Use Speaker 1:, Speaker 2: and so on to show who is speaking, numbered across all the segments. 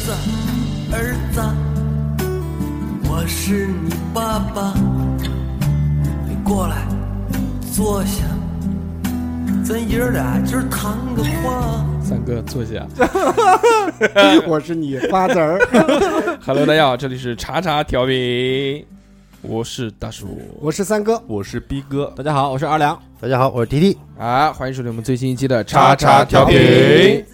Speaker 1: 子，儿子，我是你爸爸，你过来，坐下，咱爷儿俩今儿谈个话。
Speaker 2: 三哥坐下。
Speaker 3: 我是你瓜子儿，
Speaker 2: Hello，大家好，这里是茶茶调频，我是大叔
Speaker 3: 我是三哥，
Speaker 4: 我是逼哥，
Speaker 5: 大家好，我是阿良。
Speaker 6: 大家好，我是迪迪。
Speaker 2: 啊，欢迎收听我们最新一期的
Speaker 4: 叉叉调频。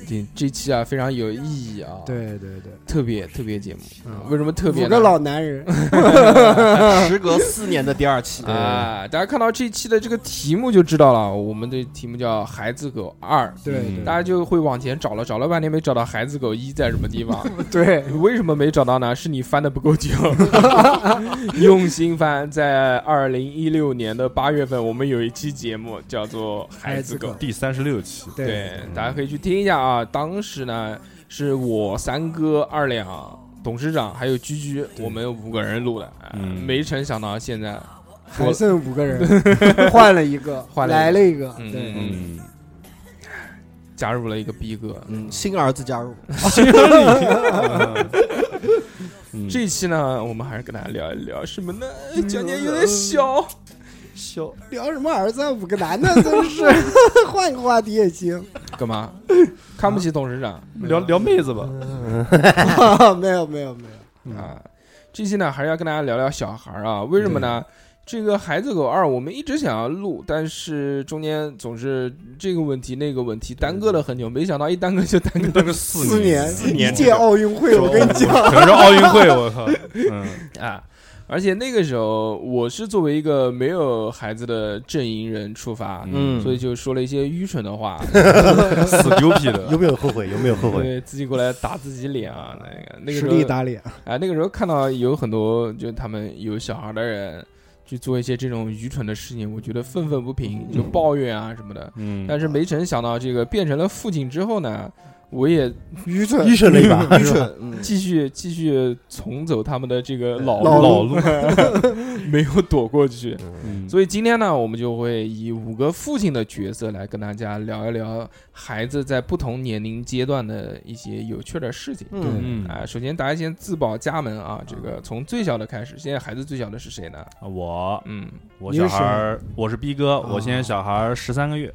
Speaker 2: 这这期啊非常有意义啊，，
Speaker 3: 对对对，
Speaker 2: 特别特别节目，
Speaker 3: 嗯
Speaker 2: 为什么特别
Speaker 3: 五
Speaker 2: 呢？
Speaker 3: 个老男人，
Speaker 4: 嗯
Speaker 5: 时隔四年的第二 期，
Speaker 2: 啊，大家看到这一期的这个题目就知道了，我们的题目叫《孩子狗二》，
Speaker 3: 对
Speaker 4: 嗯
Speaker 2: 大家就会往前找了，找了半天没找到孩子狗一在什么地方。
Speaker 3: 对
Speaker 2: 为什么没找到呢？是你翻的不够久，用心翻。在二零一六年的八月份，我们有一期节目叫做《孩子狗》，
Speaker 4: 第三十六期，
Speaker 3: 对
Speaker 2: 对，大家可以去听一下啊。当时呢，是我三哥、二两、董事长还有居居，我们五个人录的，哎
Speaker 4: 嗯
Speaker 2: 没成想到现在，
Speaker 3: 还剩五个人，换了一个，
Speaker 2: 换了一个
Speaker 3: 来了一个，
Speaker 2: 嗯
Speaker 3: 对，
Speaker 4: 嗯，
Speaker 2: 加入了一个逼哥。
Speaker 5: 嗯，新儿子加入，
Speaker 4: 嗯
Speaker 2: 这一期呢，我们还是跟大家聊一聊什么呢？讲讲有点小，
Speaker 5: 小
Speaker 3: 聊什么儿子啊，五个男的真是，换一个话题也行。
Speaker 2: 干嘛？看不起董事长
Speaker 4: 聊聊妹子吧，
Speaker 3: 没有没有没有，
Speaker 2: 啊？这期呢，还是要跟大家聊聊小孩儿啊？为什么呢？这个《孩子狗二》，我们一直想要录，但是中间总是这个问题那个问题耽搁了很久，没想到一耽搁就耽搁
Speaker 4: 那个
Speaker 3: 四年
Speaker 4: 四
Speaker 3: 一
Speaker 4: 年
Speaker 3: 届奥运会，我跟你讲，
Speaker 4: 可能是奥运会，我靠，嗯，
Speaker 2: 啊。而且那个时候，我是作为一个没有孩子的阵营人出发，
Speaker 4: 嗯
Speaker 2: 所以就说了一些愚蠢的 话，
Speaker 4: 死牛皮的
Speaker 6: 有，没有后悔？有没有后悔？
Speaker 2: 对自己过来打自己脸啊，那个那个
Speaker 3: 实
Speaker 2: 时
Speaker 3: 力
Speaker 2: 候，
Speaker 3: 打脸，
Speaker 2: 哎，那个时候看到有很多就他们有小孩的人去做一些这种愚蠢的事情，我觉得愤愤不平，就抱怨啊什么的。
Speaker 4: 嗯，
Speaker 2: 但是没成想到，这个变成了父亲之后呢，我也
Speaker 3: 愚蠢
Speaker 6: 愚，蠢了一把，
Speaker 5: 愚蠢，嗯，
Speaker 2: 继续继续重走他们的这个老
Speaker 3: 老
Speaker 2: 路，
Speaker 4: 老路，
Speaker 2: 没有躲过去。
Speaker 4: 嗯
Speaker 2: 所以今天呢，我们就会以五个父亲的角色来跟大家聊一聊孩子在不同年龄阶段的一些有趣的事情。
Speaker 5: 嗯
Speaker 4: 嗯
Speaker 2: 啊，首先大家先自报家门啊，这个从最小的开始。现在孩子最小的是谁呢？
Speaker 4: 我
Speaker 2: 嗯，
Speaker 4: 我
Speaker 3: 你是
Speaker 4: 小孩儿，我是逼哥，
Speaker 3: 啊
Speaker 4: 我现在小孩儿十三个月，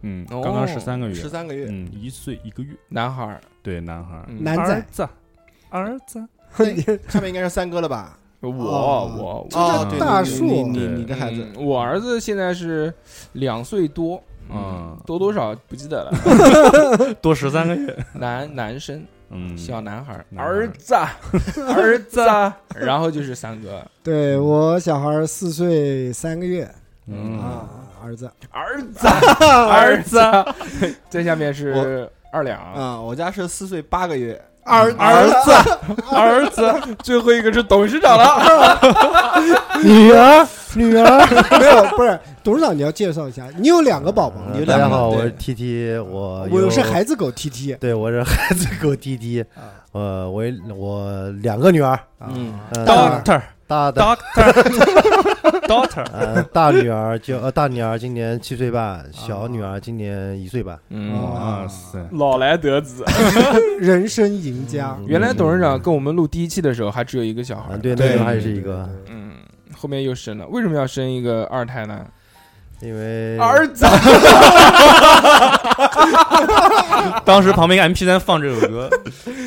Speaker 4: 嗯，
Speaker 2: 哦
Speaker 4: 刚刚十三个月
Speaker 5: 十，三个月，
Speaker 4: 嗯，一岁一个月，
Speaker 2: 男孩儿，
Speaker 4: 对，男孩儿，
Speaker 2: 嗯
Speaker 3: 男
Speaker 4: 儿
Speaker 3: 仔，
Speaker 4: 子，儿子，
Speaker 5: 下面应该是三哥了吧？
Speaker 2: 我
Speaker 3: 哦
Speaker 2: 我
Speaker 5: 哦，对，
Speaker 3: 大
Speaker 5: 你
Speaker 3: 树
Speaker 5: 你你
Speaker 4: 对
Speaker 5: 你的孩子，
Speaker 2: 嗯我儿子现在是两岁多，嗯
Speaker 4: 嗯，
Speaker 2: 多多少不记得了，
Speaker 4: 多十三个月，
Speaker 2: 男男生，
Speaker 4: 嗯，
Speaker 2: 小男孩儿，
Speaker 4: 男孩儿
Speaker 2: 儿 子，儿子，然后就是三哥，
Speaker 3: 对我小孩四岁三个月
Speaker 4: 嗯，
Speaker 3: 啊，儿子
Speaker 2: 儿子，儿 子，在下面是二两，嗯
Speaker 5: 啊，我家是四岁八个月，
Speaker 3: 儿
Speaker 2: 儿子，儿子，最后一个是董事长了。
Speaker 3: 女儿女儿没有不是董事长，你要介绍一下，你有两个宝宝，
Speaker 6: 嗯
Speaker 5: 有两个
Speaker 6: 大家好，
Speaker 5: 对
Speaker 6: 我是 TT，我
Speaker 3: 我
Speaker 6: 有
Speaker 3: 是孩子狗 TT
Speaker 6: 对，我是孩子狗 TT，呃，
Speaker 4: 啊
Speaker 6: 我我两个女儿，
Speaker 5: 嗯，
Speaker 6: 呃大
Speaker 4: Doctor
Speaker 6: 大的
Speaker 4: Doctor Doctor，
Speaker 6: 呃大女儿就呃大女儿今年七岁半，小女儿今年一岁半。
Speaker 2: 嗯，
Speaker 4: 哇塞，
Speaker 2: 老来得子。
Speaker 3: 人生赢家，
Speaker 6: 嗯
Speaker 2: 原来董事长跟我们录第一期的时候还只有一个小
Speaker 6: 啊，
Speaker 2: 孩儿，
Speaker 6: 对，
Speaker 5: 对
Speaker 6: 那时候还是一个，
Speaker 2: 嗯，后面又生了。为什么要生一个二胎呢？
Speaker 6: 因为
Speaker 2: 儿子，
Speaker 4: 当时旁边一个 MP 三放这首歌，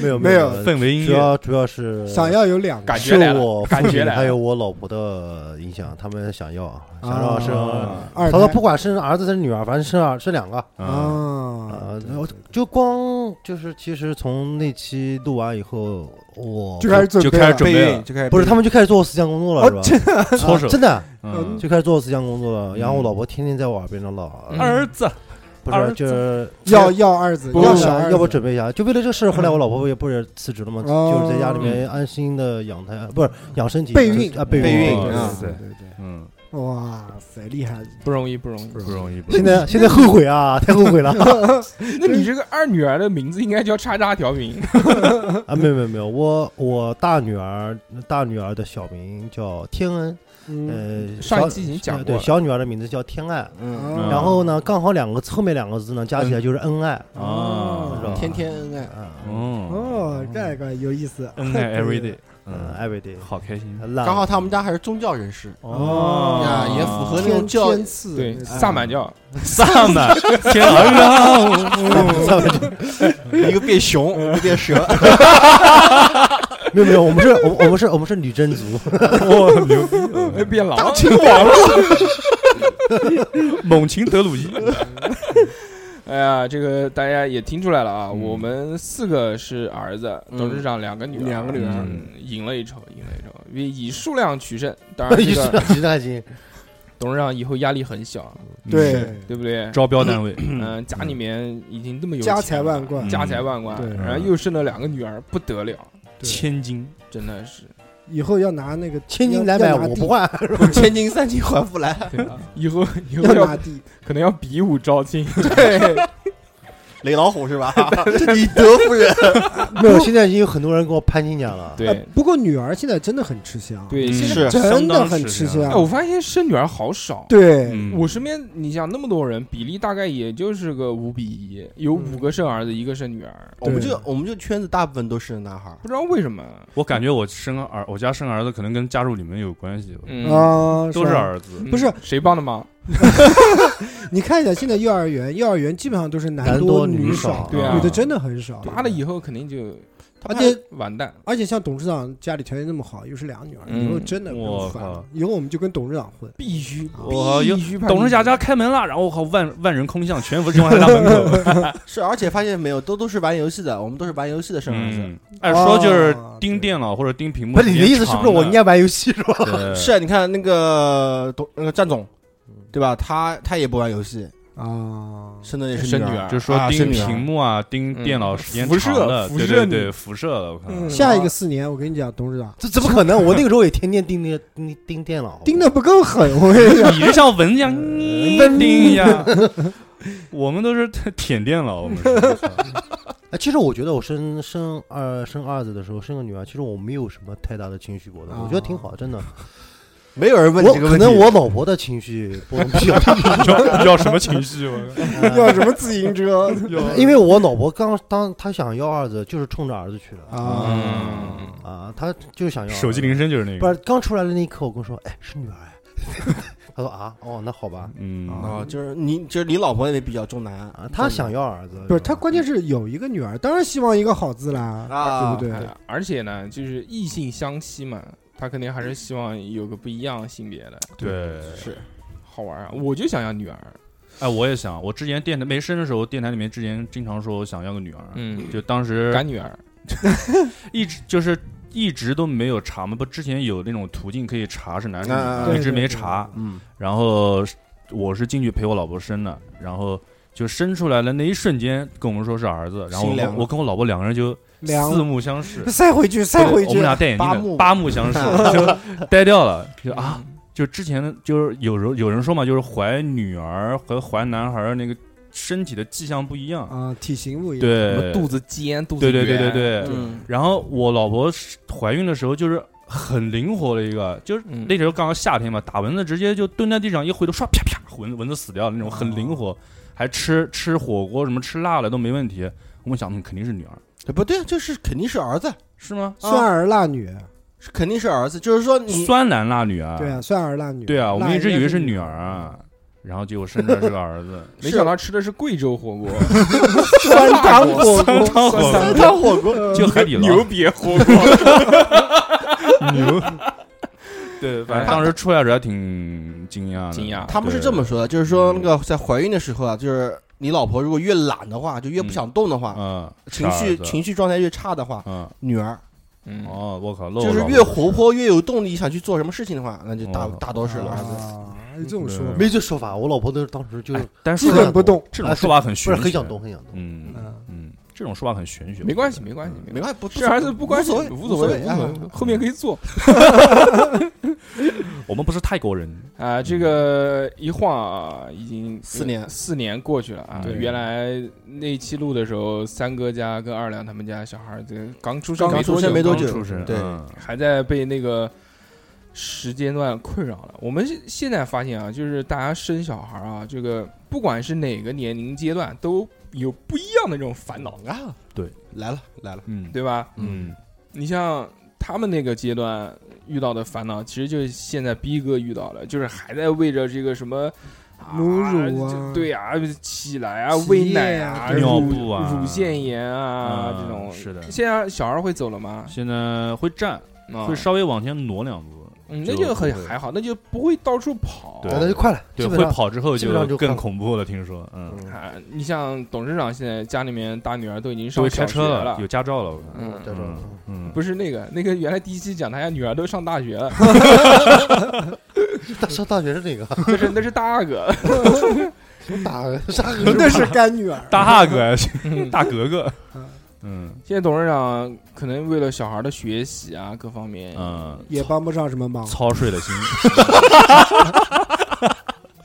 Speaker 6: 没有
Speaker 3: 没有
Speaker 6: 有，
Speaker 4: 氛围音
Speaker 6: 主
Speaker 4: 乐，
Speaker 6: 要主要呃是啊
Speaker 3: 想要有两个
Speaker 2: 感觉
Speaker 6: 受
Speaker 2: 来了
Speaker 6: 我
Speaker 2: 感
Speaker 6: 父
Speaker 2: 觉
Speaker 6: 亲
Speaker 2: 来了
Speaker 6: 还有我老婆的影响，他们想要想要生
Speaker 4: 啊
Speaker 3: 二
Speaker 6: 他说
Speaker 3: 胎
Speaker 6: 不管生儿子生女儿，反正生儿生两个。
Speaker 4: 嗯
Speaker 3: 啊
Speaker 6: 呃，我就光就是，其实从那期录完以后，我
Speaker 3: 就开始准备
Speaker 4: 就开始
Speaker 3: 了
Speaker 4: 准
Speaker 5: 备
Speaker 4: 备了
Speaker 5: 孕就开始
Speaker 6: 不是他们就开始做思想工作了，
Speaker 3: 哦
Speaker 6: 是吧？
Speaker 3: 这
Speaker 4: 搓手
Speaker 6: 啊，真的
Speaker 4: 嗯
Speaker 6: 就开始做思想工作了。然后我老
Speaker 3: 嗯
Speaker 6: 婆天天在我耳边的唠，呃
Speaker 2: 嗯
Speaker 4: 儿子，
Speaker 6: 不
Speaker 4: 儿
Speaker 6: 是
Speaker 4: 子
Speaker 6: 就是
Speaker 3: 要要儿子，
Speaker 2: 不
Speaker 3: 要小儿
Speaker 6: 想
Speaker 3: 子，
Speaker 6: 要不准备一下，就为了这事儿。后来我老婆也不是辞职了嘛，
Speaker 3: 嗯哦
Speaker 6: 就是在家里面安心的养胎，呃不是养身体
Speaker 3: 备孕
Speaker 6: 啊，备
Speaker 5: 备
Speaker 6: 孕
Speaker 5: 孕
Speaker 6: 对
Speaker 5: 啊
Speaker 3: 对
Speaker 4: 对
Speaker 3: 对对，
Speaker 4: 嗯，
Speaker 3: 哇塞，厉害！
Speaker 2: 不容易，不容易。
Speaker 4: 不容易，不容易
Speaker 6: 现在现在后悔啊，太后悔了
Speaker 2: 那你这个二女儿的名字应该叫叉叉调频。
Speaker 6: 啊！没有没有没有，我我大女儿大女儿的小名叫天恩，
Speaker 3: 嗯，
Speaker 6: 呃，
Speaker 2: 上
Speaker 6: 小
Speaker 2: 一期已经讲
Speaker 6: 呃
Speaker 2: 过
Speaker 6: 对，
Speaker 2: 了，
Speaker 6: 小女儿的名字叫天爱。
Speaker 5: 嗯，
Speaker 3: 啊
Speaker 6: 然后呢，刚好两个后面两个字呢加起来就是恩爱，
Speaker 4: 啊
Speaker 6: 知
Speaker 3: 嗯
Speaker 6: 道啊
Speaker 5: 天天恩爱，
Speaker 6: 啊，
Speaker 4: 哦
Speaker 3: 哦，这个有意思。
Speaker 4: 恩
Speaker 6: 哦
Speaker 4: 爱 every day，
Speaker 6: 嗯
Speaker 4: 嗯，
Speaker 6: ，every day，
Speaker 4: 好开心。
Speaker 6: 刚
Speaker 5: 嗯刚好他们家还是宗教人士
Speaker 6: 啊
Speaker 3: 哦
Speaker 5: 呀，也符合那
Speaker 3: 天
Speaker 5: 种教
Speaker 3: 天赐
Speaker 2: 对，
Speaker 3: 那种
Speaker 2: 萨满教，
Speaker 4: 上的天堂上，
Speaker 5: 一个变熊，一个变蛇，
Speaker 6: 没有没有，我们是，我们我们是我们是女真族，
Speaker 4: 哇，牛逼！嗯
Speaker 2: 哎变老。
Speaker 5: 秦王了。
Speaker 4: 猛禽德鲁伊，
Speaker 2: 哎呀，这个大家也听出来了啊，
Speaker 4: 嗯
Speaker 2: 我们四个是儿子，
Speaker 5: 嗯
Speaker 2: 董事长两个女儿，
Speaker 5: 两个女儿
Speaker 2: 嗯赢了一筹，赢了一筹，因为以数量取胜。
Speaker 5: 啊
Speaker 2: 当然，
Speaker 6: 一
Speaker 2: 这
Speaker 6: 是
Speaker 2: 个
Speaker 6: 其实还行，
Speaker 2: 董事长以后压力很小，
Speaker 3: 对
Speaker 2: 对不对？
Speaker 4: 嗯招标单位，
Speaker 2: 嗯，家里面已经这么有
Speaker 3: 家
Speaker 2: 钱
Speaker 3: 财
Speaker 2: 了
Speaker 3: 万贯
Speaker 4: 嗯
Speaker 2: 家财万贯，
Speaker 3: 对
Speaker 2: 然后又生了两个女儿，不得了，
Speaker 3: 对，
Speaker 4: 千金，
Speaker 2: 真的是。
Speaker 3: 以后要拿那个
Speaker 6: 千金
Speaker 3: 要
Speaker 6: 难买
Speaker 3: 要拿
Speaker 6: 我
Speaker 3: 地
Speaker 6: 不换，
Speaker 5: 千金散尽还复来，
Speaker 2: 对吧？以后以后
Speaker 3: 要
Speaker 2: 要
Speaker 3: 拿地，
Speaker 2: 可能要比武招亲，
Speaker 5: 雷老虎是 吧？ 以德服人，
Speaker 6: 没有，现在已经有很多人给我攀亲家了，
Speaker 3: 哎
Speaker 2: 对
Speaker 3: 不过女儿现在真的很吃香，，
Speaker 2: 对。
Speaker 4: 嗯
Speaker 2: 现在
Speaker 5: 是
Speaker 3: 真
Speaker 4: 相
Speaker 3: 的
Speaker 4: 当
Speaker 3: 很吃
Speaker 4: 吃
Speaker 3: 香
Speaker 4: 香
Speaker 2: 哎，我发现生女儿好少。
Speaker 3: 对，
Speaker 4: 嗯
Speaker 2: 我身边，你想那么多人，比例大概也就是个五比一，有五个生儿子，一个生女儿。
Speaker 5: 我们这我们这圈子大部分都是男孩儿，
Speaker 2: 不知道为什么，
Speaker 4: 我感觉我生儿，我家生儿子可能跟加入你们有关系吧，
Speaker 2: 嗯，
Speaker 3: 啊，
Speaker 4: 都是
Speaker 3: 吧
Speaker 4: 儿子，
Speaker 2: 嗯
Speaker 3: 不是
Speaker 2: 谁帮的忙？
Speaker 3: 你看一下现在幼儿园，幼儿园基本上都是
Speaker 6: 男
Speaker 3: 多
Speaker 6: 多女
Speaker 3: 少
Speaker 6: 少，
Speaker 2: 对啊
Speaker 3: 女的真的很少。
Speaker 2: 妈的，以后肯定就
Speaker 3: 而且
Speaker 2: 完蛋。
Speaker 3: 而且像董事长家里条件那么好，又是俩女儿，
Speaker 2: 嗯
Speaker 3: 以后真的不用
Speaker 4: 我
Speaker 3: 烦
Speaker 4: 靠
Speaker 3: 了。以后我们就跟董事长混，
Speaker 2: 必须，
Speaker 4: 我
Speaker 2: 必须攀比
Speaker 4: 董事家家开门了，然后我靠，万万人空巷，全部扔在他门口。
Speaker 5: 是而且发现没有，都都是玩游戏的，我们都是玩游戏的生儿子。
Speaker 4: 嗯，按说就是
Speaker 3: 哦
Speaker 4: 盯电脑或者盯屏幕
Speaker 6: 哦不
Speaker 4: 时
Speaker 6: 是
Speaker 4: 间长。
Speaker 6: 你的意思是不是我应该玩游戏是吧？
Speaker 4: 该
Speaker 5: 是啊，你看那个董那个战总，对吧？他他也不玩游戏，
Speaker 3: 啊，
Speaker 5: 生的也是
Speaker 2: 生女
Speaker 5: 儿，
Speaker 2: 儿
Speaker 4: 就是说
Speaker 5: 啊
Speaker 4: 盯
Speaker 5: 生女儿
Speaker 4: 屏幕啊，盯
Speaker 2: 嗯
Speaker 4: 电脑时间
Speaker 2: 辐
Speaker 4: 长
Speaker 2: 射
Speaker 4: 了，
Speaker 2: 辐
Speaker 4: 对
Speaker 2: 射
Speaker 4: 对
Speaker 2: 你
Speaker 4: 对，辐射了，我靠，
Speaker 2: 嗯
Speaker 3: 下一个四年，我跟你讲，董事长
Speaker 6: 这怎么可能？我那个时候也天天盯那个盯盯电脑，
Speaker 3: 盯的不够狠，我跟 你讲，
Speaker 4: 你是像蚊一样叮一下， 我们都是舔电脑，我们是。
Speaker 6: 哎，其实我觉得我生生二生儿子的时候，生个女儿，其实我没有什么太大的情绪波动，我觉得挺好，真的。
Speaker 5: 没有人啊问你
Speaker 6: 我
Speaker 5: 这个
Speaker 6: 可
Speaker 5: 问题。
Speaker 6: 能我老婆的情绪波动比较 大，
Speaker 4: 要要什么情绪？我
Speaker 3: 要什么自行车
Speaker 4: 要
Speaker 6: 因为我老婆刚当她想要儿子，就是冲着儿子去的
Speaker 3: 啊？
Speaker 4: 嗯
Speaker 6: 啊，她就想要儿子
Speaker 4: 手机铃声就是那
Speaker 6: 不
Speaker 4: 个，
Speaker 6: 是刚出来的那一刻，我跟我说，哎，是女儿哎， 她说啊，哦，那好吧
Speaker 4: 嗯，
Speaker 5: 啊，就是你就是你老婆也比较重男
Speaker 6: 啊，她想要儿子，
Speaker 3: 不是，他关键是有一个女儿，当然希望一个好字啦，对
Speaker 5: 啊，
Speaker 3: 不对？
Speaker 2: 哎而且呢，就是异性相吸嘛，他肯定还是希望有个不一样性别的，
Speaker 4: 对，
Speaker 5: 是
Speaker 2: 好玩啊！我就想要女儿，
Speaker 4: 哎，我也想，我之前电台没生的时候，电台里面之前经常说我想要个女儿，
Speaker 2: 嗯，
Speaker 4: 就当时
Speaker 2: 干女儿，
Speaker 4: 一直就是一直都没有查嘛，不之前有那种途径可以查是男是
Speaker 3: 嗯
Speaker 4: 女，
Speaker 5: 啊
Speaker 3: 对
Speaker 4: 一直没查。，
Speaker 5: 嗯，
Speaker 4: 然后我是进去陪我老婆生的，然后就生出来了那一瞬间跟我们说是儿子，然后我
Speaker 5: 心凉
Speaker 4: 跟
Speaker 5: 了
Speaker 4: 我跟我老婆两个人就
Speaker 3: 两
Speaker 4: 四目相视，
Speaker 3: 塞回去，塞回
Speaker 4: 我
Speaker 3: 去
Speaker 4: 们，俩戴眼镜
Speaker 5: 八
Speaker 4: 的
Speaker 5: 目
Speaker 4: 八目相视，就呆掉了，就啊。就之前的就是有人有人说嘛，就是怀女儿和怀男孩儿那个身体的迹象不一样，
Speaker 3: 啊，体型不一样，
Speaker 2: 什
Speaker 4: 对
Speaker 2: 么，肚子尖，肚子
Speaker 4: 对对对对
Speaker 2: 圆
Speaker 4: 对，
Speaker 5: 嗯，
Speaker 4: 然后我老婆是怀孕的时候就是很灵活的一个，就是
Speaker 2: 嗯
Speaker 4: 那时候刚好夏天嘛，打蚊子直接就蹲在地上一回头唰啪啪，蚊子蚊子死掉了那种，很灵活，还吃吃火锅什么吃辣的都没问题。我们想，嗯肯定是女儿，
Speaker 5: 呃不对，这是肯定是儿子，
Speaker 4: 是吗？
Speaker 3: 酸儿辣女，
Speaker 4: 啊
Speaker 5: 是肯定是儿子，就是说你
Speaker 4: 酸男辣女啊，
Speaker 3: 对啊，酸儿辣女，
Speaker 4: 对啊，我们一直以为是女
Speaker 3: 儿，
Speaker 4: 儿啊，然后结果生出来是个儿子，
Speaker 2: 没想到吃的是贵州火锅，
Speaker 3: 酸汤 火锅，
Speaker 4: 三汤火锅
Speaker 5: 三汤火锅，
Speaker 4: 就 海底
Speaker 2: 牛
Speaker 4: 捞
Speaker 2: 瘪火锅，
Speaker 4: 牛，对，
Speaker 2: 哎
Speaker 4: 反正当时出来时还挺惊讶的，嗯
Speaker 2: 惊讶
Speaker 5: 他们是这么说的，就是说那个在怀孕的时候啊，就是你老婆如果越懒的话，就越不想动的话，
Speaker 4: 嗯，
Speaker 5: 情绪
Speaker 4: 是儿子
Speaker 5: 情绪状态越差的话，
Speaker 4: 嗯。
Speaker 5: 女儿
Speaker 2: 嗯，
Speaker 4: 哦，我靠，
Speaker 5: 就是越活泼越有动力，想去做什么事情的话，那就大
Speaker 4: 哦
Speaker 5: 大多是儿子。
Speaker 3: 啊，有这种说法，
Speaker 6: 没这说法，我老婆都是当时就是
Speaker 4: 哎但
Speaker 3: 基
Speaker 4: 是
Speaker 3: 本不动，
Speaker 4: 这种说法很
Speaker 6: 不是
Speaker 4: 玄学，
Speaker 6: 很想动，很想动，
Speaker 4: 嗯
Speaker 3: 嗯
Speaker 4: 嗯，这种说法很玄学，
Speaker 5: 嗯
Speaker 2: 没关系，没关系，
Speaker 5: 没
Speaker 6: 嗯
Speaker 2: 系，
Speaker 5: 关系，不
Speaker 2: 生儿子啊不关系，
Speaker 5: 无所谓，
Speaker 2: 无
Speaker 5: 所
Speaker 2: 所谓，哎无所
Speaker 5: 啊
Speaker 2: 谓，后面可以做
Speaker 4: 我们不是泰国人，
Speaker 2: 啊。这个一晃啊，已经
Speaker 5: 四年
Speaker 2: 四年过去了啊。
Speaker 4: 对
Speaker 2: 原来那期录的时候，三哥家跟二两他们家小孩儿这刚出生
Speaker 5: 刚
Speaker 2: 没
Speaker 5: 出
Speaker 2: 多
Speaker 5: 生
Speaker 2: 久，
Speaker 5: 没多久
Speaker 4: 刚出生，
Speaker 5: 对
Speaker 4: 嗯
Speaker 2: 还在被那个时间段困扰了。我们现现在发现啊，就是大家生小孩啊，这个不管是哪个年龄阶段，都有不一样的这种烦恼，
Speaker 5: 啊，
Speaker 4: 对，
Speaker 5: 来了来了，
Speaker 4: 嗯，
Speaker 2: 对吧？
Speaker 4: 嗯，
Speaker 2: 你像他们那个阶段遇到的烦恼，其实就是现在逼哥遇到了，就是还在为着这个什么。啊
Speaker 3: 母乳啊
Speaker 2: 这对呀、起来啊，
Speaker 3: 起
Speaker 2: 喂
Speaker 3: 夜
Speaker 2: 奶
Speaker 3: 啊
Speaker 2: 乳
Speaker 4: 尿布啊
Speaker 2: 乳腺炎啊、
Speaker 4: 嗯
Speaker 2: 这种。
Speaker 4: 是的
Speaker 2: 现在小孩会走了吗？
Speaker 4: 现在会站，
Speaker 2: 啊
Speaker 4: 会稍微往前挪两步，
Speaker 2: 嗯，那
Speaker 4: 就
Speaker 2: 就
Speaker 4: 不
Speaker 2: 很
Speaker 4: 会
Speaker 2: 还好，那就不会到处跑。
Speaker 4: 对
Speaker 6: 哎那就快了，
Speaker 4: 对，
Speaker 6: 基本
Speaker 4: 会
Speaker 6: 上。
Speaker 4: 跑之后
Speaker 6: 基本上就
Speaker 4: 更
Speaker 6: 看
Speaker 4: 恐怖了，听说，嗯，
Speaker 2: 啊，你像董事长现在家里面大女儿都已经
Speaker 4: 都
Speaker 2: 上
Speaker 4: 会
Speaker 2: 小
Speaker 4: 开
Speaker 2: 学
Speaker 4: 车了，有驾照了，我看，
Speaker 2: 嗯，
Speaker 6: 对
Speaker 4: 嗯嗯，
Speaker 2: 不是那个，那个原来第一期讲他家女儿都上大学了，
Speaker 6: 大上大学是哪个？
Speaker 2: 那是那是大阿哥，
Speaker 6: 什么大啥鹅？
Speaker 3: 那 是干女儿，
Speaker 4: 大哈哥，
Speaker 2: 嗯
Speaker 4: 大格格
Speaker 3: 嗯，
Speaker 4: 嗯
Speaker 2: 现在董事长可能为了小孩的学习啊各方面，
Speaker 4: 嗯，
Speaker 3: 也帮不上什么忙。
Speaker 4: 操碎了心，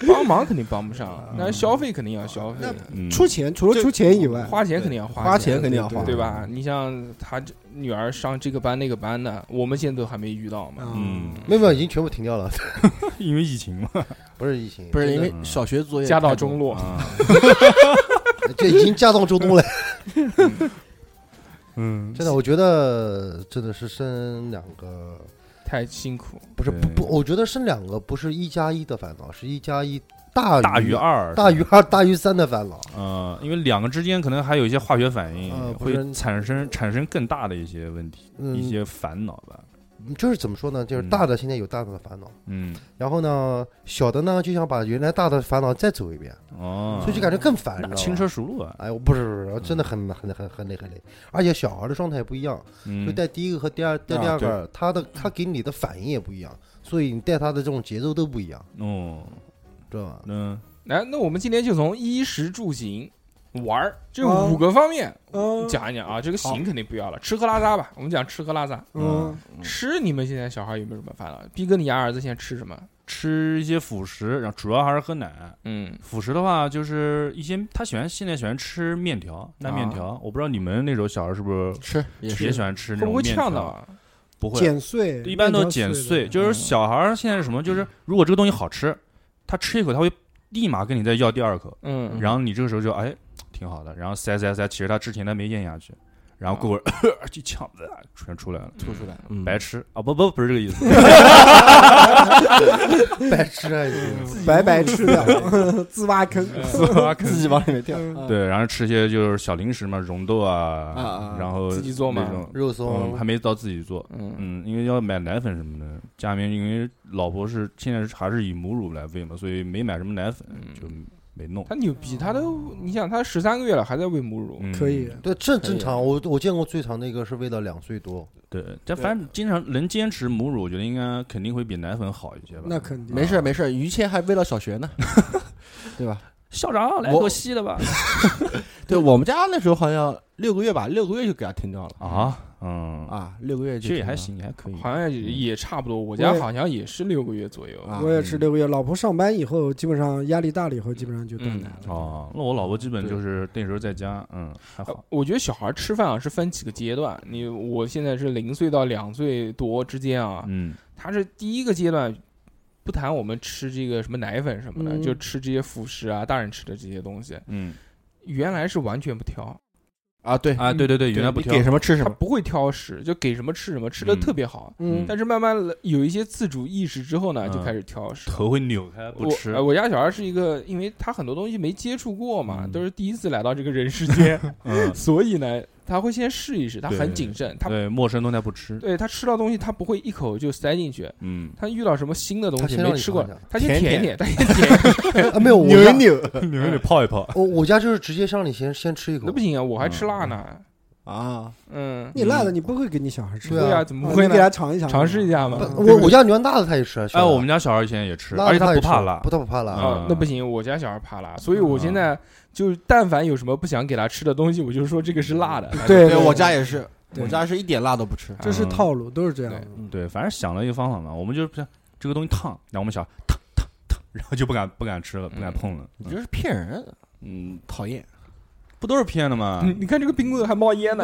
Speaker 2: 帮忙肯定帮不上，那消费肯定要消费，
Speaker 4: 嗯，
Speaker 3: 出钱除了出钱以外，
Speaker 2: 花钱肯定要花
Speaker 5: 花
Speaker 2: 钱
Speaker 5: 钱肯定要花，
Speaker 2: 对吧？你像他这女儿上这个班那个班的，我们现在都还没遇到嘛。
Speaker 4: 嗯
Speaker 3: 嗯，，
Speaker 6: 没有没有，已经全部停掉了，
Speaker 4: 因为疫情嘛，
Speaker 6: 不哎是疫情，
Speaker 5: 不是因为
Speaker 4: 嗯
Speaker 5: 小学作业
Speaker 2: 家道
Speaker 5: 太多
Speaker 2: 中落，
Speaker 6: 这已经家道中落了。
Speaker 4: 嗯，
Speaker 6: 真的，我觉得真的是生两个，
Speaker 2: 太辛苦。
Speaker 6: 不是
Speaker 4: 对
Speaker 6: 不不，我觉得生两个不是一加一的烦恼，是一加一大于
Speaker 4: 大于
Speaker 6: 于
Speaker 4: 二，
Speaker 6: 大于二大于三的烦恼。
Speaker 4: 呃，因为两个之间可能还有一些化学反应，
Speaker 6: 呃不
Speaker 4: 会
Speaker 6: 是
Speaker 4: 产生产生更大的一些问题、一
Speaker 6: 嗯，
Speaker 4: 些烦恼吧。
Speaker 6: 就是怎么说呢？就是
Speaker 4: 嗯
Speaker 6: 大的现在有大的烦恼，
Speaker 4: 嗯，
Speaker 6: 然后呢，小的呢就想把原来大的烦恼再走一遍，
Speaker 4: 哦，
Speaker 6: 所以就感觉更烦，你知
Speaker 4: 那
Speaker 6: 道吧
Speaker 4: 轻车。熟路啊，
Speaker 6: 哎，我不是不是不是，真的很很很很累很累，而且小孩的状态不一样，就
Speaker 4: 嗯，
Speaker 6: 带第一个和第二带第二个，他的他给你的反应也不一样，所以你带他的这种节奏都不一样，
Speaker 4: 哦，
Speaker 6: 知道 吧？
Speaker 4: 嗯，
Speaker 2: 来，那我们今天就从衣食住行、玩儿这
Speaker 3: 啊
Speaker 5: 哦
Speaker 2: 五个方面
Speaker 3: 嗯
Speaker 2: 讲一讲啊。这个行肯定不要了，吃喝拉撒吧。我们讲吃喝拉撒。
Speaker 3: 嗯，
Speaker 2: 吃，你们现在小孩有没有什么烦恼？逼哥，你家儿子现在吃什么？
Speaker 4: 吃一些辅食，然后主要还是喝奶。
Speaker 2: 嗯，
Speaker 4: 辅食的话，就是一些他喜欢现在喜欢吃面条，烂面条。
Speaker 2: 啊
Speaker 4: 我不知道你们那时候小孩是不是
Speaker 5: 吃也
Speaker 4: 也
Speaker 5: 是
Speaker 4: 喜欢吃
Speaker 2: 会
Speaker 4: 那种
Speaker 2: 不会
Speaker 4: 面条？
Speaker 2: 呛到啊？
Speaker 4: 不会，
Speaker 3: 剪碎，
Speaker 4: 一般都
Speaker 3: 面条
Speaker 4: 剪
Speaker 3: 碎
Speaker 4: 碎。
Speaker 3: 的，嗯
Speaker 4: 就是小孩儿现在是什么？就是如果这个东西好吃，他吃一口，他会立马跟你再要第二口。
Speaker 2: 嗯，
Speaker 4: 然后你这个时候就哎挺好的，然后塞塞塞，其实他之前他没咽下去，然
Speaker 2: 嗯
Speaker 4: 后过 会儿一呛子全出来了，
Speaker 5: 吐出来，
Speaker 4: 白吃啊不不不是这个意思，
Speaker 6: 白痴啊！你
Speaker 3: 白白吃掉， 自挖坑。
Speaker 5: 自己往里面掉，
Speaker 3: 嗯
Speaker 4: 对，然后吃一些就是小零食嘛，蓉豆
Speaker 5: 啊啊
Speaker 4: 啊，然后
Speaker 2: 自己做
Speaker 4: 那
Speaker 2: 嘛
Speaker 4: 种，
Speaker 6: 肉
Speaker 4: 嗯，
Speaker 6: 松
Speaker 4: 还没到自己做。
Speaker 2: 嗯，
Speaker 4: 嗯，因为要买奶粉什么的，家里面因为老婆是现在是还是以母乳来喂嘛，所以没买什么奶粉，就没弄。
Speaker 2: 他牛逼，他都，你想他十三个月了还在喂母乳，
Speaker 4: 嗯
Speaker 3: 可以，
Speaker 6: 对，正正常。我我见过最长的一个是喂到两岁多，
Speaker 4: 对，但反正经常能坚持母乳，我觉得应该肯定会比奶粉好一些吧。啊
Speaker 3: 那肯定
Speaker 5: 没事没事，于谦还为了小学呢，对吧？
Speaker 4: 校长
Speaker 5: 来口
Speaker 4: 稀的吧？
Speaker 5: 对我们家那时候好像六个月吧，六个月就给他停掉了
Speaker 4: 啊，嗯，
Speaker 5: 啊，六个月就
Speaker 4: 其实也
Speaker 5: 停
Speaker 4: 还
Speaker 5: 掉了，
Speaker 4: 行，也还可以。
Speaker 2: 好像也也差不多。我
Speaker 3: 我
Speaker 2: 家
Speaker 3: 也
Speaker 2: 好像也是六个月左右。
Speaker 5: 啊
Speaker 3: 我也是六个月，老婆上班以后，基本上压力大了以后，基本上就断
Speaker 2: 嗯
Speaker 3: 奶了。
Speaker 4: 哦，那我老婆基本就是那时候在家，嗯，还
Speaker 2: 呃
Speaker 4: 好。
Speaker 2: 我觉得小孩吃饭啊是分几个阶段，你我现在是零岁到两岁多之间啊，
Speaker 4: 嗯，
Speaker 2: 他是第一个阶段，不谈我们吃这个什么奶粉什么的，
Speaker 3: 嗯
Speaker 2: 就吃这些辅食啊，大人吃的这些东西，
Speaker 4: 嗯
Speaker 2: 原来是完全不挑，
Speaker 5: 啊，对，
Speaker 6: 嗯
Speaker 4: 啊，对对对，原来不
Speaker 5: 你
Speaker 4: 挑
Speaker 5: 给什么吃什
Speaker 2: 他
Speaker 5: 么，
Speaker 2: 不会挑食，就给什么吃什么，吃的
Speaker 4: 嗯
Speaker 2: 特别好。
Speaker 4: 嗯
Speaker 2: 但是慢慢了有一些自主意识之后呢，
Speaker 4: 嗯
Speaker 2: 就开始挑食。
Speaker 4: 头会扭开不
Speaker 2: 我
Speaker 4: 吃
Speaker 2: 呃，我家小孩是一个，因为他很多东西没接触过嘛，
Speaker 4: 嗯
Speaker 2: 都是第一次来到这个人世间，
Speaker 4: 嗯，
Speaker 2: 所以呢，他会先试一试，他
Speaker 4: 对
Speaker 2: 很谨慎，他
Speaker 4: 对，陌生东西他不吃，
Speaker 2: 对他吃到东西，他不会一口就塞进去。
Speaker 4: 嗯，
Speaker 2: 他遇到什么新的东
Speaker 6: 他
Speaker 2: 西
Speaker 6: 先让
Speaker 2: 没
Speaker 6: 你
Speaker 2: 吃过
Speaker 6: 尝一下，
Speaker 2: 他先
Speaker 5: 舔
Speaker 2: 舔一
Speaker 5: 一
Speaker 2: 舔，他先舔一舔，
Speaker 6: 啊，没有我
Speaker 5: 扭一
Speaker 6: 家
Speaker 5: 扭
Speaker 4: 你们得泡一泡，
Speaker 6: 我我家就是直接让你先先吃一口
Speaker 2: 那不，行啊，我还
Speaker 4: 嗯
Speaker 2: 吃辣呢。
Speaker 5: 啊，
Speaker 2: 嗯，
Speaker 3: 你辣的你不会给你小孩吃
Speaker 6: 对
Speaker 3: 的，
Speaker 2: 对啊，
Speaker 6: 啊
Speaker 2: 怎么会
Speaker 3: 你给
Speaker 2: 呢？
Speaker 3: 他尝一尝，
Speaker 2: 尝试一下嘛
Speaker 6: 不。
Speaker 3: 对
Speaker 6: 我
Speaker 3: 不对
Speaker 6: 我家女儿大的她也吃啊，小
Speaker 4: 哎，
Speaker 6: 的
Speaker 4: 我们家小孩以前也吃，
Speaker 6: 辣
Speaker 4: 而
Speaker 6: 的
Speaker 4: 且
Speaker 6: 她
Speaker 4: 不
Speaker 6: 也
Speaker 4: 怕
Speaker 6: 吃
Speaker 4: 辣
Speaker 6: 不，太不怕
Speaker 4: 嗯
Speaker 6: 辣，
Speaker 2: 啊，那不行，我家小孩怕辣，所以我现在就但凡有什么不想给他吃的东西，我就说这个是辣的。
Speaker 3: 对
Speaker 5: 哎对我家也是，
Speaker 3: 对
Speaker 5: 我家是一点辣都不吃，
Speaker 3: 这是套路，都是这样的。
Speaker 4: 对，嗯反正想了一个方法嘛，我们就是这个东西烫，然后我们小孩烫烫烫，然后就不敢不敢吃了，不敢
Speaker 2: 嗯
Speaker 4: 碰了，
Speaker 5: 你这是骗人的，
Speaker 4: 嗯，
Speaker 5: 讨厌。
Speaker 4: 不都是骗的吗？
Speaker 2: 你你看这个冰棍还冒烟呢，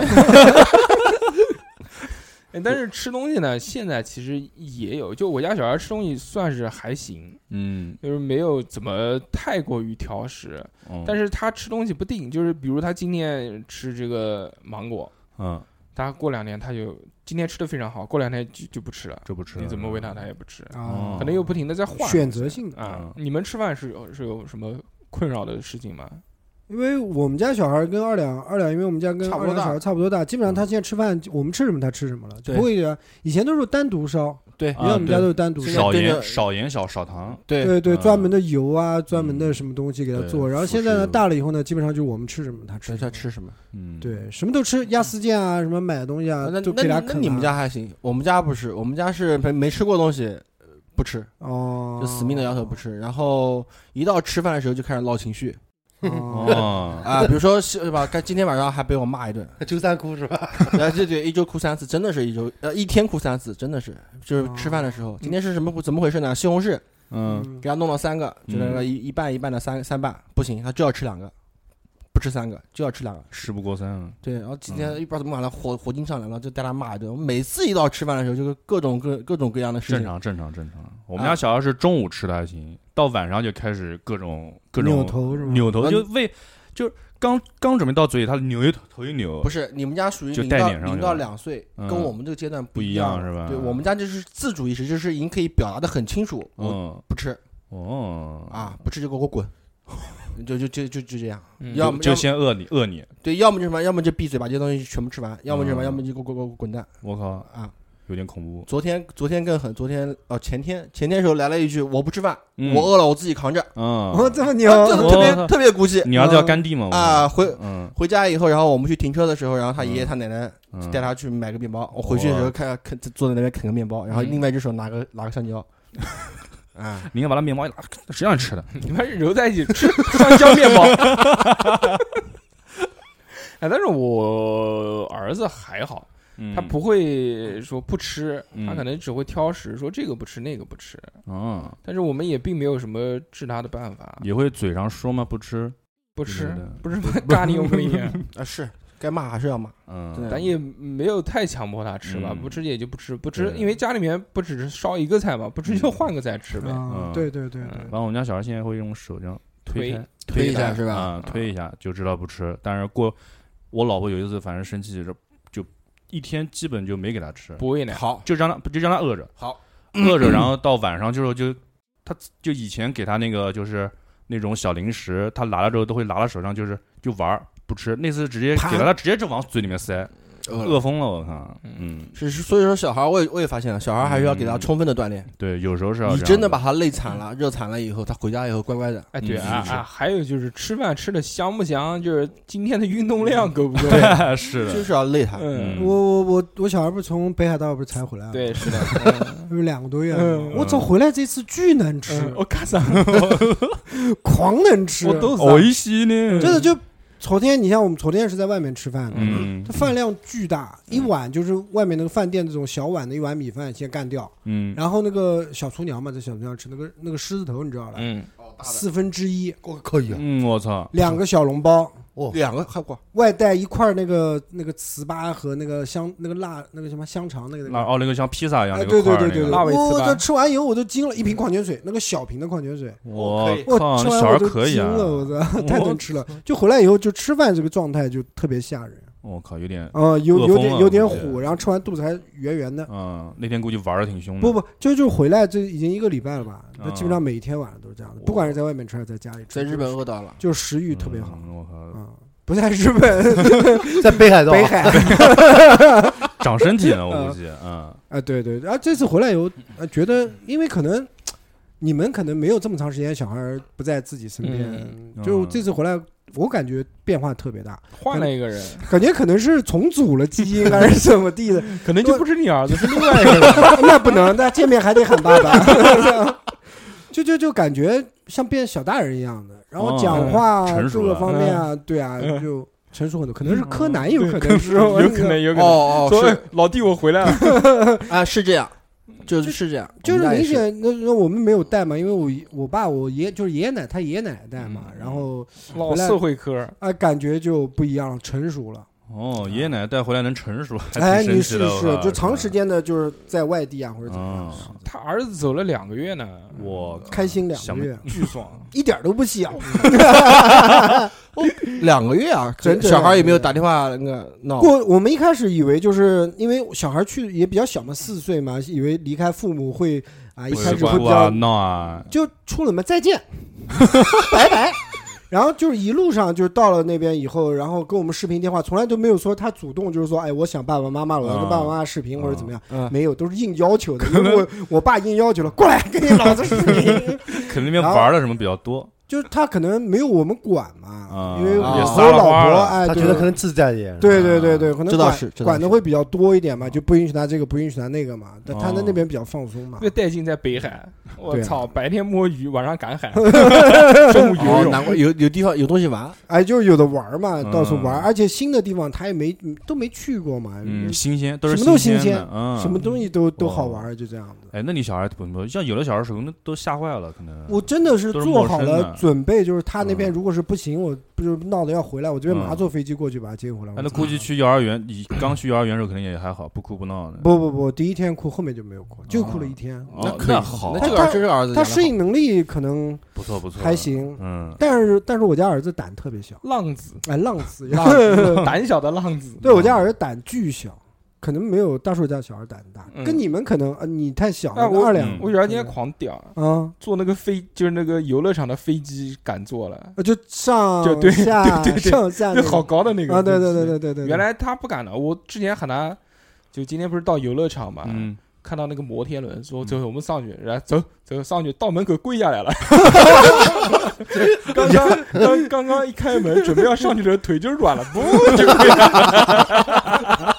Speaker 2: 哎但是吃东西呢，现在其实也有，就我家小孩吃东西算是还行，
Speaker 4: 嗯，
Speaker 2: 就是没有怎么太过于挑食，
Speaker 4: 嗯
Speaker 2: 但是他吃东西不定，就是比如他今天吃这个芒果，
Speaker 4: 嗯，
Speaker 2: 他过两天他就今天吃的非常好，过两天就就不吃了，
Speaker 4: 这不吃嗯
Speaker 2: 你怎么喂他他也不吃，
Speaker 3: 啊
Speaker 4: 哦
Speaker 2: 可能又不停的在换
Speaker 3: 选择性的，
Speaker 2: 啊
Speaker 4: 嗯。
Speaker 2: 你们吃饭是有是有什么困扰的事情吗？
Speaker 3: 因为我们家小孩跟二两二两，因为我们家跟
Speaker 5: 差不
Speaker 3: 二
Speaker 5: 多
Speaker 3: 两
Speaker 5: 大嗯
Speaker 3: 小孩差不多大，基本上他现在吃饭，我们吃什么他吃什么了，就
Speaker 5: 对
Speaker 3: 不会啊。以前都是单独烧，
Speaker 5: 对
Speaker 3: 因为我们家
Speaker 4: 对
Speaker 3: 都是单独烧，
Speaker 4: 少
Speaker 5: 对
Speaker 4: 盐
Speaker 5: 着
Speaker 4: 少盐小少糖，
Speaker 5: 对
Speaker 3: 对对，
Speaker 4: 嗯
Speaker 3: 专门的油啊，专门的什么东西给他
Speaker 4: 对
Speaker 3: 做。然后
Speaker 4: 辅
Speaker 3: 现在呢，
Speaker 4: 食
Speaker 3: 大了以后呢，基本上就是我们吃什么他吃
Speaker 5: 这
Speaker 3: 什
Speaker 5: 他
Speaker 3: 么，
Speaker 5: 吃什么？
Speaker 4: 嗯，
Speaker 3: 对，什么都吃，压丝腱啊，什么买的东西啊
Speaker 5: 那，那
Speaker 3: 都给他
Speaker 5: 那
Speaker 3: 啃啊。
Speaker 5: 你们家还行，我们家不是，我们家是没没吃过东西呃不吃，
Speaker 3: 哦，
Speaker 5: 就死命的摇头不吃，然后一到吃饭的时候就开始闹情绪
Speaker 3: 哦。
Speaker 4: 哦，
Speaker 5: 啊，比如说是吧，该今天晚上还被我骂一顿，
Speaker 6: 周三哭是吧？
Speaker 5: 啊，对对，一周哭三次，真的是一周，呃，一天哭三次，真的是，就是吃饭的时
Speaker 3: 哦
Speaker 5: 候。今天是什么怎么回事呢？西红柿
Speaker 4: 嗯，
Speaker 5: 给他弄了三个，就那个
Speaker 4: 嗯
Speaker 5: 一一半一半的三三瓣，不行，他就要吃两个，不吃三个就要吃两个。
Speaker 4: 事不过三啊，
Speaker 5: 对，然后今天也不知道怎么把他火火精上来了，就带他骂一顿。我每次一到吃饭的时候，就是各种各各种各样的事
Speaker 4: 正
Speaker 5: 情。
Speaker 4: 常正常正常。我们家小孩是中午吃的还行，到晚上就开始各种各种
Speaker 3: 扭头是吗？
Speaker 4: 扭头
Speaker 5: 嗯
Speaker 4: 就喂，就刚刚准备到嘴里，他扭一头头一扭，
Speaker 5: 不是你们家属于
Speaker 4: 就
Speaker 5: 零
Speaker 4: 带
Speaker 5: 到
Speaker 4: 脸上
Speaker 5: 零
Speaker 4: 去
Speaker 5: 到
Speaker 4: 了
Speaker 5: 两岁，
Speaker 4: 嗯
Speaker 5: 跟我们这个阶段
Speaker 4: 不
Speaker 5: 一
Speaker 4: 一样是吧
Speaker 5: 对我们家就是自主意识，就是已经可以表达的很清楚，我
Speaker 4: 嗯
Speaker 5: 不吃
Speaker 4: 哦，
Speaker 5: 啊，不吃就给我滚，就就就就就这样。
Speaker 2: 嗯
Speaker 5: 要
Speaker 4: 就
Speaker 5: 么
Speaker 4: 就
Speaker 5: 要么
Speaker 4: 先饿你饿你，
Speaker 5: 对，要么就什么，要么就闭嘴把这些东西全部吃完，要么就什么，
Speaker 4: 嗯
Speaker 5: 要么就给我给我给我滚蛋
Speaker 4: 我靠，
Speaker 5: 啊！
Speaker 4: 有点恐怖。
Speaker 5: 昨天昨天更狠，昨天哦、前天前天的时候来了一句我不吃饭，
Speaker 4: 嗯
Speaker 5: 我饿了我自己扛着，
Speaker 3: 哦，
Speaker 4: 嗯，
Speaker 3: 这么牛！
Speaker 5: 啊这个特
Speaker 4: 哦
Speaker 5: 别特别骨气。
Speaker 4: 你儿子叫干弟吗？我靠
Speaker 5: 啊回
Speaker 4: 嗯
Speaker 5: 回家以后，然后我们去停车的时候，然后他爷爷
Speaker 4: 嗯
Speaker 5: 他奶奶
Speaker 4: 嗯
Speaker 5: 带他去买个面包，我回去的时候
Speaker 4: 哇
Speaker 5: 看看坐在那边啃个面包，然后
Speaker 2: 嗯
Speaker 5: 另外一只手拿个拿个香蕉，啊，
Speaker 4: 你看把他面包一拉，谁让你吃的？
Speaker 2: 你们揉在一起吃 香蕉面包。哎，但是我儿子还好，
Speaker 5: 嗯
Speaker 2: 他不会说不吃，
Speaker 4: 嗯
Speaker 2: 他可能只会挑食，说这个不吃那个不吃。
Speaker 4: 嗯，
Speaker 2: 但是我们也并没有什么治他的办法，
Speaker 4: 也会嘴上说吗？不吃，
Speaker 2: 不吃
Speaker 4: 对对，
Speaker 2: 不 是咖喱油面，
Speaker 5: 啊是该骂还是要骂，
Speaker 4: 嗯
Speaker 5: 对
Speaker 2: 咱也没有太强迫他吃吧，
Speaker 4: 嗯
Speaker 2: 不吃也就不吃，不吃，
Speaker 4: 对
Speaker 2: 因为家里面不只是烧一个菜嘛，不吃就换个菜吃呗，
Speaker 3: 啊
Speaker 4: 嗯
Speaker 3: 对对对
Speaker 4: 然后我们家小孩现在会用手这样推
Speaker 2: 推
Speaker 4: 开
Speaker 5: 推一
Speaker 2: 开
Speaker 5: 下是吧？
Speaker 4: 啊，推一下就知道不吃。但是过我老婆有一次，反正生气就就一天基本就没给他吃，
Speaker 2: 不喂奶，
Speaker 5: 好，
Speaker 4: 就让他就让他饿着，
Speaker 5: 好
Speaker 4: 饿着，然后到晚上就是就他就以前给他那个就是那种小零食，他拿了之后都会拿到手上，就是就玩儿不吃。那次直接
Speaker 3: 啪
Speaker 4: 给了他，直接就往嘴里面塞，
Speaker 5: 饿了
Speaker 4: 饿疯了我靠。嗯，
Speaker 5: 是是，所以说小孩我也我也发现了，小孩还是要给他
Speaker 4: 嗯
Speaker 5: 充分的锻炼。
Speaker 4: 对，有时候是啊要
Speaker 5: 你
Speaker 4: 这样
Speaker 5: 真的把他累惨了、热惨了以后，他回家以后乖乖的。
Speaker 2: 哎，对
Speaker 4: 嗯
Speaker 2: 啊
Speaker 4: 是是
Speaker 2: 啊，还有就是吃饭吃的香不香，就是今天的运动量够不够，
Speaker 4: 是
Speaker 5: 就
Speaker 4: 的，
Speaker 5: 是要累他，
Speaker 2: 嗯，
Speaker 3: 我我我我小孩不是从北海道不是才回来吗？，
Speaker 2: 对，是 的，嗯
Speaker 3: 有两个多月了吗。
Speaker 2: 嗯
Speaker 3: 我操，回来这次巨能吃，
Speaker 2: 嗯我 看上，
Speaker 3: 狂能吃，啊
Speaker 2: 我都
Speaker 4: 哦我一吸呢，
Speaker 3: 真的就昨天，你像我们昨天是在外面吃饭的，
Speaker 4: 嗯
Speaker 3: 它饭量巨大，一碗就是外面那个饭店这种小碗的一碗米饭先干掉，
Speaker 4: 嗯
Speaker 3: 然后那个小厨娘嘛，在小厨娘吃那个那个狮子头，你知道吧？
Speaker 2: 嗯，
Speaker 3: 四分之一，
Speaker 6: 我可以啊，
Speaker 4: 嗯，我操，
Speaker 3: 两个小笼包，
Speaker 5: 两个还过
Speaker 3: 外带一块那个那个糍粑和那个香那个辣那个什么香肠那个。
Speaker 4: 那哦那个像披萨一样
Speaker 3: 哎，
Speaker 4: 那
Speaker 3: 对
Speaker 4: 个块
Speaker 3: 对
Speaker 4: 儿
Speaker 3: 对对
Speaker 4: 那
Speaker 3: 对，
Speaker 4: 个，
Speaker 2: 辣味糍粑
Speaker 3: 我我吃完以后我都惊了，一瓶矿泉水，那个小瓶的矿泉水，
Speaker 4: 我
Speaker 3: 我
Speaker 4: 靠，
Speaker 3: 吃
Speaker 4: 那
Speaker 3: 完
Speaker 4: 小孩
Speaker 3: 我都
Speaker 4: 哎可以
Speaker 3: 惊
Speaker 4: 啊，
Speaker 3: 了，我 操，太能吃了！就回来以后就吃饭这个状态就特别吓人。
Speaker 4: 我靠，有点
Speaker 3: 啊、有
Speaker 4: 饿
Speaker 3: 有
Speaker 4: 疯
Speaker 3: 点
Speaker 4: 了
Speaker 3: 有点
Speaker 4: 我觉得
Speaker 3: 虎，然后吃完肚子还圆圆的。
Speaker 4: 嗯，那天估计玩的挺凶的，
Speaker 3: 不不，就就回来，这已经一个礼拜了吧？那
Speaker 4: 啊
Speaker 3: 基本上每一天晚上都是这样的，不管是在外面吃还是在家里吃。
Speaker 5: 在日本饿到了，
Speaker 3: 就是食欲
Speaker 4: 嗯，
Speaker 3: 特别好
Speaker 4: 我靠，
Speaker 3: 啊，不在日本
Speaker 6: 在北海道，啊
Speaker 3: 北海
Speaker 4: 长身体 呢，我估计，嗯
Speaker 3: 啊，对对。然后这次回来以后，呃，觉得因为可能你们可能没有这么长时间小孩儿不在自己身边，
Speaker 4: 嗯
Speaker 3: 就
Speaker 4: 嗯
Speaker 3: 这次回来。我感觉变化特别大，
Speaker 2: 换了一个人，
Speaker 3: 感觉可能是重组了基因啊还是怎么地的，
Speaker 2: 可能就不是你儿子，是另外一个人，
Speaker 3: 那不能，那见面还得喊爸爸， 就就就感觉像变小大人一样的，然后
Speaker 4: 哦
Speaker 3: 讲话啊
Speaker 4: 成
Speaker 3: 各
Speaker 4: 熟
Speaker 3: 个
Speaker 4: 了
Speaker 3: 方面啊，对啊，就成熟很多，可能是柯南有可能是，
Speaker 2: 有可能，有可能。
Speaker 5: 哦
Speaker 2: 所以
Speaker 5: 是
Speaker 2: 老弟，我回来了，
Speaker 5: 啊，是这样，就是是这样，
Speaker 3: 就
Speaker 5: 我
Speaker 3: 是
Speaker 5: 们家也
Speaker 3: 明
Speaker 5: 是
Speaker 3: 显那那我们没有带嘛，因为我我爸我爷就是爷爷奶他爷爷奶奶带嘛，
Speaker 2: 嗯
Speaker 3: 然后 哎
Speaker 2: 老社会科，
Speaker 3: 啊感觉就不一样了，成熟了，
Speaker 4: 哦，爷爷奶奶带回来能成熟，还
Speaker 3: 哎，
Speaker 4: 挺神
Speaker 3: 你
Speaker 4: 奇
Speaker 3: 试
Speaker 4: 的。我
Speaker 3: 试，
Speaker 4: 靠
Speaker 3: 就长时。间的就是在外地啊或者怎么
Speaker 4: 啊
Speaker 3: 样，，
Speaker 2: 他儿子走了两个月呢，
Speaker 4: 我
Speaker 3: 开心两个
Speaker 4: 想不
Speaker 3: 月，
Speaker 2: 巨爽。
Speaker 3: 一点都不啊小。
Speaker 5: 两个月啊，
Speaker 3: 整整
Speaker 5: 小孩
Speaker 3: 两
Speaker 5: 也
Speaker 3: 个
Speaker 5: 没有
Speaker 3: 月
Speaker 5: 打电话那个闹。
Speaker 3: 过我们一开始以为就是因为小孩去也比较小嘛，四岁嘛，以为离开父母会啊一
Speaker 4: 不
Speaker 3: 开
Speaker 4: 是
Speaker 3: 始会比
Speaker 4: 哭啊
Speaker 3: 较
Speaker 4: 闹啊，
Speaker 3: 就出了门再见， 拜拜。然后就是一路上就是到了那边以后，然后跟我们视频电话，从来都没有说他主动就是说，哎，我想爸爸妈妈
Speaker 4: 啊
Speaker 3: 了，我要跟爸爸妈妈视频或者怎么样，
Speaker 5: 嗯
Speaker 3: 没有，都是硬要求的。因为我我爸硬要求了，过来跟你老子视 频。
Speaker 4: 可能那边玩的什么比较多，
Speaker 3: 就是他可能没有我们管嘛
Speaker 4: 啊，
Speaker 3: 因为我
Speaker 5: 也
Speaker 3: 和
Speaker 4: 撒
Speaker 3: 我
Speaker 4: 了
Speaker 3: 老
Speaker 4: 花
Speaker 3: 婆
Speaker 4: 了
Speaker 3: 哎，
Speaker 6: 他
Speaker 3: 对
Speaker 6: 觉得可能自在一点。
Speaker 3: 对对对对，可能
Speaker 5: 这倒
Speaker 3: 管
Speaker 5: 是这倒
Speaker 3: 管的
Speaker 5: 是
Speaker 3: 会比较多一点嘛，就不允许他这个，不允许他那个嘛。但他在那
Speaker 4: 哦
Speaker 3: 边比较放松嘛
Speaker 2: 特别。带劲，在北海，我
Speaker 3: 对啊
Speaker 2: 操，白天摸鱼，晚上赶 海，中午游
Speaker 5: 哦，
Speaker 2: 泳，
Speaker 5: 难怪有有地方有东西玩，
Speaker 3: 哎，就是有的玩儿嘛，到处玩儿，
Speaker 4: 嗯
Speaker 3: 而且新的地方他也没都没去过嘛，
Speaker 4: 嗯，新鲜都是
Speaker 3: 什么都新
Speaker 4: 鲜
Speaker 3: 鲜
Speaker 4: 的，嗯，
Speaker 3: 什么东西都都好
Speaker 4: 哦
Speaker 3: 玩儿，就这样子。
Speaker 4: 哎，那你小孩不不，像有的小孩手工都吓坏了，可能
Speaker 3: 我真的是
Speaker 4: 都是
Speaker 3: 做
Speaker 4: 陌
Speaker 3: 好
Speaker 4: 生
Speaker 3: 了
Speaker 4: 的
Speaker 3: 准备，就是他那边
Speaker 4: 嗯
Speaker 3: 如果是不行，我不就闹着要回来，我这边马上
Speaker 4: 嗯
Speaker 3: 坐飞机过去把他接回来。
Speaker 4: 哎
Speaker 3: 我
Speaker 4: 那
Speaker 3: 操
Speaker 4: 估计去幼儿园，你刚去幼儿园的时候可能也还好，不哭不闹的。
Speaker 3: 不不不，第一天哭，后面就没有哭，就哭了一天。
Speaker 4: 哦，
Speaker 5: 那可以
Speaker 4: 那好
Speaker 5: 那，这个
Speaker 3: 他
Speaker 5: 儿这个儿子
Speaker 3: 他
Speaker 5: 养得
Speaker 3: 适应能力可能
Speaker 4: 不错不错，
Speaker 3: 还。行，
Speaker 4: 嗯，
Speaker 3: 但是但是我家儿子胆特别小，
Speaker 2: 浪子，
Speaker 3: 哎，浪 子，
Speaker 2: 浪子，胆小的浪 子。
Speaker 4: 嗯
Speaker 3: 对我家儿子胆巨小，可能没有大叔家小孩胆大，
Speaker 2: 嗯
Speaker 3: 跟你们可能呃你太小
Speaker 2: 哎
Speaker 3: 了，
Speaker 2: 我
Speaker 3: 二两
Speaker 4: 嗯
Speaker 2: 我小孩今天狂屌，
Speaker 3: 啊，
Speaker 2: 坐那个飞就是那个游乐场的飞机敢坐了，
Speaker 3: 呃就上
Speaker 2: 就对
Speaker 3: 下
Speaker 2: 对对对
Speaker 3: 上 下
Speaker 2: 那
Speaker 3: 那
Speaker 2: 好
Speaker 3: 个
Speaker 2: 高的那个
Speaker 3: 啊，对
Speaker 2: 飞
Speaker 3: 对
Speaker 2: 机
Speaker 3: 对对对对，
Speaker 2: 原来他不敢的，我之前喊他，就今天不是到游乐场嘛，
Speaker 4: 嗯，
Speaker 2: 看到那个摩天轮，
Speaker 3: 嗯
Speaker 2: 说走，我们上去，然后走走上去，到门口跪下来 了。 刚刚刚刚刚一开门，准备要上去的时候，腿就软了，不就跪下来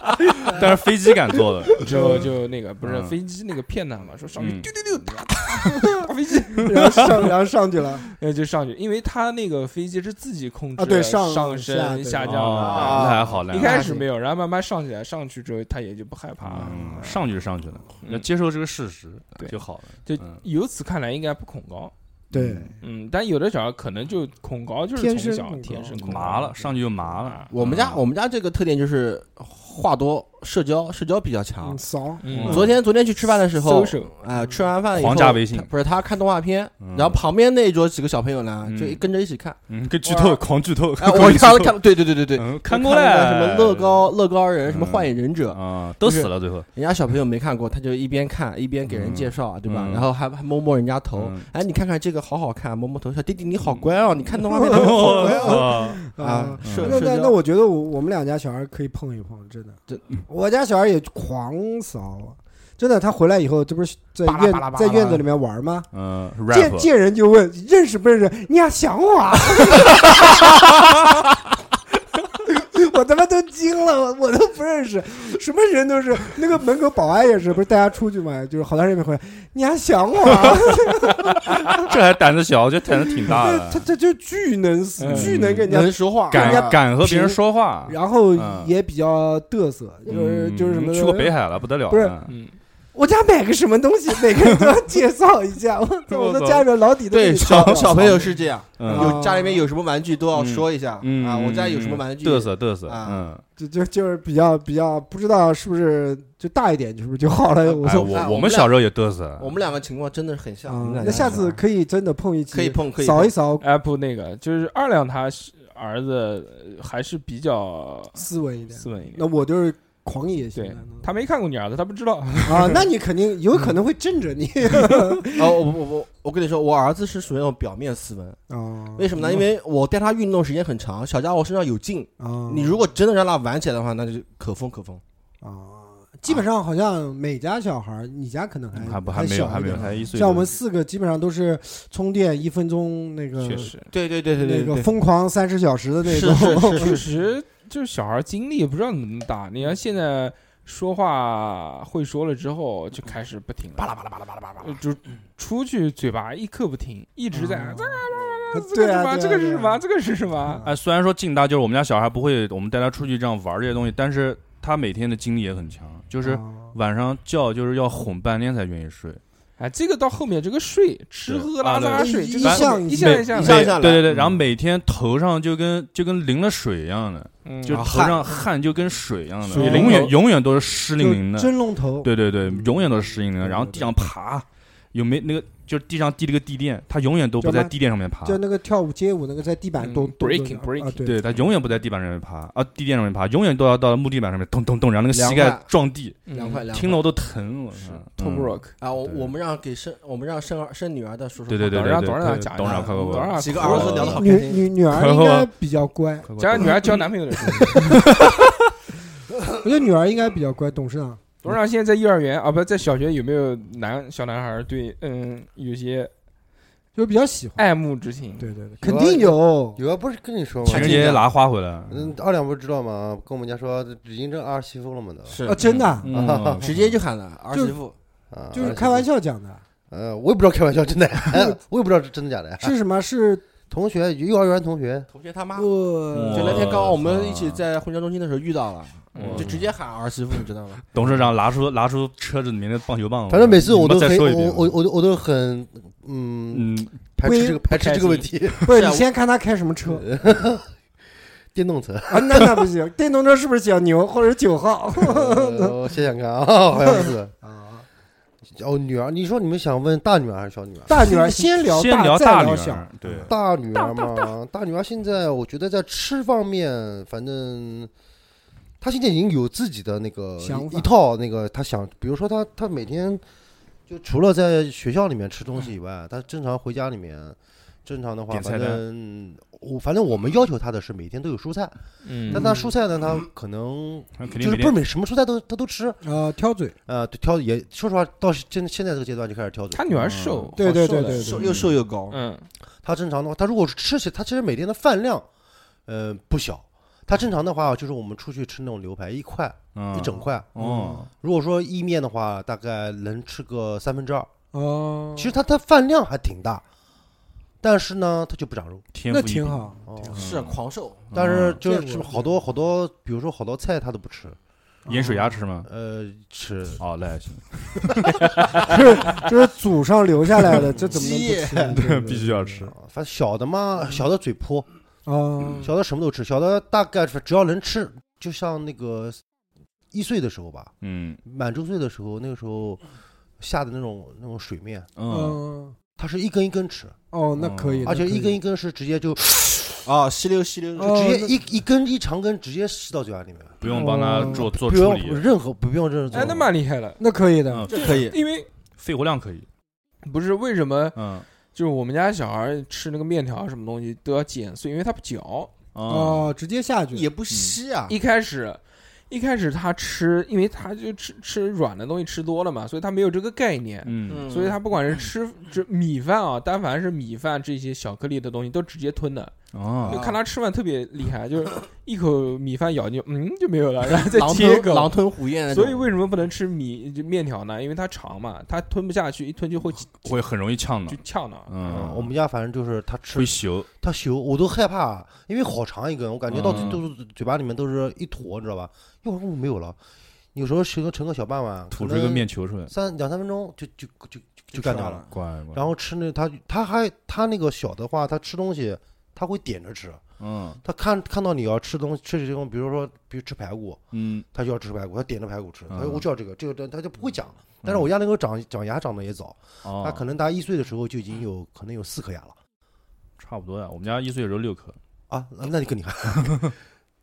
Speaker 4: 但是飞机敢 坐的，
Speaker 2: 之后 就那个不是
Speaker 4: 嗯
Speaker 2: 飞机那个骗他嘛，说上去
Speaker 4: 嗯
Speaker 2: 丢丢丢打打打飞机，
Speaker 3: 然后上然后上去了，
Speaker 2: 然后就上去，因为他那个飞机是自己控制
Speaker 3: 啊对上
Speaker 2: 上
Speaker 3: 下
Speaker 2: 升
Speaker 3: 对
Speaker 2: 下降的。
Speaker 6: 啊
Speaker 5: 啊
Speaker 4: 哦那还好，那
Speaker 2: 一
Speaker 4: 还好
Speaker 2: 开始没有，然后慢慢上起来，上去之后他也就不害怕了。
Speaker 4: 嗯，上去是上去了，
Speaker 2: 嗯
Speaker 4: 要接受这个事实
Speaker 2: 对
Speaker 4: 就好了。
Speaker 2: 就
Speaker 4: 嗯
Speaker 2: 由此看来应该不恐高。
Speaker 3: 对，
Speaker 2: 嗯，但有的小孩可能就恐高，就是
Speaker 3: 天
Speaker 2: 从
Speaker 3: 生
Speaker 2: 小
Speaker 3: 恐
Speaker 2: 天
Speaker 3: 高
Speaker 2: 生恐高
Speaker 4: 嗯麻了，上去就麻了。
Speaker 5: 我们家
Speaker 4: 嗯
Speaker 5: 我们家这个特点就是话多，社交社交比较强
Speaker 3: 嗯，。骚，
Speaker 2: 嗯，
Speaker 5: 昨天昨天去吃饭的时
Speaker 2: 收，
Speaker 5: 候
Speaker 2: 手
Speaker 5: 啊、吃完饭以后
Speaker 4: 狂加微信
Speaker 5: 他不是他看动画片，
Speaker 4: 嗯
Speaker 5: 然后旁边那一桌几个小朋友呢，
Speaker 4: 嗯
Speaker 5: 就跟着一 起看。
Speaker 4: 嗯，跟剧透狂剧透，
Speaker 5: 哎，
Speaker 4: 狂
Speaker 5: 我
Speaker 4: 剧
Speaker 5: 刚
Speaker 4: 透
Speaker 5: 刚看，对对对对对，
Speaker 4: 嗯
Speaker 5: 看
Speaker 4: 看过
Speaker 5: 那
Speaker 4: 来
Speaker 5: 个什么乐高乐高人，什么
Speaker 4: 嗯
Speaker 5: 幻影忍者，
Speaker 4: 啊，都死了最后。
Speaker 5: 人家小朋友没看过，他就一边看一边给人介绍，对吧？
Speaker 4: 嗯
Speaker 5: 然后还还摸摸人家头
Speaker 4: 嗯，
Speaker 5: 哎，你看看这个好好看，摸摸头，小弟弟你好乖哦，你看动画 片好
Speaker 3: 哎
Speaker 5: 乖哦。
Speaker 4: 哦
Speaker 5: 啊
Speaker 3: 啊，，
Speaker 4: 嗯
Speaker 5: 社
Speaker 3: 那那
Speaker 5: 社
Speaker 3: 那
Speaker 5: 交
Speaker 3: 我觉得我我们两家小孩可以碰一碰，真的。
Speaker 5: 真
Speaker 3: 我家小孩也狂骚，真的。他回来以后，这不是在
Speaker 2: 巴拉
Speaker 3: 院
Speaker 2: 巴拉巴拉
Speaker 3: 在院子里面玩吗？
Speaker 4: 嗯
Speaker 3: 见
Speaker 4: ，rap
Speaker 3: 见人就问认识不认识，你俩想我啊？ 我他妈都惊了，我我都不认识，什么人都是。那个门口保安也是，不是大家出去嘛，就是好长时间没回来，你还想我啊？
Speaker 4: 这还胆子小，这胆子挺大
Speaker 3: 他 他
Speaker 4: 的，
Speaker 3: 他就巨能死，
Speaker 2: 嗯
Speaker 3: 巨能跟人家
Speaker 5: 能说 啊话，
Speaker 3: 人家
Speaker 4: 敢敢和别人
Speaker 3: 平
Speaker 4: 说话。
Speaker 3: 然后
Speaker 4: 嗯
Speaker 3: 也比较嘚瑟，就是
Speaker 4: 嗯
Speaker 3: 就是什么
Speaker 4: 去过北，海了，不得了。
Speaker 3: 不是
Speaker 4: 嗯
Speaker 2: 嗯，
Speaker 3: 我家买个什么东西，每个人都要介绍一下。 我操，我说家里面老底都给
Speaker 5: 对
Speaker 3: 你
Speaker 5: 小
Speaker 3: 介绍
Speaker 5: 小朋友是这样，
Speaker 4: 嗯
Speaker 5: 有家里面有什么玩具都要说一下
Speaker 4: 嗯
Speaker 5: 啊，我家有什么玩具，
Speaker 4: 嘚瑟嘚瑟，
Speaker 5: 啊
Speaker 4: 嗯，
Speaker 3: 就就就是比较比较不知道是不是就大一点，是不是就好了？我
Speaker 4: 哎，
Speaker 3: 说
Speaker 5: 哎
Speaker 4: 我
Speaker 5: 我
Speaker 4: 我
Speaker 5: 们
Speaker 4: 们
Speaker 5: 俩
Speaker 4: 小时候也嘚瑟，
Speaker 5: 我们两个情况真的是很像。
Speaker 3: 啊
Speaker 5: 你们，俩
Speaker 3: 那下次可以真的碰一起，
Speaker 5: 可以碰可以碰
Speaker 3: 扫一扫，
Speaker 2: 哎不，那个就是二两，他是儿子呃还是比较
Speaker 3: 斯文一点。
Speaker 2: 斯文一
Speaker 3: 那
Speaker 2: 点。
Speaker 3: 我就是狂野型
Speaker 2: 对
Speaker 3: 的
Speaker 2: 他没看过你儿子，他不知道。
Speaker 3: 啊，那你肯定有可能会震着你
Speaker 5: 哦，我我我我跟你说，我儿子是属于那种表面斯文，
Speaker 3: 啊。
Speaker 5: 嗯为什么呢？因为我带他运动时间很长，小家伙身上有劲，
Speaker 3: 啊，
Speaker 5: 你如果真的让他玩起来的话，那就可疯可疯。
Speaker 3: 啊，基本上好像每家小孩儿，你家可能
Speaker 5: 嗯
Speaker 3: 还
Speaker 4: 嗯还不还没有
Speaker 3: 小
Speaker 4: 还
Speaker 3: 一
Speaker 4: 没有
Speaker 3: 点。
Speaker 4: 才一岁多，
Speaker 3: 像我们四个基本上都是充电一分钟那个
Speaker 2: 确实，
Speaker 5: 对对对对
Speaker 3: 那个疯狂三十小时的那
Speaker 5: 是是
Speaker 3: 种，
Speaker 5: 是
Speaker 2: 确实就是小孩精力也不知道怎么那么大。你看现在说话会说了之后，就开始不停了，巴拉巴拉巴拉巴拉巴拉，嗯就出去嘴巴一刻不停，一直在
Speaker 3: 啊
Speaker 2: 这个是
Speaker 3: 对
Speaker 2: 什
Speaker 3: 啊，
Speaker 2: 么，
Speaker 3: 对啊
Speaker 2: 这个是
Speaker 3: 对
Speaker 2: 什
Speaker 3: 啊
Speaker 2: 么，这个是什么。
Speaker 4: 哎，虽然说劲大，就是我们家小孩不会，我们带他出去这样玩这些东西，但是他每天的精力也很强，就是
Speaker 3: 啊
Speaker 4: 晚上觉就是要哄半天才愿意睡，
Speaker 2: 哎，这个到后面这个睡吃
Speaker 4: 对
Speaker 2: 喝拉
Speaker 4: 啊对
Speaker 2: 撒
Speaker 4: 对
Speaker 2: 睡，
Speaker 3: 一
Speaker 2: 这个
Speaker 3: 一项
Speaker 2: 一
Speaker 3: 一
Speaker 2: 项
Speaker 4: 每
Speaker 2: 一项
Speaker 5: 一
Speaker 2: 的，
Speaker 5: 项
Speaker 4: 每
Speaker 5: 下来
Speaker 4: 对对对，
Speaker 5: 嗯
Speaker 4: 然后每天头上就跟就跟淋了水一样的，
Speaker 2: 嗯
Speaker 4: 就
Speaker 6: 啊
Speaker 4: 头上汗就跟水一样的，
Speaker 3: 水
Speaker 4: 永
Speaker 3: 龙
Speaker 4: 远
Speaker 3: 头
Speaker 4: 永远都是湿淋淋
Speaker 3: 就
Speaker 4: 的，
Speaker 3: 蒸笼头，
Speaker 4: 对对对，永远都是湿淋淋的。
Speaker 3: 对
Speaker 4: 然后
Speaker 3: 对
Speaker 4: 地上爬，有没那个就是地上地了个地垫，它永远都不
Speaker 3: 叫
Speaker 4: 在
Speaker 3: 嘛
Speaker 4: 地垫上面爬，
Speaker 3: 就那个跳舞街舞那个在地板
Speaker 2: 嗯
Speaker 3: 咚咚
Speaker 2: breaking-
Speaker 3: 咚的啊
Speaker 2: breaking
Speaker 3: 对
Speaker 4: 对，它永远不在地板上面爬啊，地垫上面爬，永远都要到木地板上面咚咚咚，然后那个膝
Speaker 5: 凉
Speaker 4: 盖
Speaker 5: 快
Speaker 4: 撞地，
Speaker 2: 嗯
Speaker 5: 凉快凉快
Speaker 4: 听了我都疼，我
Speaker 2: 是
Speaker 4: 嗯
Speaker 2: Top Rock，
Speaker 5: 啊！我
Speaker 4: 对
Speaker 5: 我们让给生我们让生儿生女儿的叔叔
Speaker 4: 对对对
Speaker 2: 董事长
Speaker 4: 对对，
Speaker 2: 董事长讲一
Speaker 4: 董事
Speaker 2: 下
Speaker 4: 长快快
Speaker 2: 董事
Speaker 4: 快
Speaker 2: 长
Speaker 5: 嗯几个
Speaker 2: 快
Speaker 5: 儿
Speaker 2: 快
Speaker 5: 子聊得好
Speaker 3: 女
Speaker 5: 开心，
Speaker 3: 女女儿
Speaker 4: 快
Speaker 3: 应
Speaker 4: 活
Speaker 3: 该比较乖，
Speaker 4: 快快
Speaker 2: 加上女儿交男朋友的事情，
Speaker 3: 我觉得女儿应该比较乖，董事长。
Speaker 2: 董事长现在在幼儿园啊，不在小学有没有男小男孩对嗯有些
Speaker 3: 就比较喜欢。
Speaker 2: 爱慕之情？
Speaker 3: 对对对，肯定有。
Speaker 6: 有啊，不是跟你说吗？
Speaker 4: 情人节拿花回来，
Speaker 6: 嗯，二两不是知道吗？跟我们家说已经这二媳妇了嘛都
Speaker 5: 是
Speaker 3: 啊，真的啊，
Speaker 4: 嗯
Speaker 5: 直接就喊了儿媳妇，
Speaker 6: 啊，
Speaker 3: 就是开玩
Speaker 6: 笑。
Speaker 3: 笑讲的，啊
Speaker 6: 呃，我也不知道开玩笑，真 的，哎我也不知道是真的假
Speaker 4: 嗯
Speaker 6: 的。
Speaker 3: 是什么？是呃
Speaker 6: 同学，幼儿园同学，
Speaker 5: 同学他妈。
Speaker 3: 我
Speaker 5: 就那天刚好我们
Speaker 4: 哇
Speaker 5: 一起在婚交中心的时候遇到了，
Speaker 2: 嗯
Speaker 5: 就直接喊儿媳妇，你知道吗？
Speaker 4: 董事长拿出拿出车子里面的棒球棒，
Speaker 6: 反正每次我都
Speaker 4: 哦你们再
Speaker 6: 很，
Speaker 4: 说一
Speaker 6: 我
Speaker 4: 遍，
Speaker 6: 我我都我都很，嗯，
Speaker 4: 嗯，
Speaker 6: 排斥这个排斥这个问题。
Speaker 3: 不是
Speaker 5: 是啊
Speaker 3: 你
Speaker 5: 我
Speaker 3: 先看他开什么车
Speaker 4: 嗯
Speaker 6: 电动车，
Speaker 3: 啊？那那不行， 电动车是不是小牛或者九号？
Speaker 6: 呃我想想看啊， 好像是。
Speaker 3: 啊，
Speaker 6: 哦，女儿，你说你们想问大女儿还是小女儿？
Speaker 3: 大女儿先聊
Speaker 4: 先聊
Speaker 3: 再
Speaker 4: 女
Speaker 3: 聊小
Speaker 4: 儿，，对，
Speaker 6: 大女儿嘛，大女儿现在我觉得在吃方面，反正她现在已经有自己的那个
Speaker 3: 想法
Speaker 6: 一套那个，她想，比如说她她每天就除了在学校里面吃东西以外，她正常回家里面正常的话，
Speaker 4: 点菜
Speaker 6: 反
Speaker 4: 单
Speaker 6: 正我反正我们要求她的是每天都有蔬菜，
Speaker 2: 嗯
Speaker 6: 但她蔬菜呢，她可能
Speaker 4: 肯定
Speaker 6: 就是
Speaker 4: 每
Speaker 6: 不是
Speaker 4: 天
Speaker 6: 每什么蔬菜都她都吃，
Speaker 3: 呃，挑嘴，
Speaker 6: 呃，对挑也说实话，到现现在这个阶段就开始挑嘴
Speaker 2: 他。女儿瘦，
Speaker 3: 对
Speaker 2: 好
Speaker 3: 对
Speaker 2: 瘦
Speaker 3: 对
Speaker 2: 的
Speaker 3: 对
Speaker 5: 瘦
Speaker 3: 对，
Speaker 5: 又瘦又高，
Speaker 2: 哦嗯，
Speaker 6: 她正常的话，她如果是吃起，她其实每天的饭量，呃，不小。她正常的话，就是我们出去吃那种牛排，一块
Speaker 4: 嗯
Speaker 6: 一整嗯块。
Speaker 4: 哦，
Speaker 6: 如果说意面的话，大概能吃个三分之二。
Speaker 3: 哦，
Speaker 6: 其实她她饭量还挺大，但是呢，她就不长肉。
Speaker 4: 天赋
Speaker 3: 那
Speaker 4: 异
Speaker 3: 挺
Speaker 4: 禀，嗯哦
Speaker 3: 好，
Speaker 6: 哦，
Speaker 5: 是狂瘦，
Speaker 6: 但是就
Speaker 3: 见
Speaker 6: 是
Speaker 3: 过
Speaker 6: 好多好多，比如说好多菜她都不吃，嗯
Speaker 4: 盐水鸭吃吗？
Speaker 6: 呃，吃
Speaker 4: 哦，那还行，
Speaker 3: 这是祖上留下来的，这怎么能
Speaker 5: 鸡
Speaker 3: 不吃呢？对
Speaker 4: 必须要吃。
Speaker 6: 啊反正小的嘛，小的嘴泼，
Speaker 3: 啊，
Speaker 6: 小的什么都吃，小的大概是只要能吃，就像那个一岁的时候吧，
Speaker 4: 嗯
Speaker 6: 满周岁的时候，那个时候下的那种那种水面，
Speaker 4: 嗯，
Speaker 3: 嗯，
Speaker 6: 它是一根一根吃，
Speaker 3: 哦，那可以，
Speaker 6: 嗯而且
Speaker 3: 那可以
Speaker 6: 一根一根是直接就直
Speaker 5: 啊，吸溜吸溜，
Speaker 3: 哦
Speaker 6: 接
Speaker 3: 那
Speaker 6: 一一根一长根直接吸到嘴巴里面，
Speaker 4: 不用帮他做做
Speaker 6: 哦不
Speaker 4: 处
Speaker 6: 用
Speaker 4: 理，
Speaker 6: 任何不用任何。
Speaker 2: 哎，那蛮厉害的，
Speaker 3: 那可以的，
Speaker 4: 嗯，
Speaker 5: 这可以。
Speaker 2: 因为
Speaker 4: 肺活量可以，
Speaker 2: 不是为什么
Speaker 4: 嗯
Speaker 2: 就是我们家小孩吃那个面条啊什么东西都要剪碎，因为他不嚼。
Speaker 4: 啊，
Speaker 3: 哦，直接下去
Speaker 5: 也不吸啊，
Speaker 2: 一开始，一开始他吃，因为他就吃吃软的东西吃多了嘛，所以他没有这个概念，
Speaker 4: 嗯，
Speaker 2: 所以他不管是吃这米饭啊，但凡是米饭这些小颗粒的东西都直接吞的。
Speaker 6: 嗯
Speaker 2: 就
Speaker 4: 哦，
Speaker 2: 看他吃饭特别厉害，就是一口米饭咬进去，嗯就没有了，然后再
Speaker 5: 狼
Speaker 2: 切一
Speaker 5: 吞
Speaker 2: 口。
Speaker 5: 狼吞虎咽那种，
Speaker 2: 所以为什么不能吃米就面条呢？因为它长嘛，它吞不下去，一吞就会就
Speaker 4: 会很容易呛的，
Speaker 2: 呛到。
Speaker 6: 嗯
Speaker 4: 嗯，
Speaker 6: 我们家反正就是他吃
Speaker 4: 会朽，
Speaker 6: 他朽，我都害怕，因为好长一根，我感觉到嘴
Speaker 4: 嗯
Speaker 6: 都是嘴巴里面都是一坨，你知道吧？一会儿我没有了，有时候盛个盛个小半碗，
Speaker 4: 吐
Speaker 6: 可
Speaker 4: 出一个
Speaker 6: 能
Speaker 4: 面球出来，
Speaker 6: 三两三分钟就就就就就干掉了。
Speaker 4: 乖，
Speaker 6: 然后吃那他他还他那个小的话，他吃东西他会点着吃，
Speaker 4: 嗯
Speaker 6: 他看看到你要吃东西吃这种，比如说比如吃排骨，
Speaker 4: 嗯，
Speaker 6: 他就要吃排骨，他点着排骨吃，他说
Speaker 4: 嗯
Speaker 6: 我就要这个这个，他就不会讲。但是我家那个长长牙长得也早，
Speaker 4: 哦，
Speaker 6: 他可能他一岁的时候就已经有可能有四颗牙了
Speaker 4: 差不多呀，我们家一岁的时候六颗，
Speaker 6: 啊，那那你更厉害，人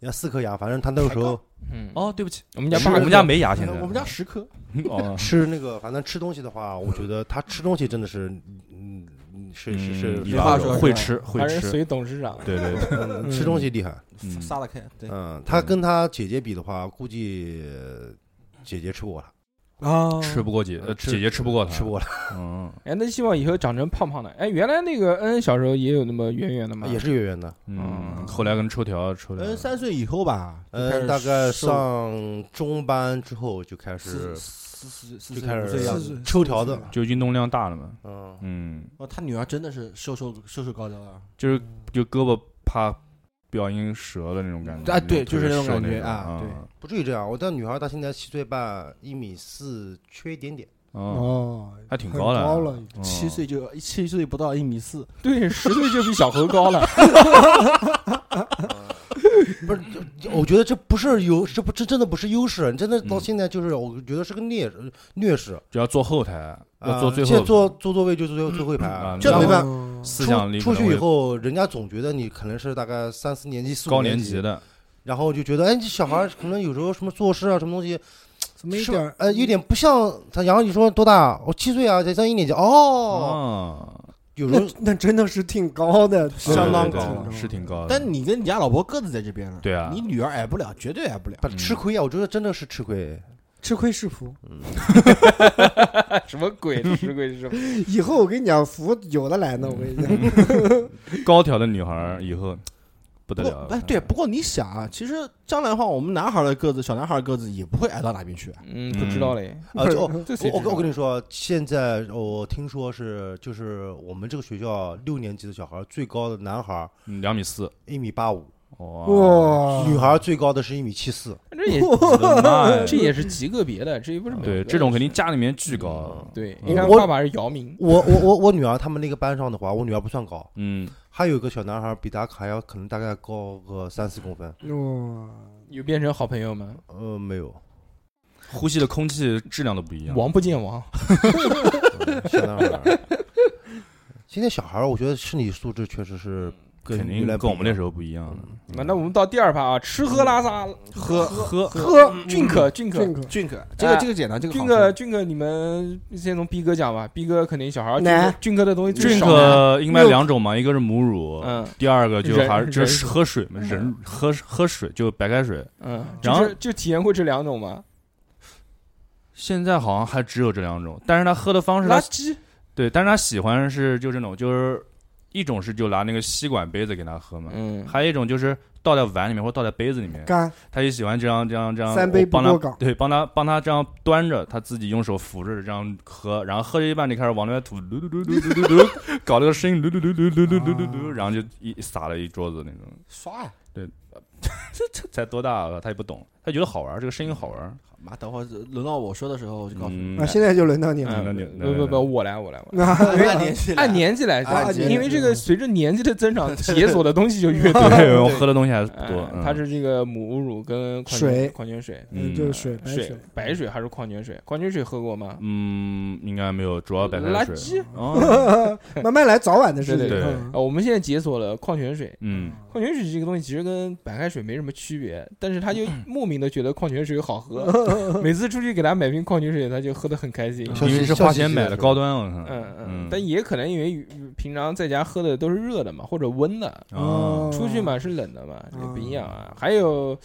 Speaker 6: 家四颗牙，反正他那个时候
Speaker 2: 嗯，
Speaker 4: 哦，对不起，
Speaker 2: 我们家
Speaker 4: 我
Speaker 2: 八
Speaker 4: 们家没牙，现在
Speaker 5: 我们家十颗，
Speaker 4: 哦，
Speaker 6: 吃那个，反正吃东西的话，我觉得他吃东西真的是，嗯，嗯是是是
Speaker 4: 一
Speaker 6: 厉
Speaker 5: 把
Speaker 6: 害
Speaker 4: 把
Speaker 5: 手
Speaker 4: 手，
Speaker 5: 是
Speaker 4: 会
Speaker 5: 吧
Speaker 4: 吃
Speaker 2: 还
Speaker 4: 会
Speaker 2: 是
Speaker 4: 吃，
Speaker 2: 随董事长。
Speaker 4: 对对对，
Speaker 6: 嗯吃东西厉害。
Speaker 4: 嗯
Speaker 5: 撒得开，对，
Speaker 6: 嗯，他跟他姐姐比的话，估计姐姐吃不过他，
Speaker 3: 啊，
Speaker 4: 吃不过姐，呃，
Speaker 6: 吃
Speaker 4: 姐姐吃不过他，
Speaker 6: 吃不过他，
Speaker 4: 嗯，
Speaker 2: 哎，那希望以后长成胖胖的。哎，原来那个恩小时候也有那么圆圆的嘛，
Speaker 6: 也是圆圆的。
Speaker 4: 嗯，后来跟抽条抽的
Speaker 5: 嗯，，三岁以后吧，就开
Speaker 6: 嗯，
Speaker 5: 始
Speaker 6: 大概
Speaker 5: 瘦
Speaker 6: 上中班之后就开
Speaker 5: 四
Speaker 6: 始
Speaker 5: 四四四
Speaker 6: 就
Speaker 5: 岁
Speaker 6: 开
Speaker 5: 五岁样
Speaker 3: 四
Speaker 5: 子
Speaker 3: 岁
Speaker 6: 始抽条子
Speaker 3: 四，
Speaker 4: 就运动量大了嘛，
Speaker 6: 嗯，
Speaker 4: 嗯，
Speaker 5: 哦，他女儿真的是瘦瘦瘦瘦高高啊，
Speaker 4: 就是就胳膊怕表音折的那种感觉
Speaker 5: 啊对
Speaker 4: 腿
Speaker 5: 就是那种
Speaker 4: 折
Speaker 5: 感觉
Speaker 4: 种
Speaker 5: 啊，
Speaker 6: 不至于这样。我的女孩她现在七岁半，一米四缺一点点，
Speaker 4: 啊，
Speaker 3: 哦，
Speaker 4: 还挺
Speaker 3: 很
Speaker 4: 高的，
Speaker 3: 高了已经，
Speaker 4: 嗯
Speaker 5: 七岁就七岁不到一米四，
Speaker 2: 对，十岁就比小猴高了。
Speaker 6: 不是，就我觉得这不是优，这不这真的不是优势，你真的到现在就是，我觉得是个劣势劣势。
Speaker 4: 就要坐后台，要
Speaker 6: 啊
Speaker 4: 坐最
Speaker 6: 现在
Speaker 4: 后
Speaker 6: 坐坐座位就坐最最后一排
Speaker 4: 啊，
Speaker 6: 这没办法。
Speaker 3: 法，
Speaker 4: 思想
Speaker 6: 出
Speaker 4: 力
Speaker 6: 出
Speaker 4: 可能
Speaker 6: 去以
Speaker 4: 会
Speaker 6: 后，人家总觉得你可能是大概三四年级、四五
Speaker 4: 高年级
Speaker 6: 级，
Speaker 4: 的，
Speaker 6: 然后就觉得，哎，这小孩儿可能有时候什么做事啊，什么东西，
Speaker 3: 怎么一
Speaker 6: 是
Speaker 3: 点儿
Speaker 6: 呃，有点不像他。然后你说多大？我七岁啊，才上一年级。哦，
Speaker 4: 哦，
Speaker 6: 有时
Speaker 3: 那
Speaker 6: 候
Speaker 3: 那真的是挺高的，
Speaker 4: 对
Speaker 6: 相
Speaker 4: 对
Speaker 6: 当
Speaker 4: 对
Speaker 6: 高
Speaker 4: 对是挺高的。
Speaker 5: 但你跟你家老婆个子在这边了，
Speaker 4: 对啊
Speaker 5: 你女儿矮不了，绝对矮不了。
Speaker 6: 不
Speaker 4: 嗯
Speaker 6: 吃亏啊，我觉得真的是吃亏。
Speaker 3: 吃亏是福。
Speaker 2: 什么鬼？吃鬼是吧？
Speaker 3: 以后我跟你讲，福有的来呢，我
Speaker 4: 嗯
Speaker 3: 跟你讲，
Speaker 4: 高挑的女孩儿以后不
Speaker 5: 不
Speaker 4: 得
Speaker 5: 过
Speaker 4: 了，
Speaker 5: 哎，对，不过你想啊，其实将来的话，我们男孩儿的个子，小男孩儿的个子也不会矮到哪边去啊。
Speaker 2: 嗯，不知道嘞。
Speaker 6: 啊，就我
Speaker 2: 这谁
Speaker 6: 我我跟
Speaker 2: 你
Speaker 6: 你说，现在我听说是就是我们这个学校六年级的小孩儿最高的男孩儿
Speaker 4: 嗯两米四，
Speaker 6: 一米八五，
Speaker 4: 哇，
Speaker 3: 哇，
Speaker 6: 女孩儿最高的是一米七
Speaker 3: 啊
Speaker 6: 四。
Speaker 2: 这 也
Speaker 4: 我的妈呀
Speaker 2: 这也是极个别的，这也不是每个
Speaker 4: 嗯对
Speaker 2: 人
Speaker 4: 这种肯定家里面巨高，
Speaker 2: 对。
Speaker 4: 嗯
Speaker 2: 你看
Speaker 6: 我
Speaker 2: 爸爸是姚明，
Speaker 6: 我我我我女儿他们那个班上的话，我女儿不算高，
Speaker 4: 嗯，
Speaker 6: 还有一个小男孩儿比她还要可能大概高个三四公分。
Speaker 3: 哇，
Speaker 2: 有变成好朋友吗？
Speaker 6: 呃，没有，
Speaker 4: 呼吸的空气质量都不一样。
Speaker 2: 王不见王，
Speaker 6: 嗯小男孩儿。现在小孩儿，我觉得身体素质确实是跟
Speaker 4: 肯定
Speaker 6: 原来
Speaker 4: 跟我们那时
Speaker 6: 候
Speaker 4: 候不一样的。嗯
Speaker 2: 那那我们到第二趴啊，吃喝拉撒
Speaker 5: 喝
Speaker 4: 喝，
Speaker 2: 喝，俊可俊可
Speaker 3: 俊哥，
Speaker 5: 俊哥，这个
Speaker 2: 哎
Speaker 5: 这个简单，这个
Speaker 2: 俊
Speaker 5: 好
Speaker 2: 哥
Speaker 5: 说。
Speaker 2: 俊哥，你们先从逼哥讲吧，逼哥肯定小孩儿俊
Speaker 3: 奶
Speaker 2: 哥俊哥的东西最
Speaker 4: 俊
Speaker 2: 少，
Speaker 4: 哥应该两种嘛，一个是母乳，
Speaker 2: 嗯
Speaker 4: 第二个就
Speaker 2: 人
Speaker 4: 还是就
Speaker 2: 人
Speaker 4: 是喝水嘛，人喝喝水就白开水。
Speaker 2: 嗯，
Speaker 4: 然后
Speaker 2: 就是就体验过这两种吗？
Speaker 4: 现在好像还只有这两种，但是他喝的方式
Speaker 2: 垃
Speaker 4: 他
Speaker 2: 圾，
Speaker 4: 对，但是他喜欢是就这种，就是一种是就拿那个吸管杯子给他喝嘛，
Speaker 2: 嗯，
Speaker 4: 还有一种就是倒在碗里面或倒在杯子里面，
Speaker 3: 干
Speaker 4: 他就喜欢这样这样这样，
Speaker 3: 三杯
Speaker 4: 嗯我
Speaker 3: 不
Speaker 4: 帮他
Speaker 3: 过岗啊
Speaker 4: 对，帮他帮他这样端着，他自己用手扶着这样喝，然后喝着一半就开始往里面吐，噜噜噜噜噜噜噜，搞那个声音，噜噜噜噜噜噜噜噜噜，然后就一撒了一桌子那种。
Speaker 5: 刷呀！
Speaker 4: 这才多大啊？他也不懂，他觉得好玩，这个声音好玩。
Speaker 5: 妈，等会儿轮到我说的时候，我就告诉你，
Speaker 4: 嗯
Speaker 3: 啊！， 现在就轮到你了，哎
Speaker 4: 嗯那
Speaker 2: 嗯
Speaker 4: 你
Speaker 2: 不不不，我来我来我 来。
Speaker 3: 那
Speaker 5: 按年纪来
Speaker 2: 按年纪来
Speaker 5: 按
Speaker 2: 说，
Speaker 5: 年
Speaker 3: 纪
Speaker 2: 因为这个随着年纪的增长，解锁的东西就越 多。
Speaker 4: 对，我喝的东西还是
Speaker 2: 哎
Speaker 4: 多。嗯
Speaker 2: 它是这呃个母乳跟矿
Speaker 3: 水
Speaker 2: 泉矿泉水，
Speaker 3: 嗯
Speaker 4: 嗯
Speaker 3: 就是水白
Speaker 2: 水
Speaker 3: 水，
Speaker 2: 白水还是矿泉水？矿泉水喝过吗？
Speaker 4: 嗯，应该没有，主要白
Speaker 2: 垃
Speaker 4: 开水。
Speaker 2: 圾。
Speaker 4: 哦，
Speaker 3: 慢慢来，早晚的事情。
Speaker 2: 对
Speaker 4: 对对
Speaker 3: 嗯
Speaker 2: 呃，我们现在解锁了矿泉水。
Speaker 4: 嗯，
Speaker 2: 矿泉水这个东西其实跟白开水没什么区别，但是他就
Speaker 4: 嗯
Speaker 2: 莫名的觉得矿泉水好 喝，每次出去给他买瓶矿泉水，他就喝得很开心。
Speaker 4: 因为是花钱买的高端，我看。
Speaker 2: 嗯嗯
Speaker 4: 嗯，，
Speaker 2: 但也可能因为平常在家喝的都是热的嘛，或者温的，
Speaker 4: 哦，嗯
Speaker 2: 出去嘛是冷的嘛，这不一样啊。还有，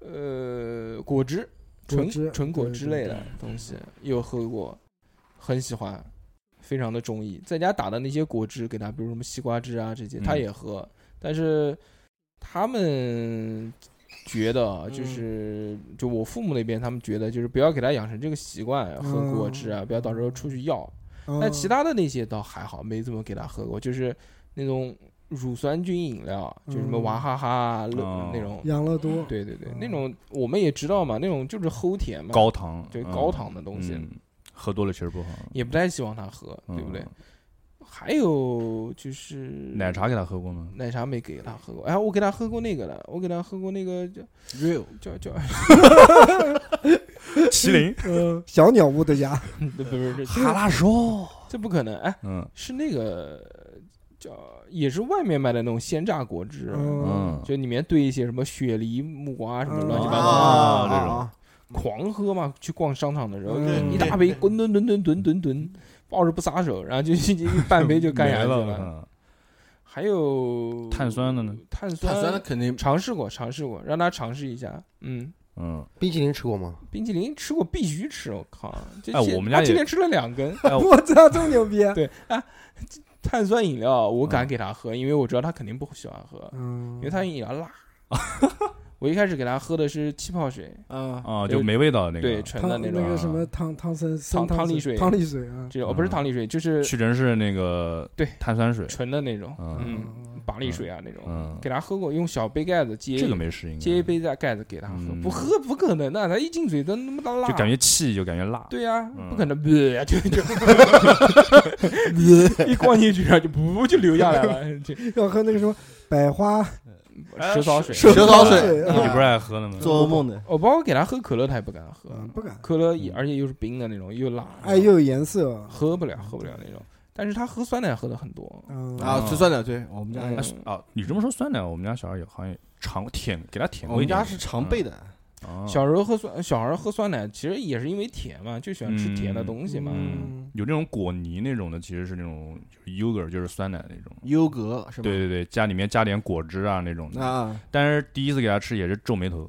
Speaker 2: 呃，果汁，
Speaker 3: 果
Speaker 2: 纯
Speaker 3: 汁
Speaker 2: 纯果
Speaker 3: 对
Speaker 2: 汁
Speaker 3: 对
Speaker 2: 类的东西又喝过，很喜欢，非常的中意。在家打的那些果汁给他，比如什么西瓜汁啊这些，他
Speaker 4: 嗯
Speaker 2: 也喝，但是他们。觉得啊就是，
Speaker 3: 嗯
Speaker 2: 就我父母那边，他们觉得就是不要给他养成这个习惯，喝果汁啊，不要到时候出去要。
Speaker 3: 嗯
Speaker 2: 但其他的那些倒还好，没怎么给他喝过，就是那种乳酸菌饮料，就是什么
Speaker 3: 嗯
Speaker 2: 娃哈哈啊乐
Speaker 4: 哦
Speaker 2: 那种，
Speaker 3: 养乐多，
Speaker 2: 对对对
Speaker 3: 嗯，
Speaker 2: 那种我们也知道嘛，那种就是齁甜嘛，
Speaker 4: 高糖，
Speaker 2: 对
Speaker 4: 嗯
Speaker 2: 高糖的东西，
Speaker 4: 嗯喝多了其实不好，
Speaker 2: 也不太希望他喝，对不对
Speaker 4: 嗯？？
Speaker 2: 还有就是
Speaker 4: 奶，茶给他喝过吗？
Speaker 2: 奶茶没给他喝过，哎，我给他喝过那个了，我给他喝过那个叫
Speaker 5: real
Speaker 2: 叫 叫，
Speaker 4: 麒麟，
Speaker 3: 嗯，小鸟屋的家，
Speaker 2: 不是这
Speaker 4: 哈拉说，
Speaker 2: 这不可能，哎，
Speaker 4: 嗯
Speaker 2: 是那个叫也是外面卖的那种鲜榨果汁，啊
Speaker 3: 嗯，
Speaker 4: 嗯，
Speaker 2: 就里面兑一些什么雪梨、木瓜什么乱七八糟的，
Speaker 4: 啊这种
Speaker 3: 啊
Speaker 2: 狂喝嘛。去逛商场的时候，
Speaker 3: 嗯
Speaker 2: 一大杯滚滚滚滚滚滚滚，抱着不撒手，然后就一半杯就干下去
Speaker 4: 没
Speaker 2: 了。
Speaker 4: 了。嗯
Speaker 2: 还有
Speaker 4: 碳酸的呢？
Speaker 2: 碳酸
Speaker 5: 碳酸的肯定
Speaker 2: 尝试过，尝试过，让他尝试一下。嗯，
Speaker 4: 嗯，
Speaker 6: 冰淇淋吃过吗？
Speaker 2: 冰淇淋吃过必须吃，我靠！这
Speaker 4: 哎
Speaker 2: 这
Speaker 4: 我们家
Speaker 2: 他今
Speaker 4: 也
Speaker 2: 天吃了两根。
Speaker 4: 哎，
Speaker 3: 我操，这么牛逼！
Speaker 2: 对啊，这碳酸饮料
Speaker 4: 嗯
Speaker 2: 我敢给他喝，因为我知道他肯定不喜欢喝，
Speaker 3: 嗯
Speaker 2: 因为碳酸饮料 辣。我一开始给他喝的是气泡水，
Speaker 5: 啊，
Speaker 4: 啊，就没味道的那个，
Speaker 2: 对，纯的
Speaker 3: 汤
Speaker 2: 那
Speaker 3: 那
Speaker 2: 种。
Speaker 3: 个什么汤汤森
Speaker 2: 汤
Speaker 3: 汤
Speaker 2: 汤力水
Speaker 3: 汤力水啊，
Speaker 2: 这种哦不是
Speaker 4: 嗯
Speaker 2: 糖力水，就是
Speaker 4: 屈臣氏那个
Speaker 2: 对
Speaker 4: 碳酸水，
Speaker 2: 纯的那种。
Speaker 4: 嗯
Speaker 2: 嗯， barley 水啊那种，
Speaker 4: 嗯
Speaker 2: 给他喝过，用小杯盖子接
Speaker 4: 这个没适应，
Speaker 2: 接一杯在盖子给他喝，
Speaker 4: 嗯
Speaker 2: 不喝不可能的、他一进嘴都那么大辣，
Speaker 4: 就感觉气就感觉辣，
Speaker 2: 对呀、
Speaker 4: 嗯
Speaker 2: 不可能，呃就就一灌进去啊，就不就流下来了，就
Speaker 3: 要喝那个什么百花
Speaker 4: 哎
Speaker 2: 蛇骚水。
Speaker 5: 蛇
Speaker 3: 骚
Speaker 5: 骚
Speaker 3: 水
Speaker 5: 水，
Speaker 4: 你
Speaker 3: 啊
Speaker 4: 不是爱喝的吗？
Speaker 5: 做噩梦的。
Speaker 2: 我包括给他喝可乐，他也不敢喝，
Speaker 3: 嗯不敢，
Speaker 2: 可乐也而且又是冰的那种，又辣，
Speaker 3: 哎，又有颜色，
Speaker 2: 喝不了，喝不了那种。但是他喝酸奶喝的很多，
Speaker 3: 嗯
Speaker 5: 啊，
Speaker 4: 嗯
Speaker 5: 吃酸奶，对我们家
Speaker 2: 嗯
Speaker 5: 也
Speaker 4: 哎
Speaker 5: 是，
Speaker 4: 啊，你这么说酸奶，我们家小孩也好像也尝舔，给他舔
Speaker 5: 我
Speaker 4: 过一
Speaker 5: 们
Speaker 4: 点
Speaker 5: 家是嗯常备的。
Speaker 4: 啊
Speaker 2: 小时候喝酸，小孩喝酸奶其实也是因为甜嘛，就喜欢吃甜的东西嘛。
Speaker 4: 嗯，有那种果泥那种的，其实是那种就是 yogurt，就是酸奶那种。
Speaker 5: 优格是吧？
Speaker 4: 对对对，加里面加点果汁啊那种的。
Speaker 5: 啊，
Speaker 4: 但是第一次给他吃也是皱眉头，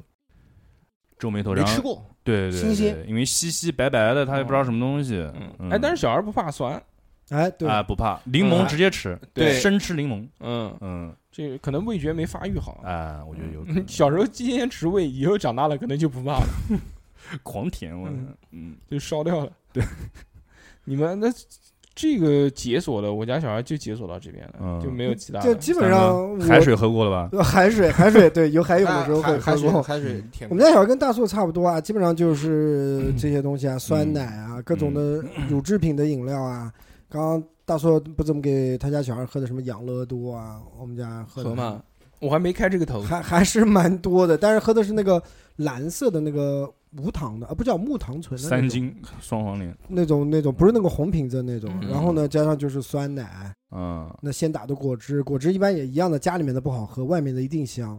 Speaker 4: 皱眉头，
Speaker 5: 没
Speaker 4: 然
Speaker 5: 吃
Speaker 4: 后
Speaker 5: 过，
Speaker 4: 对对
Speaker 3: 新
Speaker 4: 对
Speaker 3: 鲜
Speaker 4: 对，因为稀稀白白的，他也不知道什么东西。
Speaker 2: 嗯，哎，但是小孩不怕酸，
Speaker 3: 哎，对，
Speaker 4: 啊不怕，柠檬直接吃，
Speaker 2: 对
Speaker 4: 生吃柠檬。
Speaker 2: 嗯，
Speaker 4: 嗯，
Speaker 2: 这可能味觉没发育好。
Speaker 4: 哎，我觉得有 可
Speaker 2: 嗯
Speaker 4: 能
Speaker 2: 小时候基因迟胃，以后长大了可能就不怕了，
Speaker 4: 狂舔我
Speaker 2: 嗯，
Speaker 4: 嗯，
Speaker 2: 就烧掉了。对， 你们那这个解锁的，我家小孩就解锁到这边了，
Speaker 4: 嗯
Speaker 2: 就没有其他
Speaker 3: 就
Speaker 2: 的。
Speaker 3: 基本上我
Speaker 4: 海水喝过了吧？
Speaker 3: 呃海水海水对有海哎
Speaker 5: 还
Speaker 3: 有的时候会
Speaker 5: 海
Speaker 3: 喝
Speaker 5: 水
Speaker 3: 过。
Speaker 5: 海水甜
Speaker 3: 我们家小孩跟大硕差不多啊，基本上就是这些东西啊，酸奶啊，各种的乳制品的饮料啊。刚刚大硕不怎么给他家小孩喝的什么养乐多啊，我们家喝的
Speaker 2: 河嘛，我还没开这个头。
Speaker 3: 还还是蛮多的，但是喝的是那个蓝色的那个无糖的，啊，不叫木糖醇的那
Speaker 4: 三
Speaker 3: 种
Speaker 4: 斤双黄连，
Speaker 3: 那种那种不是那个红瓶子那种，
Speaker 2: 嗯
Speaker 3: 然后呢加上就是酸奶，
Speaker 4: 嗯，
Speaker 3: 那先打的果汁，果汁一般也一样的，家里面的不好喝，外面的一定香，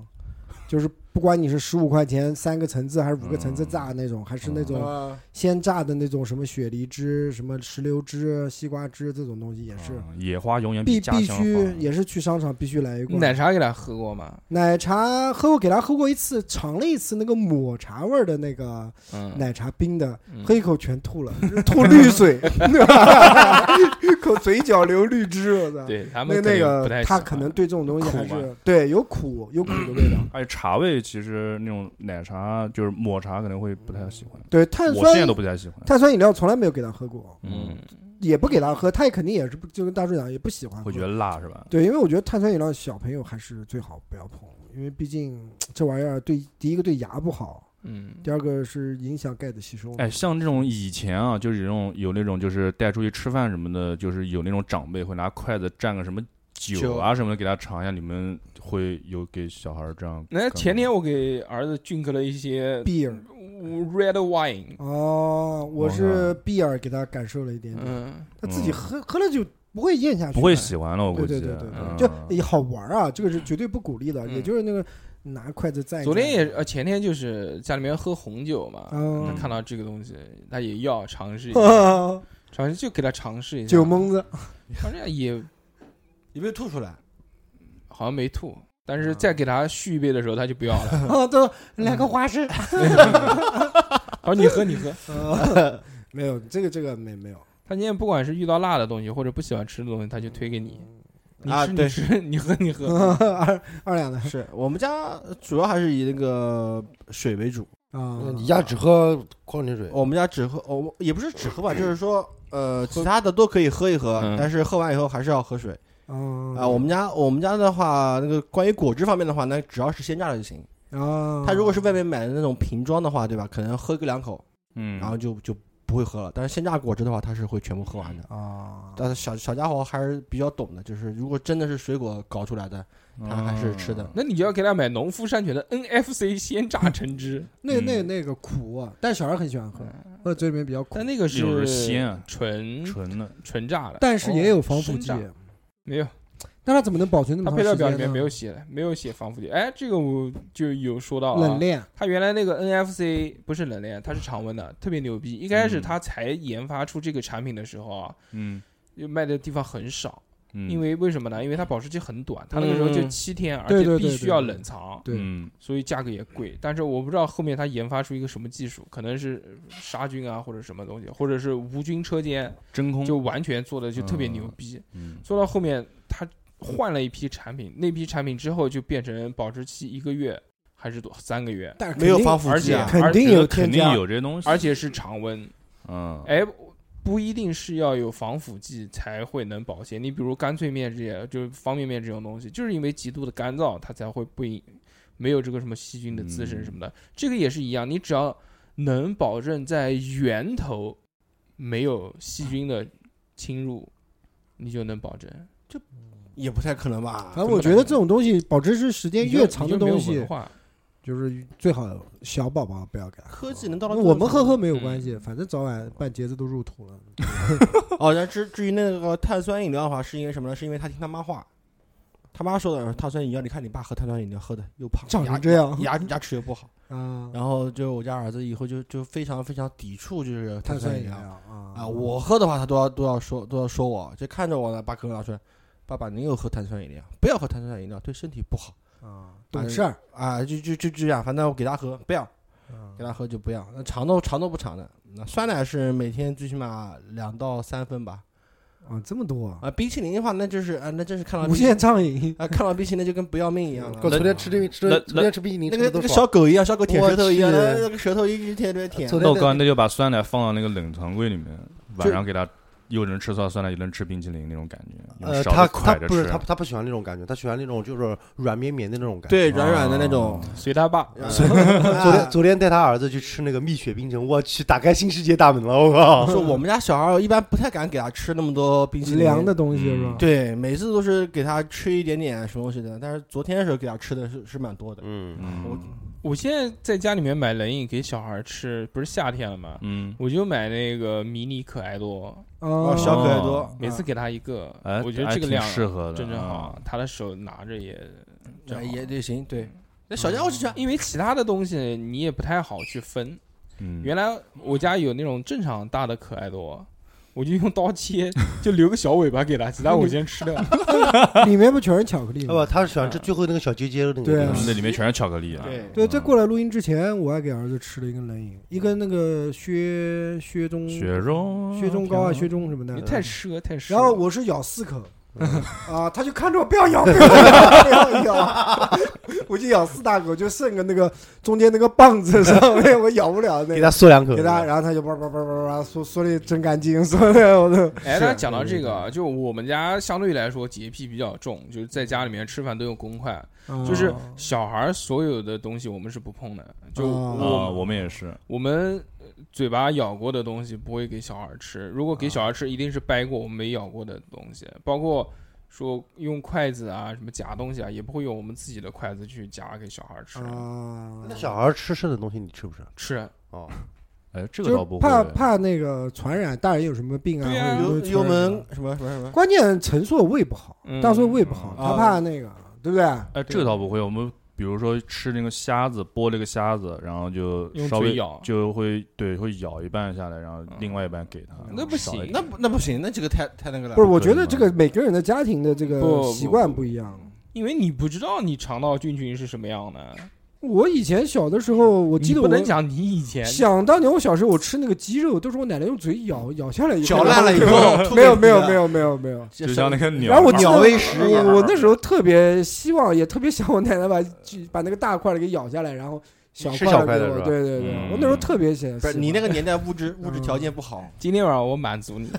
Speaker 3: 就是不管你是十五块钱三个橙子还是五个橙
Speaker 4: 嗯
Speaker 3: 子榨那种，还是那种
Speaker 5: 啊，
Speaker 3: 鲜榨的那种什么雪梨汁、什么石榴汁、西瓜汁这种东西也是
Speaker 4: 嗯野花永远
Speaker 3: 必
Speaker 4: 家
Speaker 3: 必
Speaker 4: 乡好
Speaker 3: 须也是去商场必须来一罐
Speaker 2: 奶茶给他喝过吗？
Speaker 3: 奶茶，喝过给他喝过一次，尝了一次那个抹茶味儿的那个
Speaker 2: 嗯，
Speaker 3: 奶茶冰的，
Speaker 2: 嗯
Speaker 3: 喝一口全吐 了，吐绿水， 口嘴角流绿汁，我操！
Speaker 2: 对他
Speaker 3: 那
Speaker 2: 们
Speaker 3: 那
Speaker 2: 肯定不
Speaker 3: 个
Speaker 2: 太
Speaker 3: 他
Speaker 2: 喜
Speaker 3: 可
Speaker 2: 欢
Speaker 3: 能对这种东西还
Speaker 2: 苦
Speaker 3: 是对有苦有苦的味道。
Speaker 4: 而且茶味其实那种奶茶就是抹茶可能会不太喜欢，
Speaker 3: 对碳
Speaker 4: 我现在
Speaker 3: 酸
Speaker 4: 都不太喜欢。
Speaker 3: 碳酸饮料从来没有给他喝过，
Speaker 4: 嗯，
Speaker 3: 也不给他喝，他也肯定也是不就跟大叔讲也不喜欢喝。
Speaker 4: 会觉得辣是吧？
Speaker 3: 对，因为我觉得碳酸饮料小朋友还是最好不要碰，因为毕竟这玩意儿对第一个对牙不好，
Speaker 2: 嗯，
Speaker 3: 第二个是影响钙的吸收。
Speaker 4: 哎，像这种以前啊，就是有那种有那种就是带出去吃饭什么的，就是有那种长辈会拿筷子蘸个什么酒啊什么的给他尝一下，你们会有给小孩这样？
Speaker 2: 那前天我给儿子俊克了一些
Speaker 3: beer
Speaker 2: red wine，
Speaker 3: 哦，我
Speaker 4: 我
Speaker 3: 是 beer 给他感受了一点点。
Speaker 2: 嗯，
Speaker 3: 他自己喝、喝了就不会咽下去，
Speaker 4: 不会喜欢了，我估
Speaker 3: 对
Speaker 4: 计。
Speaker 3: 对对对对，
Speaker 4: 嗯
Speaker 3: 就也好玩啊，这个是绝对不鼓励的，
Speaker 2: 嗯
Speaker 3: 也就是那个拿筷子蘸一蘸。
Speaker 2: 昨天也呃前天就是家里面喝红酒嘛，他
Speaker 3: 嗯，
Speaker 2: 看到这个东西，他也要尝试一下，
Speaker 3: 啊，
Speaker 2: 尝试就给他尝试一下，
Speaker 3: 酒蒙 子，
Speaker 2: 好像也
Speaker 5: 有没有吐出来？
Speaker 2: 好像没吐，但
Speaker 3: 嗯
Speaker 2: 是再给他续一杯的时候他就不要了，
Speaker 3: 啊，都
Speaker 5: 嗯
Speaker 3: 来个花 生，
Speaker 2: 好你喝你喝。
Speaker 3: 啊 没有这个这个 没没有，
Speaker 2: 他今天不管是遇到辣的东西或者不喜欢吃的东西，他就推给你，
Speaker 3: 嗯
Speaker 2: 你
Speaker 5: 啊
Speaker 2: 吃
Speaker 5: 对
Speaker 2: 你吃，你喝你喝，
Speaker 3: 二二两的
Speaker 5: 是我们家主要还是以那个水为主，
Speaker 3: 啊，
Speaker 6: 哦
Speaker 5: 嗯
Speaker 6: 你家只喝矿泉水，
Speaker 5: 我们家只喝，我们也不是只喝吧，就是说，呃，其他的都可以喝一喝
Speaker 2: 嗯，
Speaker 5: 但是喝完以后还是要喝水
Speaker 3: 啊
Speaker 5: 啊。我们家我们家的话，那个关于果汁方面的话，那只要是鲜榨的就行。
Speaker 3: 啊，
Speaker 5: 他如果是外面买的那种瓶装的话，对吧？可能喝个两口，
Speaker 4: 嗯，
Speaker 5: 然后就就不会喝了。但是鲜榨果汁的话，他是会全部喝完的。
Speaker 3: 啊，
Speaker 5: 但是小小家伙还是比较懂的，就是如果真的是水果搞出来的，他还是
Speaker 4: 哦
Speaker 5: 吃
Speaker 3: 哦
Speaker 5: 的。
Speaker 2: 那你就要给他买农夫山泉的 NFC 鲜 榨橙汁，
Speaker 3: 那个那个
Speaker 4: 嗯
Speaker 3: 那个苦啊，但小孩很喜欢喝，或者嘴里面比较苦
Speaker 2: 嗯但，那个
Speaker 4: 那种是鲜啊
Speaker 2: 纯
Speaker 4: 纯的。
Speaker 2: 纯榨的，
Speaker 3: 但是也有防腐
Speaker 2: 哦生
Speaker 3: 剂
Speaker 2: 长，没有，
Speaker 3: 那他怎么能保存那
Speaker 2: 它
Speaker 3: 么
Speaker 2: 配
Speaker 3: 长
Speaker 2: 料
Speaker 3: 时
Speaker 2: 表
Speaker 3: 间
Speaker 2: 里面
Speaker 3: 呢
Speaker 2: 没有写的，没有写防腐剂。哎，这个我就有说到啊
Speaker 3: 冷，链
Speaker 2: 它原来那个 NFC 不是冷链，它是常温的，特别牛逼。一开
Speaker 3: 嗯
Speaker 2: 始它才研发出这个产品的时候啊，
Speaker 4: 嗯
Speaker 2: 就卖的地方很少，
Speaker 4: 嗯，
Speaker 2: 因为为什么呢？因为它保质期很短，它那个时候就
Speaker 5: 嗯
Speaker 2: 七天，而
Speaker 3: 对
Speaker 2: 且
Speaker 3: 对
Speaker 2: 必
Speaker 3: 对
Speaker 2: 须
Speaker 3: 对
Speaker 2: 要
Speaker 3: 对
Speaker 2: 冷藏。
Speaker 3: 对
Speaker 4: 嗯
Speaker 2: 所以价格也贵，但是我不知道后面它研发出一个什么技术，可能是杀菌啊，或者什么东西，或者是无菌车间，
Speaker 4: 真
Speaker 3: 嗯
Speaker 4: 空
Speaker 2: 就完全做的就特别牛逼。
Speaker 4: 嗯
Speaker 2: 做到后面，他换了一批产品，那批产品之后就变成保质期一个月还是多三个月，
Speaker 3: 但是
Speaker 5: 没有
Speaker 3: 肯定
Speaker 5: 防腐
Speaker 2: 而
Speaker 5: 剂
Speaker 2: 且
Speaker 5: 啊，
Speaker 3: 肯定
Speaker 4: 觉得
Speaker 3: 有
Speaker 4: 肯
Speaker 3: 添
Speaker 4: 定
Speaker 3: 加
Speaker 4: 有这些东西，
Speaker 2: 而且是常温。
Speaker 4: 嗯，
Speaker 2: 哎，不一定是要有防腐剂才会能保鲜。你比如干脆面这些，就是方便面这种东西，就是因为极度的干燥，它才会不影没有这个什么细菌的滋生什么的。这个也是一样，你只要能保证在源头没有细菌的侵入，你就能保证。
Speaker 5: 也啊不太可能吧？
Speaker 3: 反正哎我觉得这种东西保质期时间
Speaker 2: 你就
Speaker 3: 越长的
Speaker 2: 你就没有
Speaker 3: 东西
Speaker 2: 文，化
Speaker 3: 就是最好小宝宝不要给他。
Speaker 5: 科技能到
Speaker 3: 那
Speaker 5: 了，
Speaker 3: 我们喝喝没有关系，反正早晚半截子都入土了。
Speaker 5: 哦，那至至于那个碳酸饮料的话，是因为什么呢？是因为他听他妈话，他妈说的碳酸饮料。你看你爸喝碳酸饮料喝的又胖，
Speaker 3: 长
Speaker 5: 牙
Speaker 3: 成这样
Speaker 5: 牙牙齿又不好。
Speaker 3: 啊，
Speaker 5: 然后就我家儿子以后就就非常非常抵触就是
Speaker 3: 碳
Speaker 5: 碳酸
Speaker 3: 酸饮
Speaker 5: 饮
Speaker 3: 料
Speaker 5: 料
Speaker 3: 啊
Speaker 5: 啊，我喝的话他都要都要说都要说我，就看着我呢把可乐拿出来，爸爸您又喝碳酸饮料，不要喝碳酸饮料对身体不好
Speaker 3: 啊懂事儿
Speaker 5: 啊，就就就这样，反正我给他喝不要，
Speaker 3: 啊
Speaker 5: 给他喝就不要。那长都长都不长的，那酸奶是每天最起码两到三分吧。
Speaker 3: 啊，这么多啊，
Speaker 5: 啊，冰淇淋的话，那就是 啊，那真是看到
Speaker 3: 无
Speaker 5: 冰淇淋
Speaker 3: 限畅饮，
Speaker 5: 啊，看到冰淇淋就跟不要命一样了。
Speaker 6: 我昨天吃这个，吃
Speaker 4: 那
Speaker 6: 昨天吃冰淇淋
Speaker 5: 那
Speaker 6: 吃
Speaker 5: 个
Speaker 6: 的都
Speaker 5: 那个
Speaker 6: 爽
Speaker 5: 小。狗一样，小狗舔
Speaker 6: 我
Speaker 5: 舌头一样，
Speaker 6: 去
Speaker 5: 那个舌头一直舔着舔。
Speaker 6: 昨
Speaker 4: 豆
Speaker 6: 天
Speaker 4: 哥
Speaker 6: 在
Speaker 4: 那就把酸奶放到那个冷藏柜里面，晚上给他，有人吃酸酸奶，有人吃冰淇淋那种感觉，
Speaker 6: 呃，
Speaker 4: 用
Speaker 6: 他
Speaker 4: 勺子
Speaker 6: 他
Speaker 4: 㧟着
Speaker 6: 不是他
Speaker 4: 吃。
Speaker 6: 他不喜欢那种感觉，他喜欢那种就是软绵绵的那种感觉。
Speaker 5: 对，软软的那种。
Speaker 2: 随他爸。
Speaker 3: 嗯
Speaker 5: 啊
Speaker 6: 昨天昨天带他儿子去吃那个蜜雪冰城，我去，打开新世界大门了，我靠！
Speaker 5: 说我们家小孩一般不太敢给他吃那么多冰淇淋
Speaker 3: 凉的。东西是吧啊
Speaker 4: 嗯？
Speaker 5: 对，每次都是给他吃一点点什么东西的，但是昨天的时候给他吃的是是蛮多的。
Speaker 6: 嗯，
Speaker 5: 我
Speaker 4: 嗯
Speaker 2: 我现在在家里面买冷饮给小孩吃，不是夏天了吗？
Speaker 4: 嗯，
Speaker 2: 我就买那个迷你可爱多，
Speaker 3: 啊，
Speaker 5: 小可爱
Speaker 4: 哦
Speaker 5: 多，
Speaker 2: 每次给他一个，
Speaker 4: 哎，
Speaker 2: 我觉得
Speaker 4: 还
Speaker 2: 这个
Speaker 4: 挺
Speaker 2: 量
Speaker 4: 适合的，
Speaker 2: 正正好
Speaker 4: 啊，，
Speaker 2: 他的手拿着也正
Speaker 5: 啊
Speaker 2: 好
Speaker 5: 也也行。对，那小家伙是这样，
Speaker 2: 因为其他的东西你也不太好去分。
Speaker 4: 嗯，
Speaker 2: 原来我家有那种正常大的可爱多，我就用刀切，就留个小尾巴给他，其他我先 吃
Speaker 4: 嗯
Speaker 2: 掉。
Speaker 3: 里面不全是巧克 力
Speaker 6: 要啊
Speaker 3: 吗
Speaker 6: 不？哦他是喜欢吃最后那个小结节的那个
Speaker 3: 对啊
Speaker 6: 东西。
Speaker 4: 那里面全是巧克力啊。
Speaker 5: 对
Speaker 3: 对，在过来录音之前，我还给儿子吃了一根冷饮，一根那个薛薛中
Speaker 4: 雪中
Speaker 3: 薛中膏啊，薛中什么
Speaker 2: 你
Speaker 3: 的。
Speaker 2: 太奢太奢了。
Speaker 3: 然后我是咬四口，啊，他就看着我不要咬，不要咬，不要咬，我就咬四大口，就剩个那个中间那个棒子上面我咬不了那
Speaker 6: 给
Speaker 3: 个，
Speaker 6: 他嗦两口，
Speaker 3: 给他，然后他就叭叭叭叭叭说说的真干净，说的我都
Speaker 2: 哎，
Speaker 3: 是
Speaker 2: 那讲到这
Speaker 4: 嗯
Speaker 2: 个啊，就我们家相对来说洁癖比较重，就是在家里面吃饭都用公筷，就是小孩儿所有的东西我们是不碰的，就
Speaker 3: 哦
Speaker 4: 啊，
Speaker 2: 我
Speaker 4: 我们也是，
Speaker 2: 我们呃嘴巴咬过的东西不会给小孩儿吃，如果给
Speaker 3: 啊
Speaker 2: 小孩儿吃，一定是掰过我们没咬过的东西，包括说用筷子啊什么夹东西啊，也不会用我们自己的筷子去夹给小孩儿吃
Speaker 3: 啊，
Speaker 6: 那小孩吃剩的东西你吃不吃？
Speaker 2: 吃。
Speaker 6: 哦，
Speaker 4: 哎，这个倒
Speaker 3: 就
Speaker 4: 不
Speaker 3: 是
Speaker 4: 会。
Speaker 3: 怕怕那个传染，大人有什么病啊？
Speaker 2: 对啊
Speaker 3: 或者有
Speaker 5: 幽
Speaker 3: 什么
Speaker 5: 幽
Speaker 3: 传染
Speaker 5: 门什么什么什么，
Speaker 3: 关键陈硕胃不好
Speaker 2: 嗯，
Speaker 3: 大硕胃不好，
Speaker 5: 嗯
Speaker 3: 他怕那个，对不对？
Speaker 4: 哎，这个倒不会。我们比如说吃那个虾子，剥了个虾子，然后就
Speaker 2: 用
Speaker 4: 稍
Speaker 2: 嘴
Speaker 4: 微
Speaker 2: 咬嗯
Speaker 4: 就会对会咬一半下来，然后另外一半给他。
Speaker 2: 那不
Speaker 4: 少一
Speaker 2: 行
Speaker 4: 点
Speaker 5: 那不那不行，那这个太太 那个了。
Speaker 3: 不是，我
Speaker 4: 对
Speaker 3: 觉得这个每个人的家庭的这个
Speaker 2: 不
Speaker 3: 习惯
Speaker 2: 不
Speaker 3: 不一样。啊
Speaker 2: 因为你不知道你肠道菌群是什么样的，
Speaker 3: 我以前小的时候，我
Speaker 2: 我
Speaker 3: 记得
Speaker 2: 不
Speaker 3: 我
Speaker 2: 能讲你以前
Speaker 3: 想当年我小时候，我吃那个鸡肉都是我奶奶用嘴咬咬下来一口，
Speaker 5: 嚼烂了以后
Speaker 3: 没有没有没有没有没有。
Speaker 4: 就像那个鸟，
Speaker 3: 然后我记得
Speaker 5: 鸟喂食一样
Speaker 3: 我我那时候特别希望，也特别想我奶奶把把那个大块的给咬下来，然后小
Speaker 6: 吃小
Speaker 3: 块
Speaker 6: 块
Speaker 3: 的
Speaker 6: 的
Speaker 3: 给我
Speaker 6: 是吧
Speaker 3: 对对对，
Speaker 4: 嗯
Speaker 3: 我那时候特别想。
Speaker 5: 不是你那
Speaker 3: 那
Speaker 5: 个年代物质物质条件不好，
Speaker 2: 今天晚上我满足 你，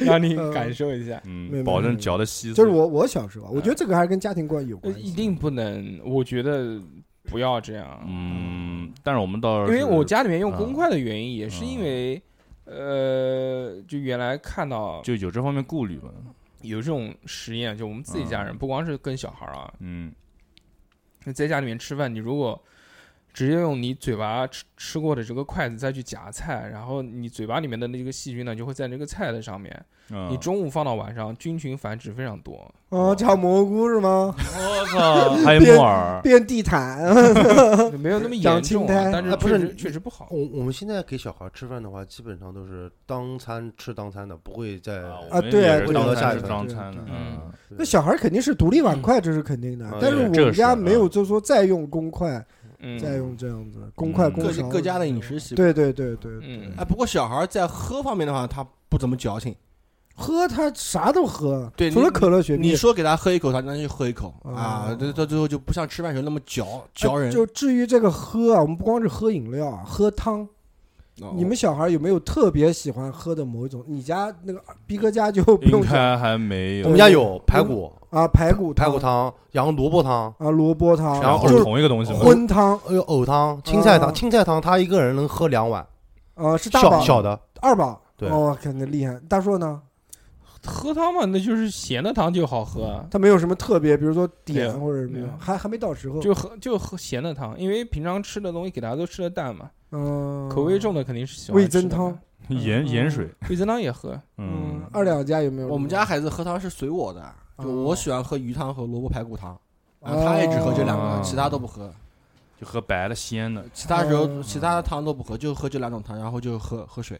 Speaker 2: 让你感受一下。
Speaker 3: 没
Speaker 4: 嗯，
Speaker 3: 有没
Speaker 4: 保
Speaker 3: 有
Speaker 4: 证嚼的稀
Speaker 3: 就
Speaker 4: 碎
Speaker 3: 是。我我小时候啊，我觉得这个还是跟家庭观有
Speaker 2: 呃
Speaker 3: 关系。
Speaker 2: 一定不能，我觉得不要这样。
Speaker 4: 嗯，但是我们倒
Speaker 2: 因
Speaker 4: 是
Speaker 2: 为
Speaker 4: 啊
Speaker 2: 我家里面用公筷的原因，也是因为，呃，就原来看到
Speaker 4: 就有这方面顾虑吧。
Speaker 2: 有这种实验，就我们自己家
Speaker 4: 啊
Speaker 2: 人，不光是跟小孩儿啊，
Speaker 4: 嗯，
Speaker 2: 那在家里面吃饭，你如果直接用你嘴巴吃吃过的这个筷子再去夹菜，然后你嘴巴里面的那个细菌呢，就会在这个菜的上面。
Speaker 4: 嗯
Speaker 2: 你中午放到晚上，菌群繁殖非 常多。
Speaker 3: 哦，炒蘑菇是吗？
Speaker 4: 我操， 还有木耳，
Speaker 3: 变地毯，
Speaker 2: 没有那么
Speaker 3: 长
Speaker 2: 严
Speaker 3: 青
Speaker 2: 重、
Speaker 3: 苔
Speaker 2: 啊，但是
Speaker 6: 啊不是
Speaker 2: 确实
Speaker 6: 你
Speaker 2: 确实不好。
Speaker 6: 我我们现在给小孩吃饭的话，基本上都是当餐吃当餐的，不会再
Speaker 4: 呃啊我们
Speaker 3: 啊对
Speaker 4: 也是
Speaker 6: 我
Speaker 4: 当
Speaker 6: 觉得下
Speaker 4: 餐
Speaker 6: 一
Speaker 4: 是
Speaker 6: 个
Speaker 4: 当
Speaker 3: 对
Speaker 4: 餐的
Speaker 3: 对，
Speaker 4: 嗯，
Speaker 3: 那小孩肯定是独立碗筷，这是肯定的
Speaker 6: 嗯。
Speaker 3: 但是我
Speaker 4: 这个
Speaker 3: 们
Speaker 4: 是
Speaker 3: 家没有，就是说再用公筷，
Speaker 2: 嗯，
Speaker 3: 再用这样子，公筷
Speaker 4: 嗯
Speaker 3: 公
Speaker 5: 各
Speaker 3: 勺。
Speaker 5: 各家的饮食习惯。
Speaker 3: 对对对对，
Speaker 2: 嗯，
Speaker 5: 哎，不过小孩在喝方面的话，他不怎么矫情。
Speaker 3: 喝他啥都喝，
Speaker 5: 对
Speaker 3: 除了可乐雪碧。
Speaker 5: 你说给他喝一口，他那就喝一口
Speaker 3: 啊
Speaker 5: 啊，这到最后就不像吃饭时候那么嚼
Speaker 3: 哎
Speaker 5: 嚼人。
Speaker 3: 就至于这个喝啊，我们不光是喝饮料啊，喝汤，
Speaker 5: 哦
Speaker 3: 你们小孩有没有特别喜欢喝的某一种？你家那个逼哥家就不
Speaker 4: 应
Speaker 3: 用讲
Speaker 4: 该还没
Speaker 6: 我
Speaker 4: 有
Speaker 6: 们家有排骨、
Speaker 3: 啊，排骨
Speaker 6: 排骨汤、羊萝卜汤，
Speaker 3: 啊，萝卜汤，
Speaker 6: 然后
Speaker 3: 就是
Speaker 4: 同一个东西吗？
Speaker 3: 荤汤
Speaker 6: 还有藕汤、青菜
Speaker 3: 啊
Speaker 6: 汤。青菜汤他一个人能喝两碗，
Speaker 3: 啊，是大
Speaker 6: 小
Speaker 3: 宝
Speaker 6: 小的。
Speaker 3: 二宝，
Speaker 6: 对
Speaker 3: 哦，看那厉害。大硕呢，
Speaker 2: 喝汤嘛，那就是咸的汤就好喝，啊
Speaker 3: 他没有什么特别，比如说
Speaker 2: 没
Speaker 3: 点
Speaker 2: 有
Speaker 3: 或者什么
Speaker 2: 没
Speaker 3: 样，
Speaker 2: 有
Speaker 3: 还还没到时候，
Speaker 2: 就喝就喝咸的汤，因为平常吃的东西给大家都吃的淡嘛，
Speaker 3: 嗯，
Speaker 2: 口味重的肯定是喜欢
Speaker 3: 味
Speaker 2: 吃
Speaker 3: 增
Speaker 2: 的
Speaker 3: 汤
Speaker 2: 嘛，，
Speaker 4: 盐盐水，
Speaker 2: 味增汤也喝，
Speaker 4: 嗯，
Speaker 3: 二两家有没有？
Speaker 5: 我们家孩子喝汤是随我的，就我喜欢喝鱼汤和萝卜排骨汤，然后啊他也只喝这两
Speaker 4: 哦
Speaker 5: 个，其他都不喝，
Speaker 4: 就喝白的鲜的，
Speaker 5: 其他时候
Speaker 3: 哦
Speaker 5: 其他的汤都不喝，就喝这两种汤，然后就喝喝水。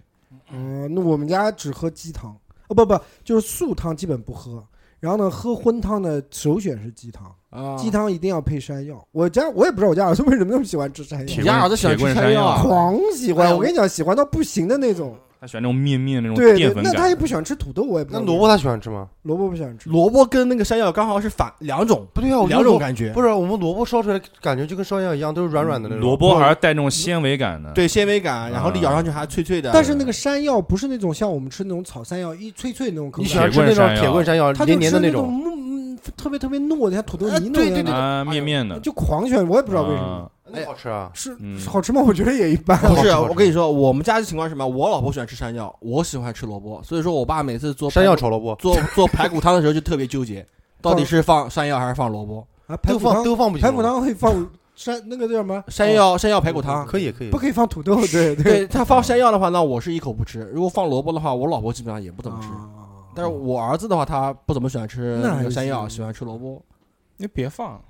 Speaker 3: 嗯，那我们家只喝鸡汤，哦不不，就是素汤基本不喝。然后呢，喝荤汤呢，首选是鸡汤，
Speaker 5: 啊，
Speaker 3: 鸡汤一定要配山药。我家我也不知道我家儿子 为什么那么喜欢吃山
Speaker 4: 铁
Speaker 3: 药，
Speaker 5: 你家儿子喜欢
Speaker 4: 铁棍
Speaker 5: 吃
Speaker 4: 山
Speaker 5: 山药
Speaker 4: 药
Speaker 5: 啊？
Speaker 3: 狂喜欢。
Speaker 5: 哎
Speaker 3: 我跟你讲，喜欢到不行的那种。
Speaker 4: 他喜欢那种面面那种
Speaker 3: 对
Speaker 4: 淀
Speaker 3: 对，
Speaker 4: 粉
Speaker 3: 那他也
Speaker 4: 感。
Speaker 3: 不喜欢吃土豆，我也不知
Speaker 6: 那
Speaker 3: 道
Speaker 6: 萝卜他嗯喜欢吃吗？
Speaker 3: 萝卜不喜欢吃。
Speaker 5: 萝卜跟那个山药刚好是反两种，
Speaker 6: 不对啊，我
Speaker 5: 两
Speaker 6: 觉得
Speaker 5: 种
Speaker 6: 萝
Speaker 5: 感觉。
Speaker 6: 不是我们萝卜烧出来感觉就跟烧鸭一样，都是软软的那种。
Speaker 4: 萝卜还是带那种纤维感的，，
Speaker 5: 对纤维感，然后
Speaker 4: 啊
Speaker 5: 你咬上去还脆脆的。
Speaker 3: 但是那个山药不是那种像我们吃那种炒山药一脆脆那种口
Speaker 6: 你喜
Speaker 3: 感，
Speaker 6: 欢吃那种铁棍山药，
Speaker 3: 它就
Speaker 6: 黏黏
Speaker 3: 是
Speaker 6: 的
Speaker 3: 那
Speaker 6: 种。
Speaker 3: 木嗯特别特别糯的，像土豆泥那
Speaker 6: 哎
Speaker 3: 种
Speaker 6: 对对
Speaker 3: 样的，
Speaker 4: 啊，面面的，
Speaker 3: 就狂选，我也不
Speaker 4: 不
Speaker 3: 知道为什么。
Speaker 6: 那好吃啊！
Speaker 3: 是
Speaker 4: 嗯
Speaker 3: 好吃吗？我觉得也一般。
Speaker 5: 不是，
Speaker 6: 好吃啊
Speaker 5: 我跟你说，我们家的情况是什么？我老婆喜欢吃山药，我喜欢吃萝卜，所以说我爸每次做
Speaker 6: 山药
Speaker 5: 排骨
Speaker 6: 炒萝卜
Speaker 5: 做做排骨汤的时候就特别纠结，到底是放山药还是放萝卜？
Speaker 3: 啊，排
Speaker 6: 都
Speaker 3: 骨
Speaker 6: 放
Speaker 3: 汤，
Speaker 6: 都放不行
Speaker 3: 排
Speaker 6: 吗，
Speaker 3: 骨汤可以放山那个叫什么
Speaker 5: 山药山药排骨汤。
Speaker 6: 可以可以
Speaker 3: 不。可以放土豆，对对。
Speaker 5: 对他放山药的话，那我是一口不吃；如果放萝卜的话，我老婆基本上也不怎么吃。
Speaker 3: 啊
Speaker 5: 但是我儿子的话，他不怎么喜欢吃
Speaker 3: 那还
Speaker 5: 那个山药，
Speaker 3: 行
Speaker 5: 喜欢吃萝卜。
Speaker 2: 你别放，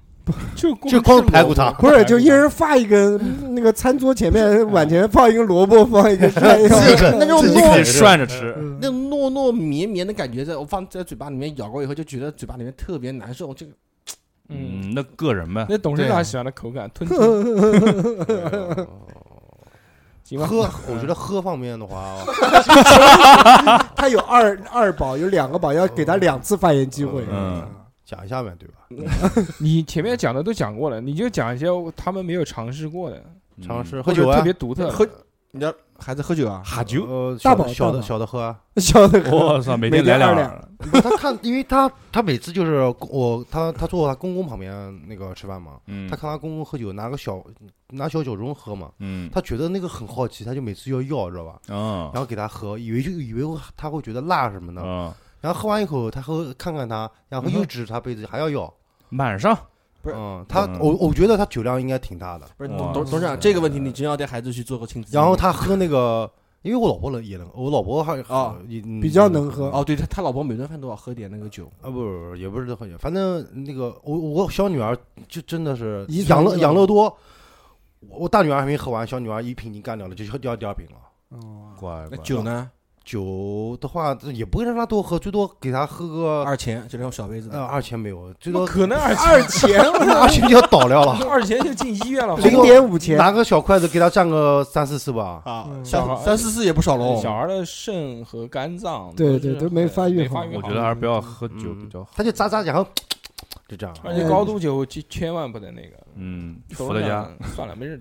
Speaker 2: 就光
Speaker 6: 就光
Speaker 2: 吃
Speaker 6: 排骨
Speaker 2: 萝卜
Speaker 6: 汤
Speaker 3: 不是，就一人发一根，那个餐桌前面碗前面放一根萝卜，放一根山药。
Speaker 5: 自己啃那种
Speaker 6: 自己
Speaker 5: 糯
Speaker 4: 自己
Speaker 6: 啃
Speaker 4: 涮着吃，
Speaker 3: 嗯
Speaker 5: 那糯糯绵绵的感觉在，我放在嘴巴里面咬过以后，就觉得嘴巴里面特别难受。这个
Speaker 2: 嗯，
Speaker 4: 嗯，那个人呗，
Speaker 2: 那董事长
Speaker 6: 对
Speaker 2: 喜欢的口感，吞吞
Speaker 3: 啊哦
Speaker 2: 行吧，
Speaker 6: 喝，我觉得喝方面的话，
Speaker 3: 他有二二宝，有两个宝，要给他两次发言机会。
Speaker 4: 嗯
Speaker 6: 讲一下呗，对吧？
Speaker 2: 你前面讲的都讲过了，你就讲一些他们没有尝试过的，
Speaker 4: 嗯
Speaker 6: 尝试喝
Speaker 2: 或者
Speaker 6: 酒啊
Speaker 2: 特，别独特的。
Speaker 5: 喝，你要孩子喝酒啊？
Speaker 4: 哈酒，
Speaker 6: 呃，
Speaker 3: 大
Speaker 6: 小
Speaker 3: 宝
Speaker 6: 的小
Speaker 3: 大
Speaker 6: 的
Speaker 3: 宝
Speaker 6: 小的喝啊。
Speaker 3: 小的很
Speaker 4: 我操，每
Speaker 3: 每
Speaker 4: 天
Speaker 3: 天
Speaker 4: 来
Speaker 3: 二
Speaker 4: 两
Speaker 3: 两
Speaker 4: 碗，
Speaker 6: 不他看，因为他他每次就是我他他坐我他公公旁边那个吃饭嘛，
Speaker 4: 嗯
Speaker 6: 他看他公公喝酒拿个小拿小酒盅喝嘛，
Speaker 4: 嗯
Speaker 6: 他觉得那个很好奇，他就每次要要知道吧，
Speaker 4: 啊
Speaker 6: 然后给他喝，以为就以为他会觉得辣什么的，
Speaker 4: 啊，
Speaker 6: 然后喝完一口他喝看看他，然后又指着他杯子还要要，
Speaker 4: 满上，
Speaker 5: 不是
Speaker 6: 嗯，他
Speaker 4: 嗯
Speaker 6: 我我觉得他酒量应该挺大的，
Speaker 5: 不是
Speaker 4: 哇
Speaker 3: 哦
Speaker 5: 董董董事长，这个问题你真要带孩子去做个亲子鉴定。
Speaker 6: 然后他喝那个，因为我老婆能也能，我老婆还
Speaker 5: 啊
Speaker 6: 也嗯
Speaker 3: 比较能喝
Speaker 5: 哦，对他他老婆每顿饭都要喝点那个酒，
Speaker 6: 啊，不不不，也不是很远，反正那个我我小女儿就真的是
Speaker 3: 遗传
Speaker 6: 养乐
Speaker 3: 这个
Speaker 6: 养乐多，我我大女儿还没喝完，小女儿一瓶已经干掉了，就喝掉第二瓶了。
Speaker 4: 乖
Speaker 5: 那酒呢？
Speaker 6: 酒的话这也不会让她多喝，最多给她喝个
Speaker 5: 二钱，就那种小杯子
Speaker 6: 呃
Speaker 4: 啊
Speaker 5: 的。
Speaker 6: 二钱没有，最
Speaker 2: 那
Speaker 6: 多
Speaker 2: 可能二二钱，
Speaker 6: 二钱就要倒掉
Speaker 3: 哦
Speaker 6: 了，
Speaker 2: 二钱就进医院了。
Speaker 6: 这个
Speaker 3: 零点五 钱，
Speaker 6: 拿个小筷子给她蘸个三四次吧。
Speaker 5: 啊
Speaker 3: 嗯
Speaker 2: 小孩
Speaker 5: 三三四四也不少
Speaker 6: 哦
Speaker 5: 喽。
Speaker 2: 小孩的肾和肝脏
Speaker 3: 对
Speaker 2: 是
Speaker 3: 对都
Speaker 2: 很
Speaker 3: 没发育
Speaker 2: 没
Speaker 3: 好
Speaker 2: 发育
Speaker 4: 我
Speaker 2: 好
Speaker 4: 觉得还是不要喝酒
Speaker 6: 嗯
Speaker 4: 比较好，
Speaker 6: 她就咂咂，然后就这样。
Speaker 2: 而且高度酒千千万不能那个。
Speaker 4: 嗯，伏特加，
Speaker 2: 算了，没事。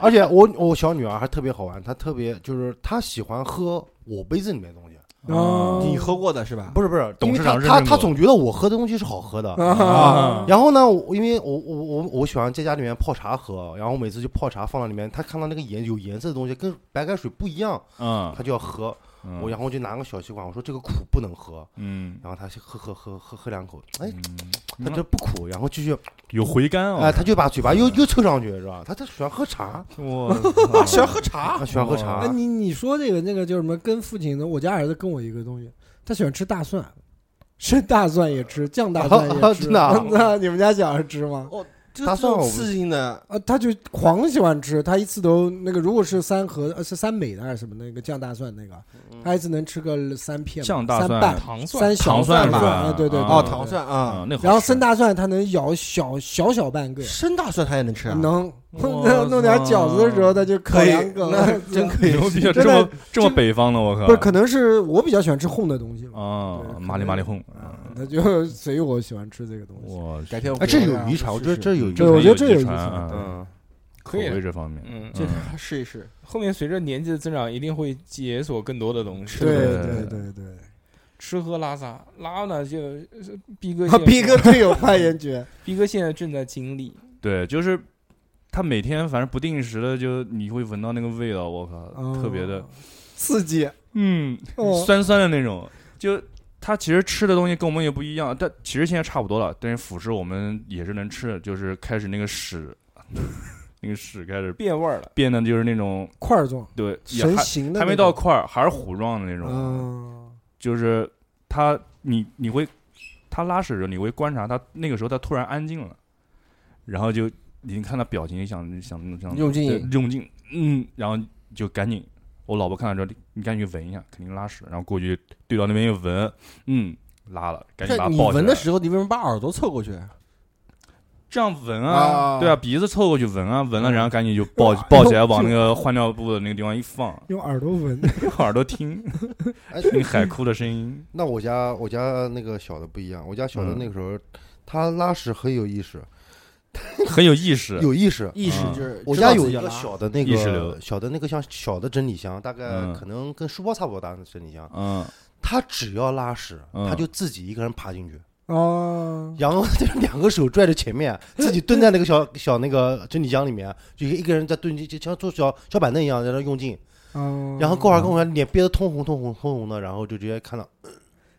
Speaker 6: 而且我我小女儿还特别好玩，她特别就是她喜欢喝我杯子里面的东西，
Speaker 4: 嗯
Speaker 3: 哦
Speaker 5: 你喝过的是
Speaker 6: 啊
Speaker 5: 吧？
Speaker 6: 不是不是，
Speaker 4: 董
Speaker 6: 因为
Speaker 4: 事
Speaker 6: 她
Speaker 4: 长认
Speaker 6: 她
Speaker 4: 证
Speaker 6: 她
Speaker 4: 过
Speaker 6: 总觉得我喝的东西是好喝的，
Speaker 3: 啊
Speaker 4: 啊，
Speaker 6: 然后呢，我因为我我我我喜欢在家里面泡茶喝，然后我每次就泡茶放到里面，他看到那个颜有颜色的东西跟白开水不一样，
Speaker 4: 嗯
Speaker 6: 他，就要喝。
Speaker 4: 嗯
Speaker 6: 我然后我就拿个小吸管，我说这个苦不能喝，
Speaker 4: 嗯，
Speaker 6: 然后他就喝喝喝喝喝两口，哎，
Speaker 4: 嗯
Speaker 6: 他这不苦，然后继续，
Speaker 4: 有回甘
Speaker 6: 哎，
Speaker 4: 啊，
Speaker 6: 他就把嘴巴又又凑上去，是吧？他他喜欢喝茶，
Speaker 4: 我啊
Speaker 5: 喜欢喝茶
Speaker 6: 他喜欢喝茶
Speaker 5: 啊
Speaker 3: 哎，，你你说这个那个叫什么？跟父亲的，我家儿子跟我一个东西，他喜欢吃大蒜，生大蒜也吃，酱大蒜也
Speaker 5: 哦
Speaker 3: 吃。
Speaker 6: 真的啊
Speaker 3: 那你们家小孩吃吗？
Speaker 5: 这
Speaker 6: 他
Speaker 5: 这
Speaker 6: 算我
Speaker 5: 种
Speaker 6: 们
Speaker 5: 刺激呢？
Speaker 3: 啊，他就狂喜欢吃，他一次都那个，如果是三盒，呃，是三美的还是什么那个酱大蒜那个，
Speaker 5: 嗯
Speaker 3: 他一次能吃个三片吧，
Speaker 4: 酱大蒜
Speaker 3: 三瓣、
Speaker 2: 糖蒜
Speaker 3: 三小
Speaker 4: 糖蒜
Speaker 5: 是吧
Speaker 3: 啊，对对对
Speaker 4: 啊
Speaker 5: 哦，糖。蒜
Speaker 4: 嗯
Speaker 5: 啊，
Speaker 4: 那好吃
Speaker 3: 然后生大蒜，他能咬小小小半个，
Speaker 5: 生大蒜他也能吃啊？
Speaker 3: 能
Speaker 4: 哇
Speaker 3: 弄点饺子的时候，他就
Speaker 5: 可以
Speaker 3: 两，个，
Speaker 5: 那 真可以。
Speaker 4: 牛逼啊！
Speaker 3: 真
Speaker 4: 这
Speaker 3: 的
Speaker 4: 么这么北方的，我靠！
Speaker 3: 不是，可能是我比较喜欢吃烘的东西嘛，对
Speaker 4: 啊，
Speaker 3: 可
Speaker 4: 麻利
Speaker 3: 能
Speaker 4: 麻利哄，啊
Speaker 3: 他 就所以我喜欢吃这个东西。
Speaker 4: 我
Speaker 5: 改天
Speaker 6: 哎
Speaker 5: 啊
Speaker 6: 哎，这有遗传，我觉得这有遗
Speaker 3: 对，
Speaker 6: 传
Speaker 3: 我觉得这有
Speaker 4: 遗
Speaker 3: 意
Speaker 4: 传
Speaker 3: 思。
Speaker 4: 啊，
Speaker 6: 嗯，
Speaker 4: 口
Speaker 2: 可以的
Speaker 4: 味这方面。
Speaker 2: 嗯，
Speaker 5: 这
Speaker 4: 嗯
Speaker 5: 试一试。
Speaker 2: 后面随着年纪的增长，一定会解锁更多的东西。
Speaker 3: 对
Speaker 4: 对
Speaker 3: 对
Speaker 4: 对
Speaker 3: 对对。
Speaker 2: 吃喝拉撒，拉呢就呃逼哥
Speaker 3: 啊，
Speaker 2: 现在
Speaker 3: 逼哥最有发言 权。
Speaker 2: 逼哥现在正在经历，
Speaker 4: 对，就是它每天反正不定时的，就你会闻到那个味道，我靠，嗯特别的
Speaker 3: 哦，刺激。
Speaker 4: 嗯，
Speaker 3: 哦，
Speaker 4: 酸酸的那种。就它其实吃的东西跟我们也不一样，但其实现在差不多了。但是腐蚀我们也是能吃的，就是开始那个屎， 那个屎开始
Speaker 2: 变味儿了。
Speaker 4: 变得就是那种
Speaker 3: 块儿状，
Speaker 4: 对，也
Speaker 3: 神
Speaker 4: 还
Speaker 3: 形的那种，
Speaker 4: 还没到块儿，还是糊状的那种。
Speaker 3: 嗯，
Speaker 4: 就是它，你你会它拉屎的时候，你会观察它那个时候它突然安静了，然后就你看它表情想想想
Speaker 6: 用尽
Speaker 4: 对用劲，嗯，然后就赶紧，我老婆看到之后，你赶紧去闻一下，肯定拉屎，然后过去对到那边一闻，嗯，拉了，赶紧把它
Speaker 5: 你
Speaker 4: 抱起来
Speaker 5: 闻的时候，你为什么把耳朵凑过去？
Speaker 4: 这样闻
Speaker 5: 啊
Speaker 4: 啊，对啊，鼻子凑过去闻啊，闻了，然后赶紧就抱抱起来，往那个换尿布的那个地方一放，
Speaker 3: 用耳朵 闻。
Speaker 4: 耳朵听
Speaker 6: 哎，
Speaker 4: 听海哭的声音，
Speaker 6: 那我家我家那个小的不一样，我家小
Speaker 4: 嗯
Speaker 6: 的那个时候，他拉屎很有意识，
Speaker 4: 很有意识，
Speaker 6: 有意识。
Speaker 5: 意识
Speaker 4: 嗯
Speaker 5: 就是
Speaker 6: 我
Speaker 5: 知道
Speaker 6: 家
Speaker 5: 自
Speaker 6: 有
Speaker 5: 己
Speaker 6: 一
Speaker 5: 要
Speaker 6: 个
Speaker 5: 拉
Speaker 6: 小的那
Speaker 4: 意识流
Speaker 6: 个小的那个像小的整理箱，大概
Speaker 4: 嗯
Speaker 6: 可能跟书包差不多大的整理箱。
Speaker 4: 嗯。
Speaker 6: 他只要拉屎，
Speaker 4: 嗯
Speaker 6: 他就自己一个人爬进去，
Speaker 3: 哦，
Speaker 6: 然后就是两个手拽着前面，自己蹲在那个小小那个整理箱里面，就一个人在蹲，就就像坐小小板凳一样在那用劲。
Speaker 5: 嗯
Speaker 3: 哦，
Speaker 6: 然后
Speaker 4: 嗯
Speaker 6: 过会儿过会儿脸憋得通红通红通红的，然后就直接看到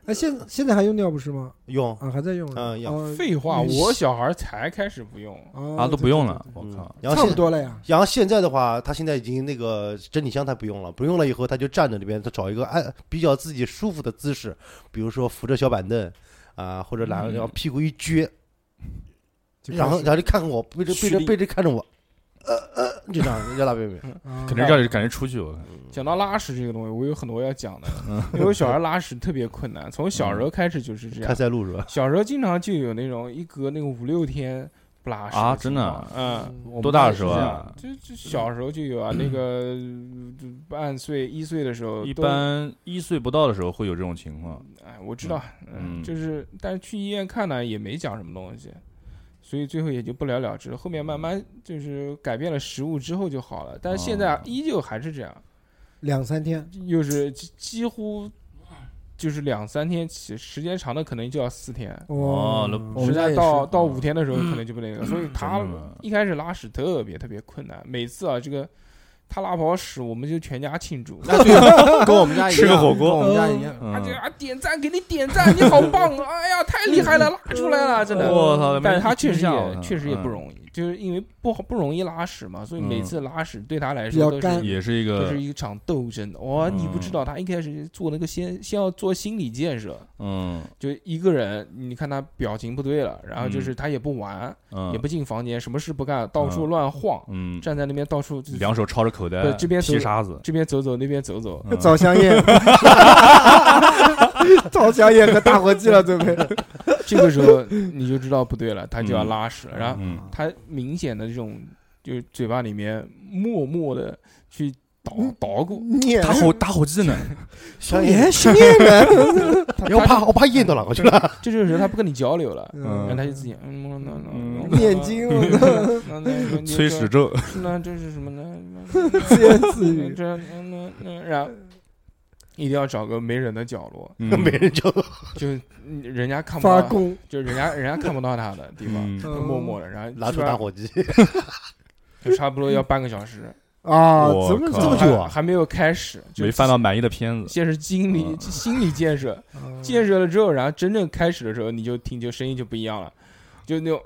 Speaker 3: 哎，现现在还用尿不湿吗？
Speaker 6: 用
Speaker 3: 啊，还在用呢。
Speaker 6: 嗯要
Speaker 3: 哦
Speaker 2: 废话，
Speaker 3: 嗯
Speaker 2: 我小孩才开始不用，
Speaker 3: 哦
Speaker 4: 啊，都不用了，我
Speaker 6: 嗯
Speaker 4: 靠！
Speaker 6: 然后
Speaker 3: 差不
Speaker 6: 现
Speaker 3: 多了呀。
Speaker 6: 然后现在的话，他现在已经那个整理箱他不用了，不用了以后他就站在那边，他找一个按比较自己舒服的姿势，比如说扶着小板凳啊，或者然后
Speaker 4: 嗯
Speaker 6: 然后屁股一撅，
Speaker 3: 就
Speaker 6: 然后然后就看我背着背
Speaker 2: 蓄
Speaker 6: 着
Speaker 2: 力
Speaker 6: 背着看着我，呃呃，就这样在那边面。
Speaker 4: 肯
Speaker 3: 肯
Speaker 4: 定让人感觉出去，我看
Speaker 2: 讲到拉屎这个东西，我有很多要讲的，因为我小孩拉屎特别困难，从小时候开始就是这
Speaker 6: 开
Speaker 2: 样。
Speaker 6: 塞露是吧？
Speaker 2: 小时候经常就有那种一隔那个五六天不拉屎
Speaker 4: 啊
Speaker 2: 情
Speaker 4: 真的
Speaker 2: 况
Speaker 4: 啊
Speaker 2: 嗯。
Speaker 6: 我
Speaker 4: 多
Speaker 6: 妈
Speaker 4: 大
Speaker 6: 也是
Speaker 4: 的时候
Speaker 6: 这样
Speaker 4: 啊？
Speaker 2: 这这小时候就有啊，那个就半岁一岁的时候，
Speaker 4: 呃一，般一岁不到的时候会有这种情况，
Speaker 2: 哎，我知道，嗯，
Speaker 4: 嗯
Speaker 2: 就是，但是去医院看呢，也没讲什么东西，所以最后也就不了了之。后面慢
Speaker 4: 嗯
Speaker 2: 慢就是改变了食物之后就好了，但是现在啊
Speaker 4: 哦
Speaker 2: 依旧还是这样，
Speaker 3: 两三天，
Speaker 2: 又是几几乎就是两三天起，时间长的可能就要四天，
Speaker 3: 哇
Speaker 4: 哦那
Speaker 5: 我
Speaker 2: 实
Speaker 5: 们家
Speaker 2: 在
Speaker 5: 也
Speaker 2: 到
Speaker 5: 是
Speaker 2: 到
Speaker 4: 嗯
Speaker 2: 五天的时候可能就不那个，所以他
Speaker 4: 真的吗
Speaker 2: 一开始拉屎特别特别困难，每次啊这个他拉不好屎，我们就全家庆 祝，
Speaker 5: 那对，跟我们家一样，
Speaker 4: 吃个火锅
Speaker 5: 跟我
Speaker 3: 哦
Speaker 5: 们家一样。
Speaker 2: 啊这
Speaker 4: 嗯，
Speaker 2: 啊点赞给你点赞，你好棒 啊，哎呀太厉害了，拉出来了，真的。
Speaker 4: 我操！
Speaker 2: 但是他确实
Speaker 4: 吓我
Speaker 2: 也
Speaker 4: 了
Speaker 2: 确实也不
Speaker 4: 嗯
Speaker 2: 容易，就是因为不好不容易拉屎嘛，所以每
Speaker 4: 嗯
Speaker 2: 次拉屎对他来
Speaker 3: 比较
Speaker 2: 说都
Speaker 3: 干
Speaker 2: 是
Speaker 4: 也是一
Speaker 2: 都
Speaker 4: 个
Speaker 2: 是一场斗争。哇，你不知
Speaker 4: 嗯
Speaker 2: 道，他一开始做那个先先要做心理建设，
Speaker 4: 嗯
Speaker 2: 就一个人，你看他表情不对了，然后就是他也不玩，
Speaker 4: 嗯，
Speaker 2: 也不进房间，什么事不干，到处乱晃，
Speaker 4: 嗯，
Speaker 2: 站在那边到处就是
Speaker 4: 两手抄着口袋
Speaker 2: 对，这边
Speaker 4: 踢
Speaker 2: 手
Speaker 4: 沙子，
Speaker 2: 这边走走，那边走走。
Speaker 4: 嗯
Speaker 3: 早香 烟， 早香烟和打火机了，准备。
Speaker 2: 这个时候你就知道不对了，他就要
Speaker 4: 嗯
Speaker 2: 拉屎了。然后
Speaker 4: 嗯
Speaker 2: 他明显的这种，就是嘴巴里面默默的去捣捣鼓，
Speaker 3: 念
Speaker 4: 打火打火机呢，
Speaker 6: 香 烟，
Speaker 3: 念是念的，
Speaker 2: 他
Speaker 6: 哎我
Speaker 2: 他
Speaker 6: 怕我怕咽到哪个去了？
Speaker 2: 这就是他不跟你交流了。然后
Speaker 3: 嗯，
Speaker 2: 他就自己嗯，那那
Speaker 4: 嗯
Speaker 2: 那
Speaker 3: 念经
Speaker 2: 那那那那
Speaker 4: 催 屎咒，
Speaker 2: 那这是什么呢？
Speaker 3: 自言自
Speaker 2: 那
Speaker 3: 语。
Speaker 2: 这嗯那那然后一定要找个没人的角落，
Speaker 4: 嗯
Speaker 6: 没人就
Speaker 2: 就是嗯人家看不
Speaker 3: 发
Speaker 2: 到，
Speaker 3: 功，
Speaker 2: 就是人家人家看不到他的地方，
Speaker 4: 嗯
Speaker 2: 就默默的，然后
Speaker 6: 拿出
Speaker 2: 基本
Speaker 6: 打
Speaker 2: 上
Speaker 6: 火机，
Speaker 2: 就差不多要半个小时，
Speaker 3: 啊，
Speaker 4: 我
Speaker 3: 这么
Speaker 4: 靠
Speaker 3: 这么
Speaker 2: 还
Speaker 3: 久
Speaker 6: 啊
Speaker 2: 还没有开始，就
Speaker 4: 没翻到满意的片子，
Speaker 2: 先是心理
Speaker 4: 嗯
Speaker 2: 心理建设，
Speaker 3: 啊，
Speaker 2: 建设了之后，然后真正开始的时候，你就听就声音就不一样了，就 那种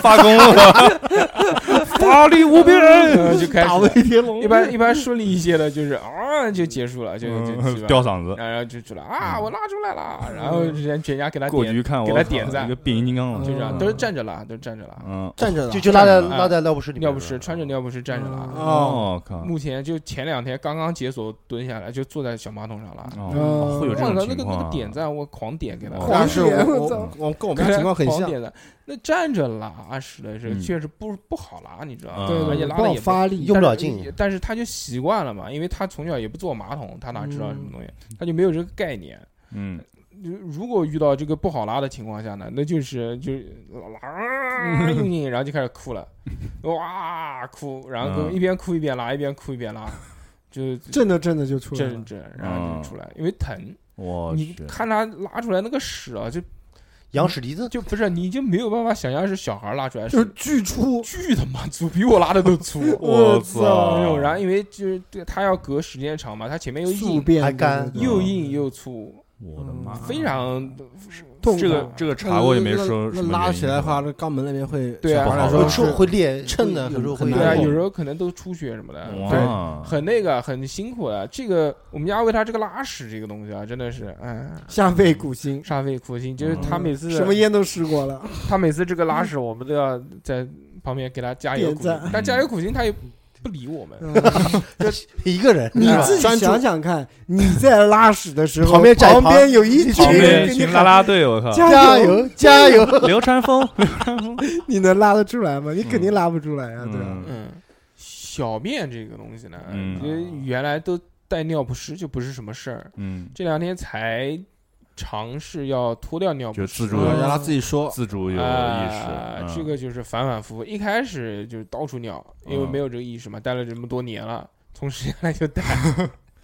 Speaker 4: 发功了，法力无边，
Speaker 2: 呃就开始
Speaker 3: 打
Speaker 2: 了
Speaker 3: 威。天龙，
Speaker 4: 嗯
Speaker 2: 一般一般顺利一些的，就是啊就结束了，就就
Speaker 4: 嗯
Speaker 2: 基本
Speaker 4: 吊
Speaker 2: 上
Speaker 4: 嗓子，
Speaker 2: 然后就出来啊，我拉出来了，然后人全家给他
Speaker 4: 嗯过
Speaker 2: 点，
Speaker 4: 去一看我
Speaker 2: 给
Speaker 4: 靠，
Speaker 2: 他点赞
Speaker 4: 一个变形金刚了，
Speaker 2: 就这样，
Speaker 3: 嗯
Speaker 2: 都是站着拉，都是站着拉，
Speaker 4: 嗯，
Speaker 5: 站着的啊
Speaker 6: 就就拉在
Speaker 4: 站着
Speaker 6: 拉在尿不湿里面。
Speaker 2: 尿不湿穿着尿不湿站着拉。
Speaker 5: 哦，
Speaker 4: 哦靠，
Speaker 2: 目前就前两天刚刚解锁蹲下来，就坐在小马桶上拉。
Speaker 4: 哦，会有这
Speaker 2: 忘了
Speaker 4: 种
Speaker 2: 那
Speaker 4: 情
Speaker 2: 个
Speaker 4: 况
Speaker 2: 那
Speaker 4: 啊
Speaker 2: 个点赞，我狂点给他，
Speaker 4: 哦
Speaker 5: 但是我
Speaker 3: 狂点我
Speaker 5: 我
Speaker 3: 操
Speaker 5: 我跟我们家情 况很
Speaker 2: 狂
Speaker 5: 像，
Speaker 2: 点的。那站着拉屎的时候
Speaker 4: 嗯
Speaker 2: 确实不不好拉，你知道吗？
Speaker 4: 啊
Speaker 3: 对，
Speaker 2: 而且
Speaker 3: 对
Speaker 2: 拉
Speaker 3: 不
Speaker 2: 的
Speaker 3: 好
Speaker 2: 也不
Speaker 3: 发力，
Speaker 6: 用不了
Speaker 2: 但是
Speaker 6: 劲
Speaker 2: 但是他就习啊惯了嘛，因为他从小也不坐马桶，他哪知道什么东西，他就没有这个概念。
Speaker 4: 嗯，
Speaker 2: 就如果遇到这个不好拉的情况下呢，那就是 就是拉，然后就开始哭了，哇哭，然后
Speaker 4: 嗯
Speaker 2: 一边哭一边拉，一边哭一边拉，就
Speaker 3: 震着震着就出来
Speaker 2: 震
Speaker 3: 了。
Speaker 2: 着，然后就出来，因为疼。
Speaker 4: 我
Speaker 2: 你
Speaker 4: 去，
Speaker 2: 看他拉出来那个屎啊，就
Speaker 6: 羊屎笛子，
Speaker 2: 就不是你已经没有办法想象是小孩拉出来的
Speaker 3: 就是
Speaker 2: 屎，
Speaker 3: 巨出，
Speaker 2: 巨他妈粗，比我拉的都 粗。
Speaker 3: 哦
Speaker 4: 我
Speaker 2: 哎
Speaker 4: 操
Speaker 2: 呦，！然后因为就是对他要隔时间长嘛，他前面又
Speaker 3: 速
Speaker 2: 硬
Speaker 3: 变嗯
Speaker 6: 还干
Speaker 2: 又硬又粗，
Speaker 4: 我的妈！
Speaker 2: 非常呃
Speaker 6: 啊
Speaker 3: 痛啊
Speaker 4: 这个
Speaker 3: 快
Speaker 4: 这个查过也没
Speaker 5: 那
Speaker 4: 说
Speaker 5: 那
Speaker 4: 什么
Speaker 5: 拉
Speaker 4: 原
Speaker 5: 起
Speaker 4: 因
Speaker 5: 来的话，那肛门那边会
Speaker 2: 对啊
Speaker 5: 小孩来说
Speaker 6: 会
Speaker 5: 是
Speaker 6: 抽会裂，
Speaker 5: 衬的
Speaker 6: 有时候
Speaker 5: 很
Speaker 6: 会
Speaker 5: 难
Speaker 2: 对啊，
Speaker 5: 过
Speaker 2: 有时候可能都出血什么的，嗯对，
Speaker 4: 哇，
Speaker 2: 很那个，很辛苦的。这个我们家为他这个拉屎这个东西啊，真的是，哎，
Speaker 3: 下肺苦心，
Speaker 2: 煞费苦心。就是他每次
Speaker 3: 什么烟都试过了，
Speaker 2: 他每次这个拉屎，我们都要在旁边给他加油
Speaker 3: 点
Speaker 2: 鼓劲
Speaker 3: 赞，
Speaker 2: 但加油鼓劲他也不理我们。
Speaker 3: 嗯
Speaker 6: 一个人，
Speaker 3: 你自己想想看，你在拉屎的时候，旁
Speaker 6: 旁边站一旁
Speaker 3: 边有一群
Speaker 4: 旁边
Speaker 3: 人
Speaker 4: 一
Speaker 3: 给你
Speaker 4: 群啦
Speaker 3: 喊
Speaker 4: 啦队，我靠！
Speaker 6: 加
Speaker 3: 加油，
Speaker 6: 油加油！
Speaker 4: 流川枫，
Speaker 3: 你能拉得出来吗？你肯定拉不出来啊呀，对吧？
Speaker 4: 嗯，
Speaker 2: 嗯，小便这个东西呢，
Speaker 4: 嗯
Speaker 2: 因为原来都带尿不湿就不是什么事儿，
Speaker 4: 嗯，
Speaker 2: 这两天才尝试要脱掉尿
Speaker 4: 就
Speaker 2: 不湿
Speaker 4: 自。主
Speaker 5: 嗯
Speaker 4: 有
Speaker 5: 让他自己说，
Speaker 4: 自主有意识，
Speaker 2: 啊
Speaker 4: 嗯
Speaker 2: 这个就是反反复复。一开始就是到处尿，因为
Speaker 4: 嗯
Speaker 2: 没有这个意识嘛，待了这么多年了，从生下来就带，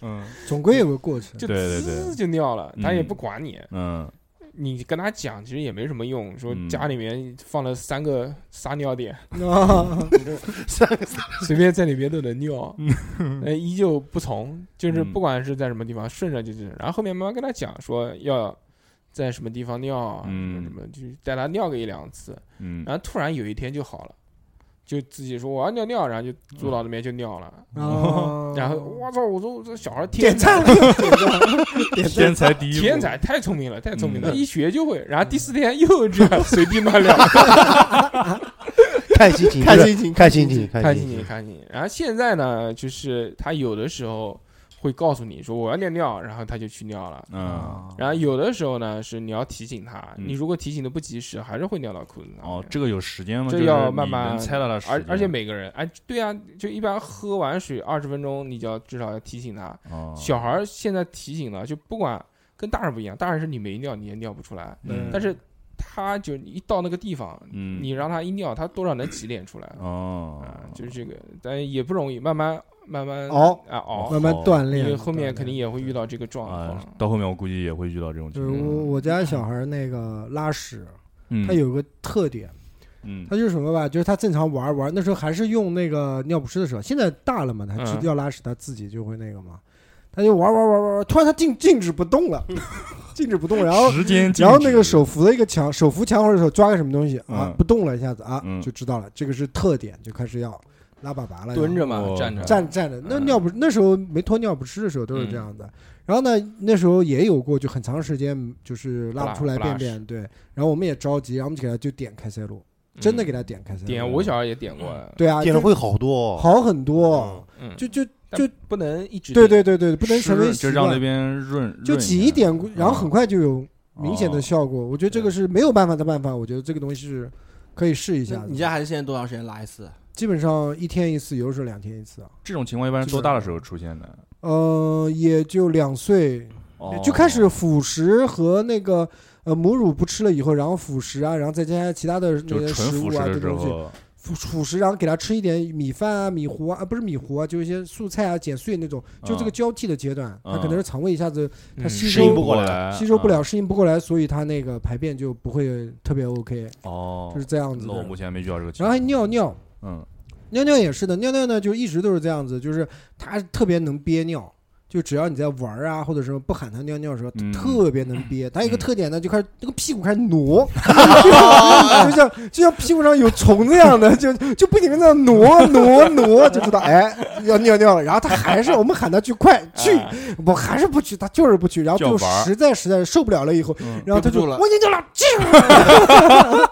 Speaker 4: 嗯
Speaker 3: 总归有个过 程。
Speaker 2: 就
Speaker 4: 对对对
Speaker 2: 滋就尿了，他也
Speaker 4: 嗯
Speaker 2: 不管你。
Speaker 4: 嗯
Speaker 2: 你跟他讲，其实也没什么用。说
Speaker 4: 嗯
Speaker 2: 家里面放了三个撒尿点，
Speaker 3: 啊，
Speaker 2: 随便在里面都能尿，呃，依旧不从，就是不管是在什么地方顺着就是。然后后面慢慢跟他讲说要在什么地方尿啊，
Speaker 4: 嗯
Speaker 2: 什么就带他尿个一两次，
Speaker 4: 嗯
Speaker 2: 然后突然有一天就好了，就自己说我要尿尿，然后就坐到那边就尿了，
Speaker 3: 啊
Speaker 2: 然后我操，我说这小孩嗯天
Speaker 3: 点赞
Speaker 2: 才，，哎
Speaker 3: 点赞
Speaker 4: 天，才第一，
Speaker 2: 天，才太聪明了，太聪明了，
Speaker 4: 嗯
Speaker 2: 一学就会。然后第四天又这样 随地乱尿，
Speaker 6: 看心情，
Speaker 3: 看心情，
Speaker 6: 看心情，看
Speaker 2: 看心情看心情。然后现在呢，就是他有的时候会告诉你说我要尿尿，然后他就去尿了。
Speaker 4: 嗯，
Speaker 2: 然后有的时候呢，是你要提醒他，
Speaker 4: 嗯
Speaker 2: 你如果提醒的不及时，还是会尿到裤子上。
Speaker 4: 哦，这个有时间吗？
Speaker 2: 这
Speaker 4: 就是
Speaker 2: 要慢慢
Speaker 4: 你能猜到的时间，
Speaker 2: 而而且每个人，哎，对啊，就一般喝完水二十分钟，你就要至少要提醒他。
Speaker 4: 哦
Speaker 2: 小孩儿现在提醒了，就不管跟大人不一样，大人是你没尿你也尿不出来，
Speaker 4: 嗯
Speaker 2: 但是他就一到那个地方，
Speaker 4: 嗯，
Speaker 2: 你让他一尿，他多少能挤点出来
Speaker 4: 哦
Speaker 2: 啊，就是这个，但也不容易，慢慢慢慢
Speaker 3: 熬
Speaker 2: 啊熬，
Speaker 3: 慢慢锻
Speaker 2: 因为
Speaker 3: 炼。
Speaker 2: 后面肯定也会遇到这个状
Speaker 4: 啊
Speaker 2: 况，，
Speaker 4: 到后面我估计也会遇到这种
Speaker 3: 就
Speaker 4: 情
Speaker 3: 是
Speaker 4: 况，
Speaker 3: 我我家小孩那个拉屎，
Speaker 4: 嗯，
Speaker 3: 他有个特点，
Speaker 4: 嗯
Speaker 3: 他就是什么吧，就是他正常玩儿玩儿，那时候还是用那个尿不湿的时候，现在大了嘛，他
Speaker 2: 嗯
Speaker 3: 知要拉屎他自己就会那个嘛，他就玩儿玩儿玩儿玩儿，突然他静静止不动了，静止不动，然后
Speaker 4: 时间，
Speaker 3: 然后那个手扶了一个墙，手扶墙或者手抓个什么东西啊
Speaker 4: 嗯，
Speaker 3: 不动了一下子啊
Speaker 4: 嗯，
Speaker 3: 就知道了，这个是特点，就开始要拉粑粑了，
Speaker 2: 蹲着嘛
Speaker 4: 哦，
Speaker 2: 站着
Speaker 3: 站站着，那尿不那时候没脱尿不湿的时候都是这样的。然后呢，那时候也有过，就很长时间就是拉不出来
Speaker 2: 不拉
Speaker 3: 便便，对。然后我们也着急，然后我们就给他就点开塞露，真的给
Speaker 2: 他
Speaker 3: 他嗯点开塞露。
Speaker 2: 嗯点，我小时候也点过，
Speaker 3: 对啊，
Speaker 6: 点了
Speaker 3: 就
Speaker 6: 会好多，
Speaker 3: 好很多，
Speaker 2: 嗯，
Speaker 3: 就就
Speaker 2: 但
Speaker 3: 就
Speaker 2: 不能一直
Speaker 3: 对
Speaker 2: 点
Speaker 3: 对对对，不能成为
Speaker 4: 是
Speaker 3: 习
Speaker 4: 就让那
Speaker 3: 惯，
Speaker 4: 边润，
Speaker 3: 就
Speaker 4: 润
Speaker 3: 挤
Speaker 4: 下
Speaker 3: 一点，然后很快就有
Speaker 4: 哦
Speaker 3: 明显的效果。我觉得这个是没有办法的办法，我觉得这个东西是可以试一下
Speaker 5: 那
Speaker 3: 的。
Speaker 5: 你家孩子现在多长时间拉一次？
Speaker 3: 基本上一天一次，有的时候两天一次啊。
Speaker 4: 这种情况一般是多大的时候出现的？
Speaker 3: 嗯、也就两岁
Speaker 4: 哦
Speaker 3: 就开始辅食和那个呃母乳不吃了以后，然后辅食啊，然后再加上其他的那
Speaker 4: 就
Speaker 3: 些
Speaker 4: 纯
Speaker 3: 食
Speaker 4: 辅
Speaker 3: 物
Speaker 4: 食
Speaker 3: 啊，这
Speaker 4: 的时
Speaker 3: 东西
Speaker 4: 候，
Speaker 3: 辅辅食，然后给他吃一点米饭啊、米糊啊，啊不是米糊啊，就是一些素菜啊、剪碎那种，就这个
Speaker 4: 嗯
Speaker 3: 交替的阶段，他可
Speaker 4: 嗯
Speaker 3: 能是肠胃一下子
Speaker 2: 嗯
Speaker 3: 他吸
Speaker 6: 适应不
Speaker 3: 收
Speaker 6: 过
Speaker 4: 来啊
Speaker 3: 吸收不了、适应不过来，所以他那个排便就不会特别 OK，
Speaker 4: 哦
Speaker 3: 就，是这样子
Speaker 4: 那我
Speaker 3: 的。
Speaker 4: 目前没遇到这个情
Speaker 3: 然后还
Speaker 4: 况。
Speaker 3: 尿尿，
Speaker 4: 嗯，
Speaker 3: 尿尿也是的，尿尿呢就一直都是这样子，就是他特别能憋尿，就只要你在玩儿啊或者什么不喊他尿尿的时候，
Speaker 4: 嗯
Speaker 3: 他特别能憋。他有一个
Speaker 4: 嗯
Speaker 3: 特点呢，就开始那个屁股开始挪，
Speaker 4: 哦
Speaker 3: 就像就像屁股上有虫子一样的，就就不停的在挪挪挪，就知道哎要尿尿了。然后他还是我们喊他去 快去，
Speaker 2: 啊
Speaker 3: 我还是不去，他就是不去。然后
Speaker 4: 哎就
Speaker 3: 就
Speaker 4: 玩儿
Speaker 3: 实在实在受不了了以后，
Speaker 4: 嗯
Speaker 3: 然后他
Speaker 5: 憋不
Speaker 3: 就
Speaker 5: 住了
Speaker 3: 我已经尿了，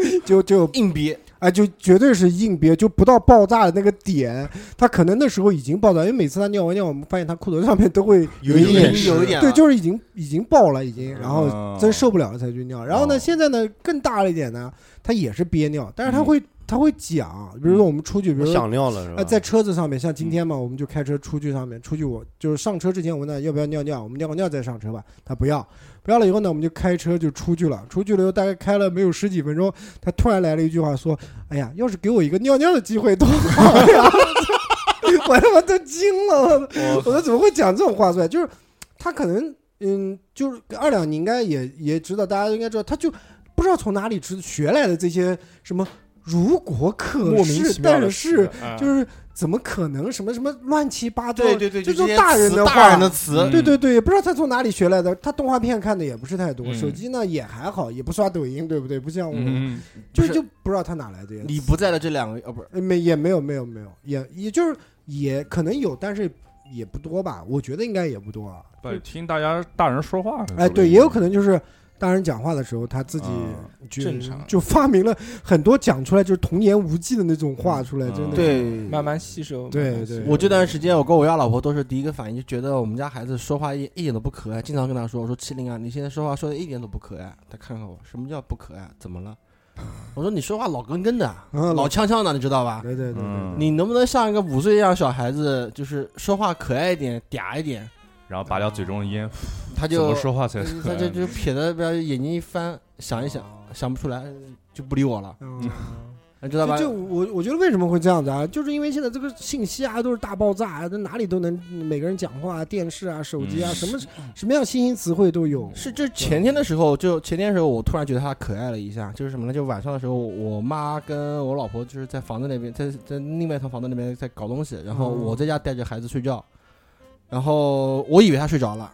Speaker 3: 去 就就
Speaker 5: 硬憋，
Speaker 3: 啊，就绝对是硬憋，就不到爆炸的那个点，他可能那时候已经爆炸，因为每次他尿完尿，我们发现他裤头上面都会
Speaker 6: 有
Speaker 3: 一
Speaker 6: 一点
Speaker 5: 已经有一点了，
Speaker 3: 对，就是已经已经爆了，已经，然后
Speaker 4: 嗯
Speaker 3: 真受不了了才去尿。然后
Speaker 4: 哦
Speaker 3: 呢，现在呢更大了一点呢，他也是憋尿，但是他会他会讲，比如说我们出去，比
Speaker 6: 我
Speaker 3: 如说
Speaker 6: 想尿了是吧？
Speaker 3: 啊，在车子上面，像今天嘛，我们就开车出去上面，出去我就是上车之前，我问他要不要尿尿，我们尿个尿再上车吧，他不要，不要了以后呢，我们就开车就出去了，出去了以后大概开了没有十几分钟，他突然来了一句话说：“哎呀，要是给我一个尿尿的机会多好呀！”我他妈都惊了，我说怎么会讲这种话出来？就是他可能嗯，就是二两，你应该也也知道，大家应该知道，他就不知道从哪里知学来的这些什么。如果可
Speaker 2: 莫名
Speaker 3: 是
Speaker 2: 其，妙
Speaker 3: 但
Speaker 2: 的
Speaker 3: 是
Speaker 2: 啊
Speaker 4: 嗯
Speaker 3: 就是怎么可能什么什么乱七八糟，
Speaker 5: 啊对对对，
Speaker 3: 这
Speaker 5: 就
Speaker 3: 种
Speaker 5: 这些
Speaker 3: 大人
Speaker 5: 词
Speaker 3: 的
Speaker 5: 大
Speaker 3: 话
Speaker 5: 人的，嗯
Speaker 4: 嗯
Speaker 5: 词，
Speaker 3: 对对对，也不知道他从哪里学来的。他动画片看的也不是太多，
Speaker 4: 嗯
Speaker 3: 手机呢也还好，也不刷抖音，对不对？不像我，
Speaker 4: 嗯，
Speaker 3: 就
Speaker 5: 不是
Speaker 3: 就不知道他哪来的呀。
Speaker 5: 你不在的这两个，哦，不是，
Speaker 3: 呃没也没有没有没有，也也就是也可能有，但是也不多吧。我觉得应该也不多啊。
Speaker 4: 对，听大家大人说话，
Speaker 5: 嗯
Speaker 3: 哎，对，也有可能就是。大人讲话的时候，他自己
Speaker 4: 啊
Speaker 3: 就、
Speaker 2: 正常
Speaker 3: 就发明了很多讲出来就是童言无忌的那种话出来，
Speaker 4: 嗯
Speaker 3: 真的。
Speaker 5: 对，
Speaker 2: 慢慢吸收。
Speaker 3: 对
Speaker 2: 慢慢吸收
Speaker 3: 对
Speaker 5: 我这段时间，我跟我家老婆都是第一个反应，就觉得我们家孩子说话一一点都不可爱。经常跟她说：“我说麒麟啊，你现在说话说的一点都不可爱。”她看看我，什么叫不可爱？怎么 了？我说你说话老跟跟的，
Speaker 3: 嗯
Speaker 5: 老呛呛的，你知道吧？
Speaker 3: 对对对对
Speaker 4: 嗯
Speaker 5: 你能不能像一个五岁一样小孩子，就是说话可爱一点、嗲一点？
Speaker 4: 然后拔掉嘴中的烟，
Speaker 5: 他
Speaker 4: 怎
Speaker 5: 就
Speaker 4: 么说话才
Speaker 5: 嗯
Speaker 4: 可
Speaker 5: 他
Speaker 4: 爱
Speaker 5: 就
Speaker 4: 呢？
Speaker 5: 就撇着边眼睛一翻，想一想，想不出来就不理我了，
Speaker 3: 嗯
Speaker 5: 你知道吧？
Speaker 3: 就就我我觉得为什么会这样子啊？就是因为现在这个信息啊都是大爆炸啊，这哪里都能每个人讲话啊，电视啊、手机啊，
Speaker 4: 嗯
Speaker 3: 什么什么样新兴词汇都有。
Speaker 5: 是，就是前天的时候，就前天的时候，我突然觉得他可爱了一下，就是什么呢？就晚上的时候，我妈跟我老婆就是在房子那边，在在另外一套房子那边在搞东西，然后
Speaker 3: 嗯
Speaker 5: 我在家带着孩子睡觉，然后我以为他睡着了，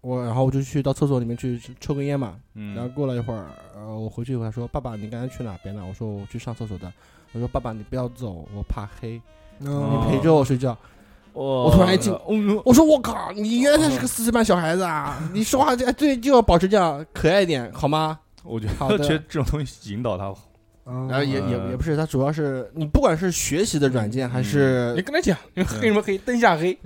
Speaker 5: 我然后我就去到厕所里面去抽根烟嘛，然后
Speaker 4: 嗯，
Speaker 5: 过了一会儿，呃，我回去以后他说：“爸爸，你刚才去哪边了？”我说：“我去上厕所的。”我说：“爸爸，你不要走，我怕黑，你
Speaker 3: 嗯
Speaker 4: 哦
Speaker 5: 陪着我睡觉。”
Speaker 4: 我
Speaker 5: 我突然一进
Speaker 4: 嗯
Speaker 5: 我说我靠，你原来是个四岁半小孩子 啊！你说话这对就要保持这样可爱一点，好吗？
Speaker 4: 我 觉
Speaker 5: 好
Speaker 4: 得
Speaker 5: 的
Speaker 4: 其实这种东西引导他，
Speaker 3: 嗯
Speaker 5: 然后也也
Speaker 4: 嗯
Speaker 5: 也不是，它主要是你不管是学习的软件还
Speaker 2: 你
Speaker 4: 嗯
Speaker 5: 是
Speaker 2: 跟他 讲，黑什么黑，灯下 黑，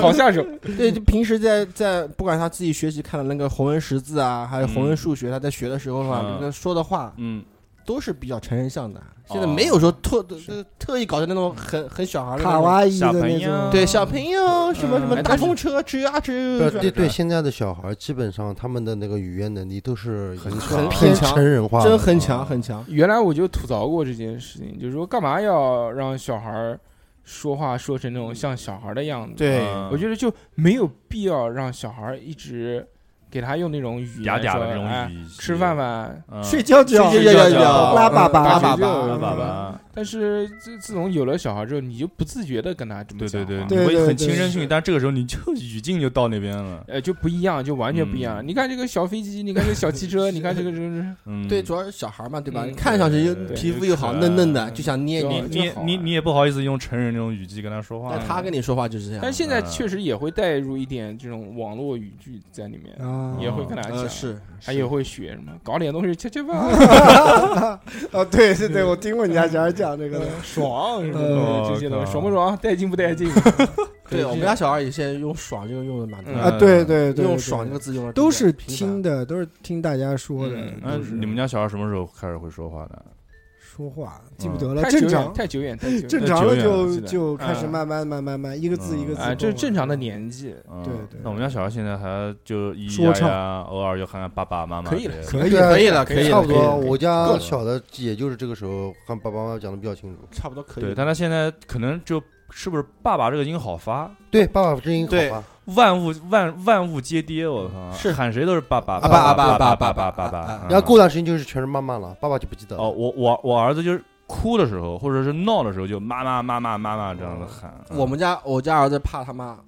Speaker 2: 好下手。
Speaker 5: 对，就平时在在不管他自己学习看的那个红文识字啊，还有红文
Speaker 4: 嗯
Speaker 5: 数学，他在学的时候啊，
Speaker 4: 嗯
Speaker 5: 那个说的话
Speaker 4: 嗯，
Speaker 5: 都是比较成人向的。现在
Speaker 4: 哦
Speaker 5: 没有说特特特意搞的那种很很小孩的
Speaker 3: 嗯
Speaker 5: 那
Speaker 3: 卡
Speaker 5: 种
Speaker 3: 哇伊的
Speaker 4: 小朋
Speaker 3: 那
Speaker 4: 友
Speaker 3: 种，
Speaker 5: 对小朋友什么什
Speaker 4: 哎
Speaker 5: 么大
Speaker 4: 但是
Speaker 5: 风车吱呀吱
Speaker 4: 嗯
Speaker 6: 对
Speaker 5: 转
Speaker 6: 对对，
Speaker 4: 是
Speaker 6: 现在的小孩基本上他们的那个语言能力都是已经
Speaker 5: 很
Speaker 6: 偏
Speaker 5: 强
Speaker 6: 成人化了，
Speaker 5: 真很强很强。
Speaker 2: 原来我就吐槽过这件事情，就是说干嘛要让小孩儿说话说成那种像小孩儿的样子？，
Speaker 5: 对，
Speaker 4: 嗯
Speaker 2: 我觉得就没有必要让小孩儿一直给他用那种语言
Speaker 4: 嗲嗲
Speaker 2: 说
Speaker 4: 的这
Speaker 2: 哎
Speaker 4: 种语气，
Speaker 2: 吃饭饭。
Speaker 4: 嗯，
Speaker 3: 睡觉觉
Speaker 5: 睡觉觉
Speaker 4: 觉
Speaker 3: 拉粑粑
Speaker 2: 拉粑
Speaker 4: 爸
Speaker 5: 粑
Speaker 4: 爸
Speaker 3: 嗯
Speaker 4: 吧，
Speaker 2: 但是自自从有了小孩之后，你就不自觉的跟他这么
Speaker 4: 对
Speaker 2: 讲
Speaker 4: 对对，
Speaker 2: 话
Speaker 4: 你
Speaker 3: 对对
Speaker 4: 会
Speaker 3: 对
Speaker 4: 很轻声细
Speaker 2: 是
Speaker 4: 语，但这个时候你就 语境就到那边了，
Speaker 2: 呃，就不一样，就完全不一样。
Speaker 4: 嗯
Speaker 2: 你看这个小飞机，你看这个小汽车，你看这个就是
Speaker 4: 嗯，
Speaker 5: 对，主要是小孩嘛，对吧？
Speaker 2: 嗯
Speaker 5: 你看上去又
Speaker 4: 对对嗯
Speaker 5: 皮肤又好，
Speaker 4: 可爱
Speaker 5: 嫩嫩的，就想捏
Speaker 2: 对
Speaker 5: 你
Speaker 4: 你。你你你也不好意思用成人那种语气跟他说话
Speaker 5: 但，他跟你说嗯话就是这样。
Speaker 2: 啊但现在确实也会带入一点这种网络语句在里面，
Speaker 3: 啊
Speaker 2: 也会跟他
Speaker 5: 呃
Speaker 2: 讲，
Speaker 5: 是，
Speaker 2: 他也会学什么，搞点东西切切饭，
Speaker 3: 啊，对对对，我听过你家小孩讲这个的，
Speaker 2: 嗯爽什么
Speaker 4: 呃
Speaker 2: 的这些东
Speaker 4: 我
Speaker 2: 西，
Speaker 4: 靠
Speaker 2: 爽不爽？带劲不带 劲？
Speaker 5: 对
Speaker 2: 对
Speaker 5: 我们家小孩也现在用“爽”这个用的蛮多
Speaker 2: 嗯
Speaker 3: 啊
Speaker 5: 的，，
Speaker 3: 对对对，
Speaker 5: 用“
Speaker 3: 对
Speaker 5: 爽”这个字用的
Speaker 3: 都是听
Speaker 5: 听
Speaker 3: 的，都是听大家说的，
Speaker 2: 嗯
Speaker 3: 都是
Speaker 4: 嗯，你们家小孩什么时候开始会说话的？
Speaker 3: 说话记不得
Speaker 5: 嗯
Speaker 3: 了，
Speaker 2: 太
Speaker 3: 正
Speaker 2: 久
Speaker 3: 常
Speaker 2: 远，太久远，太久
Speaker 3: 正
Speaker 2: 远。
Speaker 3: 常了
Speaker 4: 久远了
Speaker 3: 就
Speaker 2: 记得
Speaker 3: 就开始
Speaker 2: 嗯
Speaker 3: 慢慢慢慢慢一个字一个字
Speaker 2: 啊，这是正常的
Speaker 3: 年。
Speaker 2: 年纪，
Speaker 4: 嗯
Speaker 3: 对对
Speaker 4: 那我们家小孩现在还就咿
Speaker 3: 说
Speaker 4: 咿呀
Speaker 3: 唱
Speaker 4: 呀，偶尔又喊喊爸爸妈妈
Speaker 2: 可
Speaker 4: 之
Speaker 2: 以
Speaker 4: 类
Speaker 2: 了
Speaker 4: 的，，
Speaker 3: 可以
Speaker 6: 啊
Speaker 5: 可以了，可以了，
Speaker 6: 差不
Speaker 5: 可以
Speaker 6: 多，
Speaker 5: 了
Speaker 6: 我
Speaker 4: 够
Speaker 6: 家
Speaker 4: 了
Speaker 6: 小的也就是这个时候和爸爸妈妈讲的比较清楚。
Speaker 5: 差不多可以
Speaker 4: 对，
Speaker 5: 了。
Speaker 4: 但他现在可能就是不是爸爸这个音好发，
Speaker 6: 对，爸爸声音好
Speaker 5: 对
Speaker 6: 吧？
Speaker 4: 万物万万物皆爹，我靠，
Speaker 5: 是
Speaker 4: 喊谁都是爸爸
Speaker 6: 爸
Speaker 4: 爸
Speaker 5: 爸
Speaker 4: 爸
Speaker 5: 爸
Speaker 4: 爸爸
Speaker 5: 爸爸
Speaker 4: 爸
Speaker 5: 爸。
Speaker 4: 嗯
Speaker 6: 然后过段时间就是全是妈妈了，爸爸就不记得了。
Speaker 4: 哦，，我我我儿子就是哭的时候，或者是闹的时候，就妈妈妈妈妈妈这样的喊。嗯
Speaker 5: 哦我们家我家儿子怕他妈，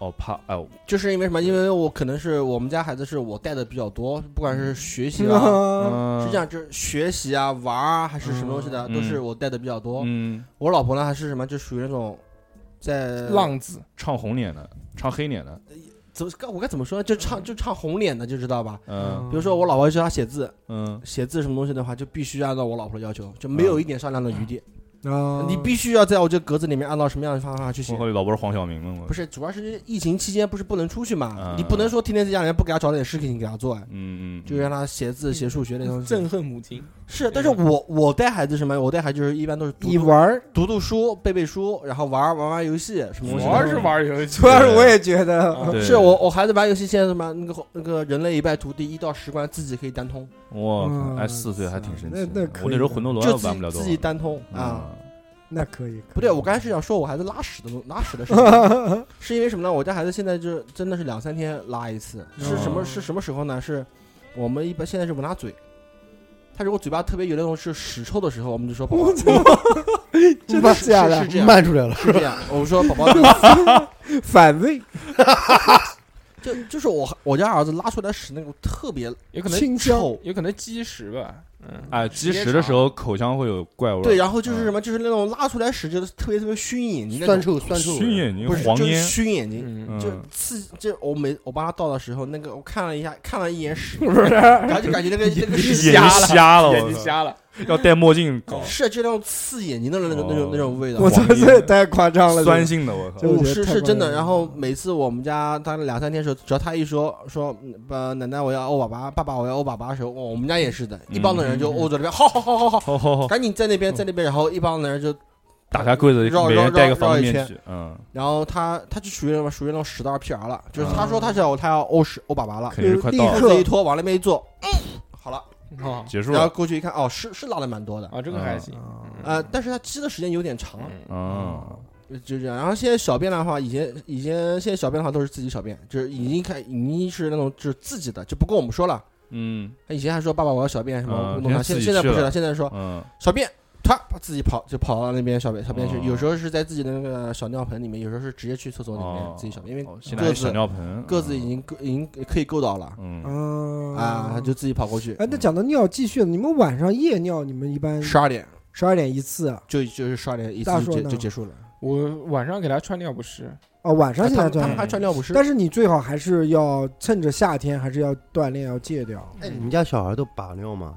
Speaker 4: 哦怕哎我
Speaker 5: 就是因为什么？因为我可能是我们家孩子是我带的比较多，不管是学习 啊，
Speaker 4: 嗯
Speaker 5: 是这样，就是学习啊、玩啊，还是什么东西的，
Speaker 4: 嗯
Speaker 5: 都是我带的比较多。
Speaker 4: 嗯，
Speaker 5: 我老婆呢，还是什么，就属于那种在
Speaker 2: 浪子
Speaker 4: 唱红脸的，唱黑脸的，
Speaker 5: 怎么该我该怎么说呢？就唱就唱红脸的，就知道吧。
Speaker 4: 嗯
Speaker 5: 比如说我老婆教她写字，
Speaker 4: 嗯
Speaker 5: 写字什么东西的话，就必须按照我老婆的要求，就没有一点商量的余地。
Speaker 3: 啊，
Speaker 5: 你必须要在我这格子里面按照什么样的方法去
Speaker 4: 嗯
Speaker 5: 写
Speaker 4: 我。和你老婆是黄晓明嘛，我
Speaker 5: 不是，主要是疫情期间不是不能出去嘛，
Speaker 4: 嗯
Speaker 5: 你不能说天天在家里面不给她找点事情给她做，哎
Speaker 4: 嗯嗯，
Speaker 5: 就让她写字、写数学那东 西。
Speaker 2: 憎恨母亲，
Speaker 5: 是，但是我我带孩子什么？我带孩子就是一般都是读
Speaker 3: 你
Speaker 5: 读
Speaker 3: 玩儿，
Speaker 5: 读读书、背背书，然后玩儿玩玩游戏什么东西
Speaker 2: 主
Speaker 5: 的。
Speaker 2: 要是玩 游戏
Speaker 3: 主，要是我也觉得，
Speaker 4: 嗯对
Speaker 5: 是我我孩子玩游戏现在什么那个那个人类一败涂地一到十关自己可以单通，
Speaker 4: 我靠
Speaker 3: 嗯
Speaker 4: 哎四岁还挺
Speaker 5: 啊
Speaker 4: 神奇
Speaker 3: 那
Speaker 4: 的
Speaker 3: 那可，以
Speaker 4: 我那时候魂斗罗
Speaker 5: 就
Speaker 4: 也
Speaker 5: 自
Speaker 4: 玩不
Speaker 5: 己
Speaker 4: 了多嗯
Speaker 5: 自
Speaker 4: 少
Speaker 5: 己单通啊。，
Speaker 3: 那可以。
Speaker 5: 不对，我刚才是 想说我孩子拉屎的拉屎的事情，是因为什么呢？我家孩子现在就是真的是两三天拉一次，是什么
Speaker 2: 哦
Speaker 5: 是什么时候呢？是我们一般现在是闻他嘴，他如果嘴巴特别有那种是屎臭的时候，我们就说宝 宝，
Speaker 3: 真的
Speaker 5: 是
Speaker 3: 假
Speaker 5: 是
Speaker 3: 的？
Speaker 5: 这样，
Speaker 6: 漫出来了，
Speaker 5: 是这样。我说宝宝，
Speaker 3: 反胃，
Speaker 5: 就就是我我家儿子拉出来屎那种特别
Speaker 2: 也可能
Speaker 3: 清香，
Speaker 5: 臭，
Speaker 2: 也可能基石吧，嗯，
Speaker 5: 啊
Speaker 4: 哎，积食的时候口腔会有怪味儿，
Speaker 5: 对，然后就是什么，就是那种拉出来屎就是特别特别熏眼睛那
Speaker 6: 酸
Speaker 5: 种，
Speaker 6: 臭酸臭味，
Speaker 4: 熏眼睛
Speaker 5: 不是
Speaker 4: 黄
Speaker 5: 就是
Speaker 4: 烟，
Speaker 5: 熏眼睛，
Speaker 2: 嗯，
Speaker 4: 嗯
Speaker 5: 就刺就我每我帮他倒的时候，那个我看了一下，看了一眼屎，
Speaker 3: 不是？
Speaker 5: 然后就感觉那个那个
Speaker 4: 眼
Speaker 5: 屎
Speaker 4: 睛
Speaker 5: 瞎了，
Speaker 4: 瞎了，
Speaker 2: 眼
Speaker 4: 我
Speaker 2: 睛
Speaker 4: 靠
Speaker 2: 瞎了，
Speaker 4: 要戴墨镜搞
Speaker 5: 是就那种刺眼睛的那种那种那种味道
Speaker 3: 我。操，
Speaker 4: 黄
Speaker 3: 这也
Speaker 4: 历
Speaker 3: 太夸张了！
Speaker 4: 酸
Speaker 3: 这
Speaker 4: 性的，我靠
Speaker 3: 就，我觉
Speaker 5: 嗯
Speaker 3: 得
Speaker 5: 是
Speaker 3: 太
Speaker 5: 是
Speaker 3: 夸
Speaker 5: 真的，
Speaker 3: 张了
Speaker 5: 然后每次我们家大概两三天的时候，只要他一说说嗯爸奶奶我要欧粑粑，爸爸我要欧粑粑的时候，哦我们家也是的，一帮的人就欧着那边，好好好好好，
Speaker 4: 好好好，
Speaker 5: 赶紧在那边在那边，然后一帮的人就
Speaker 4: 打开柜子，
Speaker 5: 绕
Speaker 4: 每
Speaker 5: 绕
Speaker 4: 人戴
Speaker 5: 绕
Speaker 4: 个防
Speaker 5: 绕
Speaker 4: 毒
Speaker 5: 一
Speaker 4: 面
Speaker 5: 圈
Speaker 4: 具，嗯，
Speaker 5: 然后他他就属于什么？属于那种屎到 PR 了，就是他说他是要他要欧屎欧粑粑了，
Speaker 4: 肯定是快
Speaker 3: 立
Speaker 4: 到了
Speaker 3: 刻，
Speaker 5: 裤子一脱往那边一坐，嗯，好了，
Speaker 2: 哦，
Speaker 4: 结束
Speaker 5: 然后
Speaker 4: 了，
Speaker 5: 过去一看，哦，是是拉的蛮多的，
Speaker 2: 啊，这个还行，
Speaker 5: 呃，但是他积的时间有点长，
Speaker 2: 嗯
Speaker 4: 嗯，
Speaker 5: 就这样。然后现在小便的话，以前以前现在小便的话都是自己小便，就是已经开已经是那种就是自己的，就不跟我们说了。
Speaker 4: 嗯
Speaker 5: 他以前还说爸爸我要小便什么
Speaker 4: 嗯
Speaker 5: 弄他，
Speaker 4: 现
Speaker 5: 现
Speaker 4: 在自己
Speaker 5: 现在不
Speaker 4: 去
Speaker 5: 是
Speaker 4: 了
Speaker 5: 了，现在说
Speaker 4: 嗯，
Speaker 5: 小便，他自己跑就跑到那边小便小便去，
Speaker 4: 哦
Speaker 5: 有时候是在自己的那个小尿盆里面，有时候是直接去厕所里面自己小便，因为
Speaker 4: 哦现在还有
Speaker 5: 个
Speaker 4: 小
Speaker 5: 子
Speaker 4: 尿盆，
Speaker 5: 个子已
Speaker 4: 嗯
Speaker 5: 经够已经可以够到了
Speaker 4: 嗯，
Speaker 6: 哦
Speaker 3: 嗯
Speaker 5: 啊，他就自己跑过去。
Speaker 3: 哎，那讲到尿，继续，你们晚上夜尿，你们一般
Speaker 5: 十二点
Speaker 3: 十二点一次啊？
Speaker 5: 就就是十二点一
Speaker 3: 大
Speaker 5: 次就
Speaker 3: 硕
Speaker 5: 结
Speaker 3: 呢
Speaker 5: 就结束了。
Speaker 2: 我晚上给他穿尿不湿，
Speaker 3: 哦，晚上
Speaker 5: 哎
Speaker 3: 现
Speaker 5: 他
Speaker 3: 在锻
Speaker 5: 们他们
Speaker 6: 嗯
Speaker 3: 炼，
Speaker 5: 还穿尿不湿，
Speaker 3: 但是你最好还是要趁着夏天，还是要锻炼，要戒掉。
Speaker 6: 哎，你们家小孩都把尿吗？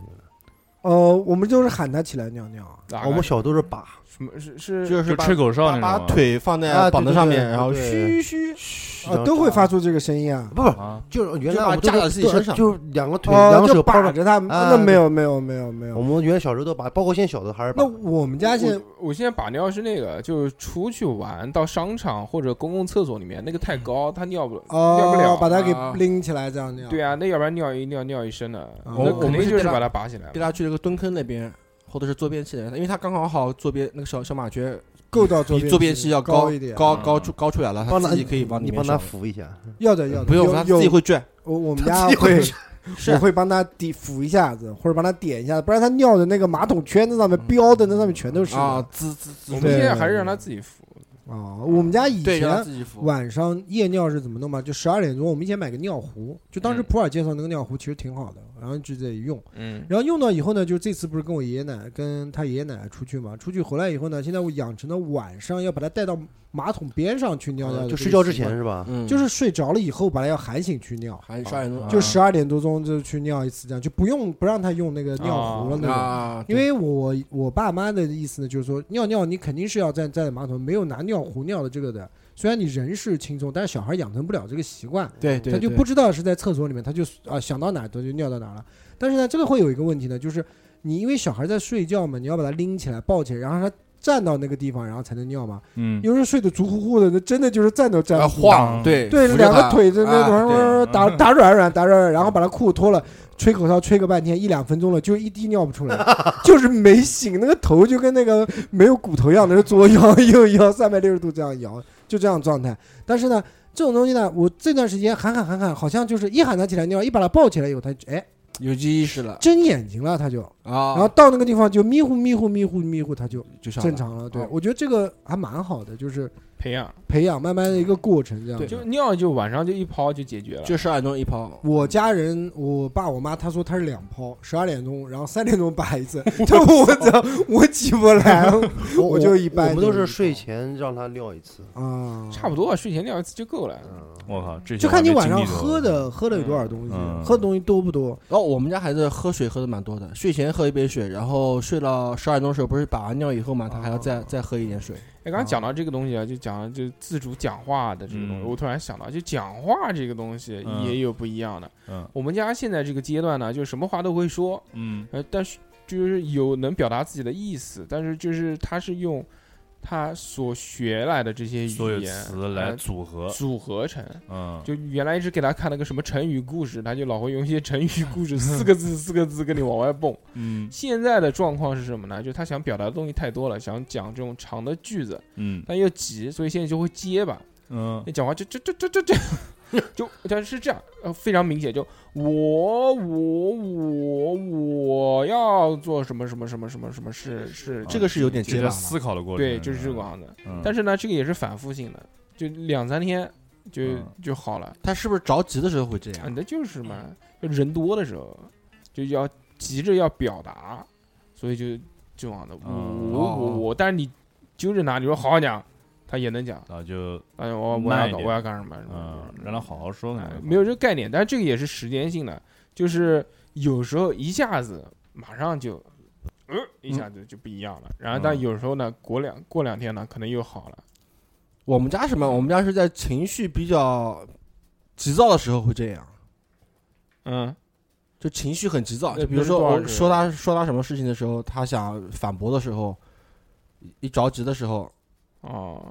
Speaker 3: 呃，我们就是喊他起来尿尿，
Speaker 2: 哪个
Speaker 6: 我们小哦都是把，
Speaker 2: 什么是是
Speaker 5: 就
Speaker 4: 就是
Speaker 5: 把
Speaker 4: 吃口哨
Speaker 5: 把
Speaker 4: 那
Speaker 5: 把
Speaker 4: 种吗，
Speaker 5: 腿放在
Speaker 6: 啊
Speaker 5: 膀子
Speaker 6: 对对
Speaker 5: 上
Speaker 6: 对
Speaker 5: 面，然后
Speaker 6: 对
Speaker 5: 嘘嘘，
Speaker 3: 啊，都会发出这个声音啊。
Speaker 6: 不是，
Speaker 4: 啊，
Speaker 6: 就是原
Speaker 5: 就
Speaker 6: 来我
Speaker 5: 把
Speaker 6: 们都
Speaker 5: 架在
Speaker 6: 是
Speaker 5: 自己身上
Speaker 6: 就是两个腿两
Speaker 3: 哦，
Speaker 6: 个
Speaker 3: 就
Speaker 6: 手抱
Speaker 3: 把
Speaker 6: 着，
Speaker 3: 着他们，
Speaker 6: 啊
Speaker 3: 那没有没有没有没
Speaker 6: 我
Speaker 3: 有。
Speaker 6: 们原来小时候都把，包括现在小的孩儿把
Speaker 3: 那。我们家现在
Speaker 2: 我我现在把尿是那个，就是出去玩到商场或者公共厕所里面，那个太高，他尿不了。尿不
Speaker 3: 哦
Speaker 2: 了，
Speaker 3: 把他给
Speaker 5: 啊
Speaker 3: 拎起来这样尿。
Speaker 2: 对啊，那要不然尿一尿尿一身的，
Speaker 3: 啊
Speaker 2: 那
Speaker 5: 我
Speaker 2: 肯
Speaker 5: 我们
Speaker 2: 定
Speaker 5: 是
Speaker 2: 就是
Speaker 5: 给他
Speaker 2: 把它拔起来
Speaker 5: 带
Speaker 2: 嘛。
Speaker 5: 他去那个蹲坑那边，或者是坐便器那边，因为他刚刚好坐便那个小小马撅
Speaker 3: 够到坐
Speaker 5: 比坐便
Speaker 3: 器
Speaker 5: 器要
Speaker 3: 高
Speaker 5: 高
Speaker 3: 一点，
Speaker 5: 高
Speaker 4: 嗯
Speaker 5: 高出高出来了，他
Speaker 6: 帮他
Speaker 5: 自己可以往里
Speaker 6: 你
Speaker 5: 面
Speaker 6: 帮他
Speaker 5: 手
Speaker 6: 扶一下，
Speaker 3: 要的要的，
Speaker 5: 不用他
Speaker 3: 有
Speaker 5: 自己
Speaker 3: 有
Speaker 5: 会拽，
Speaker 3: 我我们
Speaker 6: 他
Speaker 3: 家
Speaker 6: 自己会，
Speaker 3: 会我
Speaker 5: 是
Speaker 3: 会帮他抵扶一下子，或者帮他点一下子，不然他尿的那个马桶圈子上面标的那上面全都是
Speaker 5: 啊，滋滋
Speaker 2: 我
Speaker 5: 滋，
Speaker 2: 们
Speaker 3: 对
Speaker 2: 现在还是让他自己扶，
Speaker 3: 哦，我们家以
Speaker 5: 对，让他
Speaker 3: 前
Speaker 5: 自己扶。
Speaker 3: 晚上夜尿是怎么弄嘛？就十二点钟，我们以前买个尿壶，就当时
Speaker 2: 嗯
Speaker 3: 普洱介绍那个尿壶其实挺好的，然后就得用。
Speaker 2: 嗯，
Speaker 3: 然后用到以后呢，就这次不是跟我爷爷奶奶跟他爷爷奶奶出去嘛，出去回来以后呢，现在我养成了晚上要把他带到马桶边上去尿尿的这
Speaker 6: 呃就睡觉
Speaker 3: 个习惯，
Speaker 6: 之前是啊吧？
Speaker 5: 嗯，
Speaker 3: 就是睡着了以后把他要喊醒去尿。
Speaker 5: 还是刷点东西，
Speaker 3: 就十二点多钟就去尿一次，这样就不用不让他用那个尿壶了那种。
Speaker 5: 啊，
Speaker 3: 因为我我爸妈的意思呢，就是说尿尿你肯定是要站站在马桶，没有拿尿壶尿的这个的。虽然你人是轻松，但是小孩养成不了这个习惯，
Speaker 5: 对对，
Speaker 3: 他就
Speaker 5: 对
Speaker 3: 不知道是在厕所里面，他就啊想到哪儿他就尿到哪儿了。但是呢，这个会有一个问题呢，就是你因为小孩在睡觉嘛，你要把他拎起来抱起来，然后让他站到那个地方，然后才能尿嘛。
Speaker 4: 嗯，
Speaker 3: 有人睡得足乎乎的，那真的就是站都站
Speaker 5: 啊
Speaker 3: 不住
Speaker 5: 晃，对
Speaker 3: 对，
Speaker 5: 扶着
Speaker 3: 两个
Speaker 5: 他
Speaker 3: 腿在那
Speaker 5: 啊
Speaker 3: 玩
Speaker 5: 对
Speaker 3: 玩 打打软软打软软，然后把他裤子脱了，吹口哨吹个半天，一两分钟了，就一滴尿不出 来，就是没醒，那个头就跟那个没有骨头一样的，是左摇右摇，三百六十度这样摇，就这样状态。但是呢，这种东西呢，我这段时间喊喊喊喊，好像就是一喊他起来尿，一把他抱起来以后，他就哎
Speaker 5: 有记意识了
Speaker 3: 睁眼睛了，他就，
Speaker 5: 啊，
Speaker 3: 然后到那个地方就迷糊迷糊迷糊迷糊，他就
Speaker 5: 就上了
Speaker 3: 正常了。对
Speaker 5: 啊
Speaker 3: 我觉得这个还蛮好的，就是
Speaker 2: 培养
Speaker 3: 培养慢慢的一个过程，这样子
Speaker 2: 就尿就晚上就一泡就解决了。
Speaker 5: 就十二点钟一泡，
Speaker 3: 我家人，我爸我妈，他说他是两 泡，十二点钟，然后三点钟拔一次。这我操，我起不来 我
Speaker 6: 我
Speaker 3: 就一般
Speaker 6: 我们都
Speaker 3: 就是
Speaker 6: 睡前让他尿一次，
Speaker 3: 啊！
Speaker 2: 差不，多啊，睡前尿一次就够了。
Speaker 6: 嗯，
Speaker 4: 我靠，这
Speaker 3: 就
Speaker 4: 些我还
Speaker 3: 看你
Speaker 4: 没
Speaker 3: 晚
Speaker 4: 经历
Speaker 3: 上
Speaker 4: 过
Speaker 3: 喝的喝的有多少东西，
Speaker 4: 嗯
Speaker 3: 喝的东西多不多？
Speaker 5: 然后我们家孩子喝水喝的蛮多的，睡前喝一杯水，然后睡到十二点钟的时候，不是把完尿以后嘛，他还要再、
Speaker 3: 哦
Speaker 5: 再喝一点水。
Speaker 2: 哎，刚刚讲到这个东西啊，就讲就自主讲话的这个东西，
Speaker 4: 嗯
Speaker 2: 我突然想到，就讲话这个东西
Speaker 4: 嗯
Speaker 2: 也有不一样的。
Speaker 4: 嗯
Speaker 2: 我们家现在这个阶段呢，就什么话都会说，
Speaker 4: 嗯
Speaker 2: 呃，但是就是有能表达自己的意思，但是就是他是用他所学来的这些
Speaker 4: 所有
Speaker 2: 语言
Speaker 4: 词来
Speaker 2: 呃
Speaker 4: 组合，
Speaker 2: 组合成。
Speaker 4: 嗯，
Speaker 2: 就原来一直给他看那个什么成语故事，他就老会用一些成语故事四个字四个字跟你往外蹦。
Speaker 4: 嗯
Speaker 2: 现在的状况是什么呢？就他想表达的东西太多了，想讲这种长的句子，
Speaker 4: 嗯
Speaker 2: 但又急，所以现在就会结巴。
Speaker 4: 嗯
Speaker 2: 那讲话就这这这这这，就但是这样，呃，非常明显，就我我我我要做什么什么什么什么什么事是
Speaker 5: 这个是有点
Speaker 4: 这
Speaker 5: 结
Speaker 4: 个
Speaker 5: 巴
Speaker 4: 思考的过程，
Speaker 2: 对，就是这个
Speaker 4: 吧，
Speaker 2: 样子。
Speaker 4: 嗯
Speaker 2: 但是呢，这个也是反复性的，就两三天就
Speaker 4: 嗯
Speaker 2: 就好了。
Speaker 5: 他是不是着急的时候会这
Speaker 2: 啊，
Speaker 5: 样？
Speaker 2: 那就是嘛，就人多的时候就要急着要表达，所以就这样的。我
Speaker 4: 嗯
Speaker 2: 我我我，但是你揪着他，你说好好讲，他也能讲。
Speaker 4: 然后就
Speaker 2: 哎，我我
Speaker 4: 慢
Speaker 2: 要
Speaker 4: 一
Speaker 2: 搞
Speaker 4: 点
Speaker 2: 我要干什么什么
Speaker 4: 嗯
Speaker 2: 什么，
Speaker 4: 让他好好说
Speaker 2: 哎
Speaker 4: 呢，
Speaker 2: 没有这个概念，但是这个也是时间性的，就是有时候一下子马上就，呃，一下子就不一样了。然后，但
Speaker 4: 嗯
Speaker 2: 有时候呢，过两过两天呢，可能又好了。
Speaker 5: 我们家什么？我们家是在情绪比较急躁的时候会这样，
Speaker 2: 嗯，
Speaker 5: 就情绪很急躁。
Speaker 2: 那
Speaker 5: 就比如说
Speaker 2: 不是多少
Speaker 5: 我
Speaker 2: 人
Speaker 5: 说他说他什么事情的时候，他想反驳的时候，一一着急的时候，
Speaker 2: 哦，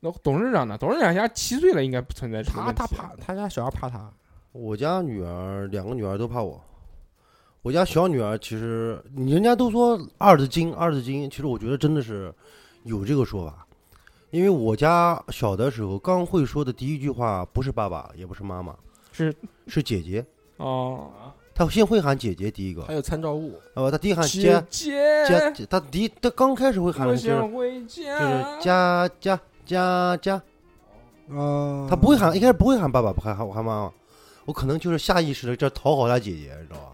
Speaker 2: 那董事长呢？董事长家七岁了，应该不存在这个
Speaker 5: 他
Speaker 2: 问
Speaker 5: 他
Speaker 2: 题
Speaker 5: 怕他家小孩怕他，
Speaker 6: 我家女儿两个女儿都怕我，我家小女儿其实你人家都说二字经二字经，其实我觉得真的是有这个说法，因为我家小的时候刚会说的第一句话不是爸爸也不是妈妈，
Speaker 2: 是
Speaker 6: 是姐姐，
Speaker 2: 哦，
Speaker 6: 她先会喊姐姐第一个
Speaker 5: 还，有参照物。
Speaker 6: 呃，她第一喊
Speaker 2: 姐
Speaker 6: 姐姐
Speaker 2: 姐，
Speaker 6: 姐，她第一她刚开始会喊
Speaker 2: 我
Speaker 6: 就是
Speaker 2: 想回家，
Speaker 6: 就是家家家家，
Speaker 3: 啊，
Speaker 6: 他不会喊，一开始不会喊爸爸，不喊喊喊妈妈，我可能就是下意识的这讨好他姐姐，你知道吧？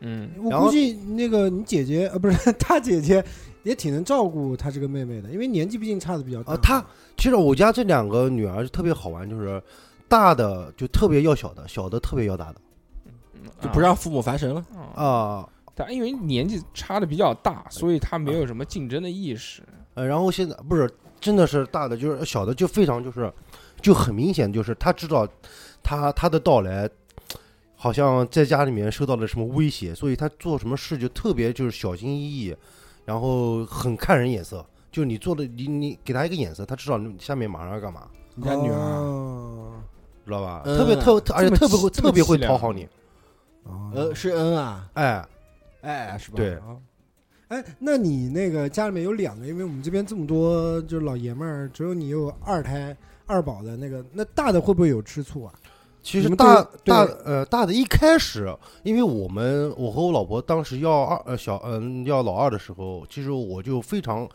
Speaker 2: 嗯，
Speaker 3: 我
Speaker 6: 然后
Speaker 3: 估计那个你姐姐呃，不是 她姐姐，也挺能照顾她这个妹妹的，因为年纪毕竟差的比较大。
Speaker 6: 啊她其实我家这两个女儿特别好玩，就是大的就特别要小的，小的特别要大的
Speaker 5: 就不让父母烦神了。
Speaker 2: 啊。
Speaker 6: 啊。
Speaker 2: 但因为年纪差的比较大，所以他没有什么竞争的意识。
Speaker 6: 呃，然后现在不是真的是大的，就是小的就非常就是就很明显，就是他知道他他的到来。好像在家里面受到了什么威胁，所以他做什么事就特别就是小心翼翼，然后很看人眼色。就是你做的，你你给他一个眼色，他知道你下面马上要干嘛。
Speaker 5: 你家女儿啊，
Speaker 3: 哦，
Speaker 6: 知道吧？
Speaker 5: 嗯
Speaker 6: 特别特特，而且
Speaker 2: 这么
Speaker 6: 特别会
Speaker 2: 这么
Speaker 6: 特别会
Speaker 2: 凄凉啊
Speaker 6: 讨好你。
Speaker 2: 嗯
Speaker 3: 哦
Speaker 5: 呃，是恩啊，
Speaker 6: 哎，
Speaker 5: 哎，是吧？
Speaker 6: 对
Speaker 5: 啊
Speaker 3: 哎，那你那个家里面有两个，因为我们这边这么多就是老爷们儿，只有你有二胎二宝的那个，那大的会不会有吃醋啊？
Speaker 6: 其
Speaker 3: 你
Speaker 6: 实
Speaker 3: 们
Speaker 6: 大
Speaker 3: 对
Speaker 6: 大
Speaker 3: 对
Speaker 6: 呃大的一开始，因为我们我和我老婆当时要二呃小嗯、要老二的时候，其实我就非常。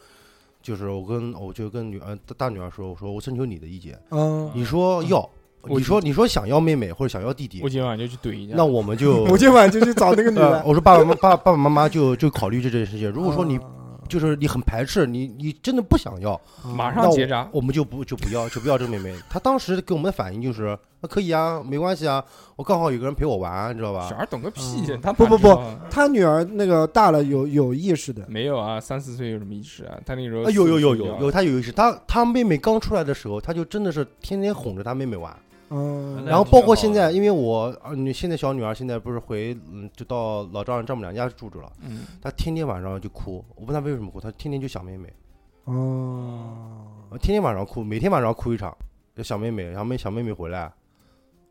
Speaker 6: 就是我跟我就跟女儿大女儿说，我说我征求你的意见，
Speaker 3: 嗯，
Speaker 6: 你说要，
Speaker 2: 我
Speaker 6: 你说你说想要妹妹或者想要弟弟
Speaker 2: 我，今晚就去怼一下。
Speaker 6: 那我们就
Speaker 3: 我今晚就去找那个女
Speaker 6: 呃
Speaker 3: 的。
Speaker 6: 我说爸爸妈爸爸爸妈妈就就考虑这件事情。如果说你
Speaker 3: 啊
Speaker 6: 就是你很排斥，你你真的不想要，
Speaker 2: 马
Speaker 6: 那
Speaker 2: 上
Speaker 6: 我
Speaker 2: 结扎，
Speaker 6: 我们就不就不要就不要这个妹妹。她当时给我们的反应就是，那可以啊，没关系啊，我刚好有个人陪我玩，你知道吧
Speaker 2: 小？孩懂个屁
Speaker 4: 嗯
Speaker 3: 啊！
Speaker 2: 他
Speaker 3: 不
Speaker 2: 哪
Speaker 3: 不
Speaker 2: 知
Speaker 3: 不
Speaker 2: 道啊
Speaker 3: 他女儿那个大了有有意识的，
Speaker 2: 没有啊，三四岁有什么意识啊？他那时候
Speaker 6: 啊，有有有
Speaker 2: 四五岁
Speaker 6: 有
Speaker 2: 就
Speaker 6: 有，她有意识。她她妹妹刚出来的时候，她就真的是天天哄着她妹妹玩。
Speaker 3: 嗯
Speaker 4: 那
Speaker 6: 然后包括现
Speaker 4: 哎挺
Speaker 6: 在，
Speaker 4: 好的
Speaker 6: 因为我呃你现在小女儿现在不是回嗯就到老丈人丈母娘家住着了，
Speaker 2: 嗯，
Speaker 6: 她天天晚上就哭。我问她为什么哭，她天天就想妹妹，
Speaker 3: 哦
Speaker 6: 呃天天晚上哭，每天晚上哭一场，就想妹妹，然后妹想妹妹回来，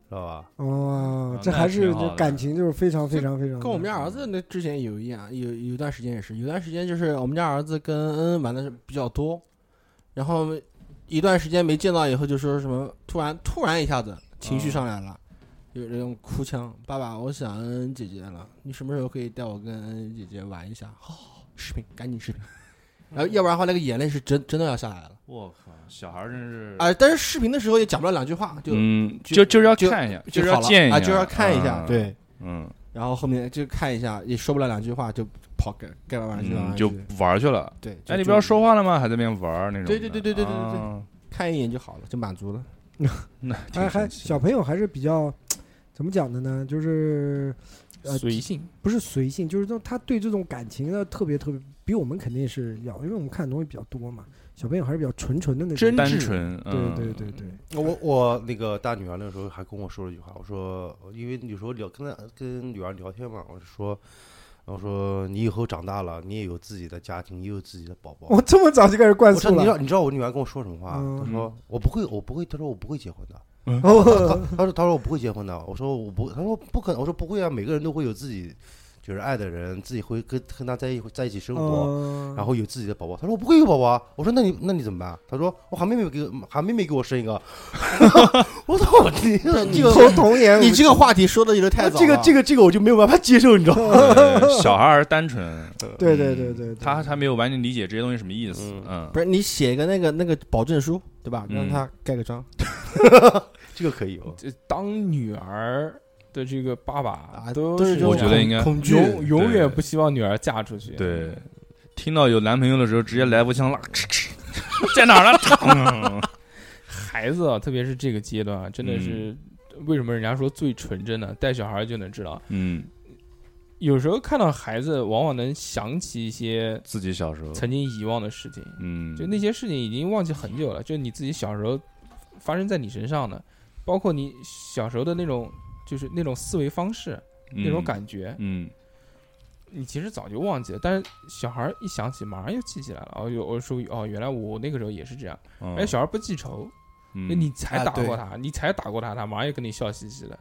Speaker 6: 知道吧？
Speaker 3: 哦
Speaker 4: 啊，
Speaker 3: 这
Speaker 4: 那
Speaker 3: 还
Speaker 4: 挺
Speaker 3: 是
Speaker 4: 好
Speaker 3: 这
Speaker 4: 的
Speaker 3: 感情就是非常非常非常
Speaker 5: 跟我们
Speaker 4: 嗯
Speaker 5: 家儿子那之前有一样，有有一段时间也是，有段时间就是我们家儿子跟恩恩玩的是比较多，然后一段时间没见到以后就说什么，突然突然一下子情
Speaker 4: 嗯
Speaker 5: 绪上来了，有那种哭腔，爸爸，我想恩恩姐姐了，你什么时候可以带我跟恩恩姐姐玩一下？好好好，视频，赶紧视 频，然后要不然的话那个眼泪是真真的要下来了，
Speaker 4: 我靠，小孩真是
Speaker 5: 啊、但是视频的时候也讲不了两句话，就、
Speaker 4: 嗯，
Speaker 5: 就
Speaker 4: 就就是要
Speaker 5: 就
Speaker 4: 看一下，
Speaker 5: 就是好
Speaker 4: 要
Speaker 5: 了
Speaker 4: 见一下，
Speaker 5: 啊，就要看一下，
Speaker 4: 嗯，
Speaker 5: 对。
Speaker 4: 嗯，
Speaker 5: 然后后面就看一下，也说不了两句话，就跑该该玩玩去
Speaker 4: 嗯
Speaker 5: 玩玩
Speaker 4: 就
Speaker 5: 去
Speaker 4: 玩去了。
Speaker 5: 对。
Speaker 4: 哎，
Speaker 5: 就
Speaker 4: 你不要，说话了吗？还在那边玩儿那种的。
Speaker 5: 对对对对对对对对
Speaker 4: 啊
Speaker 5: 看一眼就好了，就满足了。
Speaker 4: 那挺
Speaker 3: 哎还还
Speaker 4: 神奇的
Speaker 3: 小朋友还是比较怎么讲的呢？就是呃
Speaker 2: 随性，
Speaker 3: 不是随性，就是说他对这种感情呢特别特别，比我们肯定是要，因为我们看的东西比较多嘛。小朋友还是比较纯纯的那种，
Speaker 4: 单纯，
Speaker 3: 对对
Speaker 4: 嗯
Speaker 3: 对对，
Speaker 6: 我我那个大女儿那时候还跟我说了一句话，我说因为有时候聊跟她跟女儿聊天嘛，我就说，然后说你以后长大了，你也有自己的家庭，也有自己的宝宝。
Speaker 3: 我这么早就开始灌
Speaker 6: 我知道
Speaker 3: 输
Speaker 6: 你知道
Speaker 3: 了，
Speaker 6: 你知道我女儿跟我说什么话？
Speaker 3: 嗯
Speaker 6: 她说我不会，我不会，她说我不会结婚的。
Speaker 3: 哦，
Speaker 6: 她说她说我不会结婚的。我说我不，她说不可能。我说不会啊，每个人都会有自己就是爱的人，自己会跟跟他在一在一起生活。
Speaker 3: 嗯
Speaker 6: 然 后有自己的宝宝，她说我不会有宝宝啊，我说那你那你怎么办？她说我喊妹妹给我喊妹妹给我生一个， 我操你这个这个
Speaker 3: 童童言无
Speaker 5: 你
Speaker 3: 忌，
Speaker 5: 这个话题说的有点太早了。
Speaker 6: 这个这个这个我就没有办法接受，你知道吗？
Speaker 4: 对小孩儿单纯，嗯
Speaker 3: 对对对对，对
Speaker 4: 他还没有完全理解这些东西什么意思。嗯
Speaker 5: 不，是你写一个那个那个保证书，对吧？
Speaker 4: 嗯
Speaker 5: 让他盖个章。
Speaker 6: 这个可以哦，
Speaker 2: 这当女儿的这个爸爸
Speaker 5: 啊
Speaker 2: 都
Speaker 5: 都是
Speaker 2: 是
Speaker 5: 这种
Speaker 4: 我觉得应该
Speaker 5: 恐惧。
Speaker 2: 永永远
Speaker 4: 对
Speaker 2: 不希望女儿嫁出去。
Speaker 4: 对，听到有男朋友的时候，直接来步枪了， 嗤嗤在哪儿呢？
Speaker 2: 孩子啊，特别是这个阶段啊，真的是为什么人家说最纯真呢？带小孩就能知道，
Speaker 4: 嗯，
Speaker 2: 有时候看到孩子，往往能想起一些
Speaker 4: 自己小时候，
Speaker 2: 曾经遗忘的事情，
Speaker 4: 嗯，
Speaker 2: 就那些事情已经忘记很久了，就你自己小时候发生在你身上的，包括你小时候的那种，就是那种思维方式、那种
Speaker 4: 嗯，
Speaker 2: 感觉，
Speaker 4: 嗯
Speaker 2: 你其实早就忘记了，但是小孩一想起，马上又记起来了。哦，有我说哦，原来我那个时候也是这样。
Speaker 4: 嗯，
Speaker 2: 哎，小孩不记仇，
Speaker 4: 嗯，
Speaker 2: 你才
Speaker 5: 啊
Speaker 2: 打过
Speaker 5: 对
Speaker 2: 他，你才打过他，他马上又跟你笑嘻嘻的，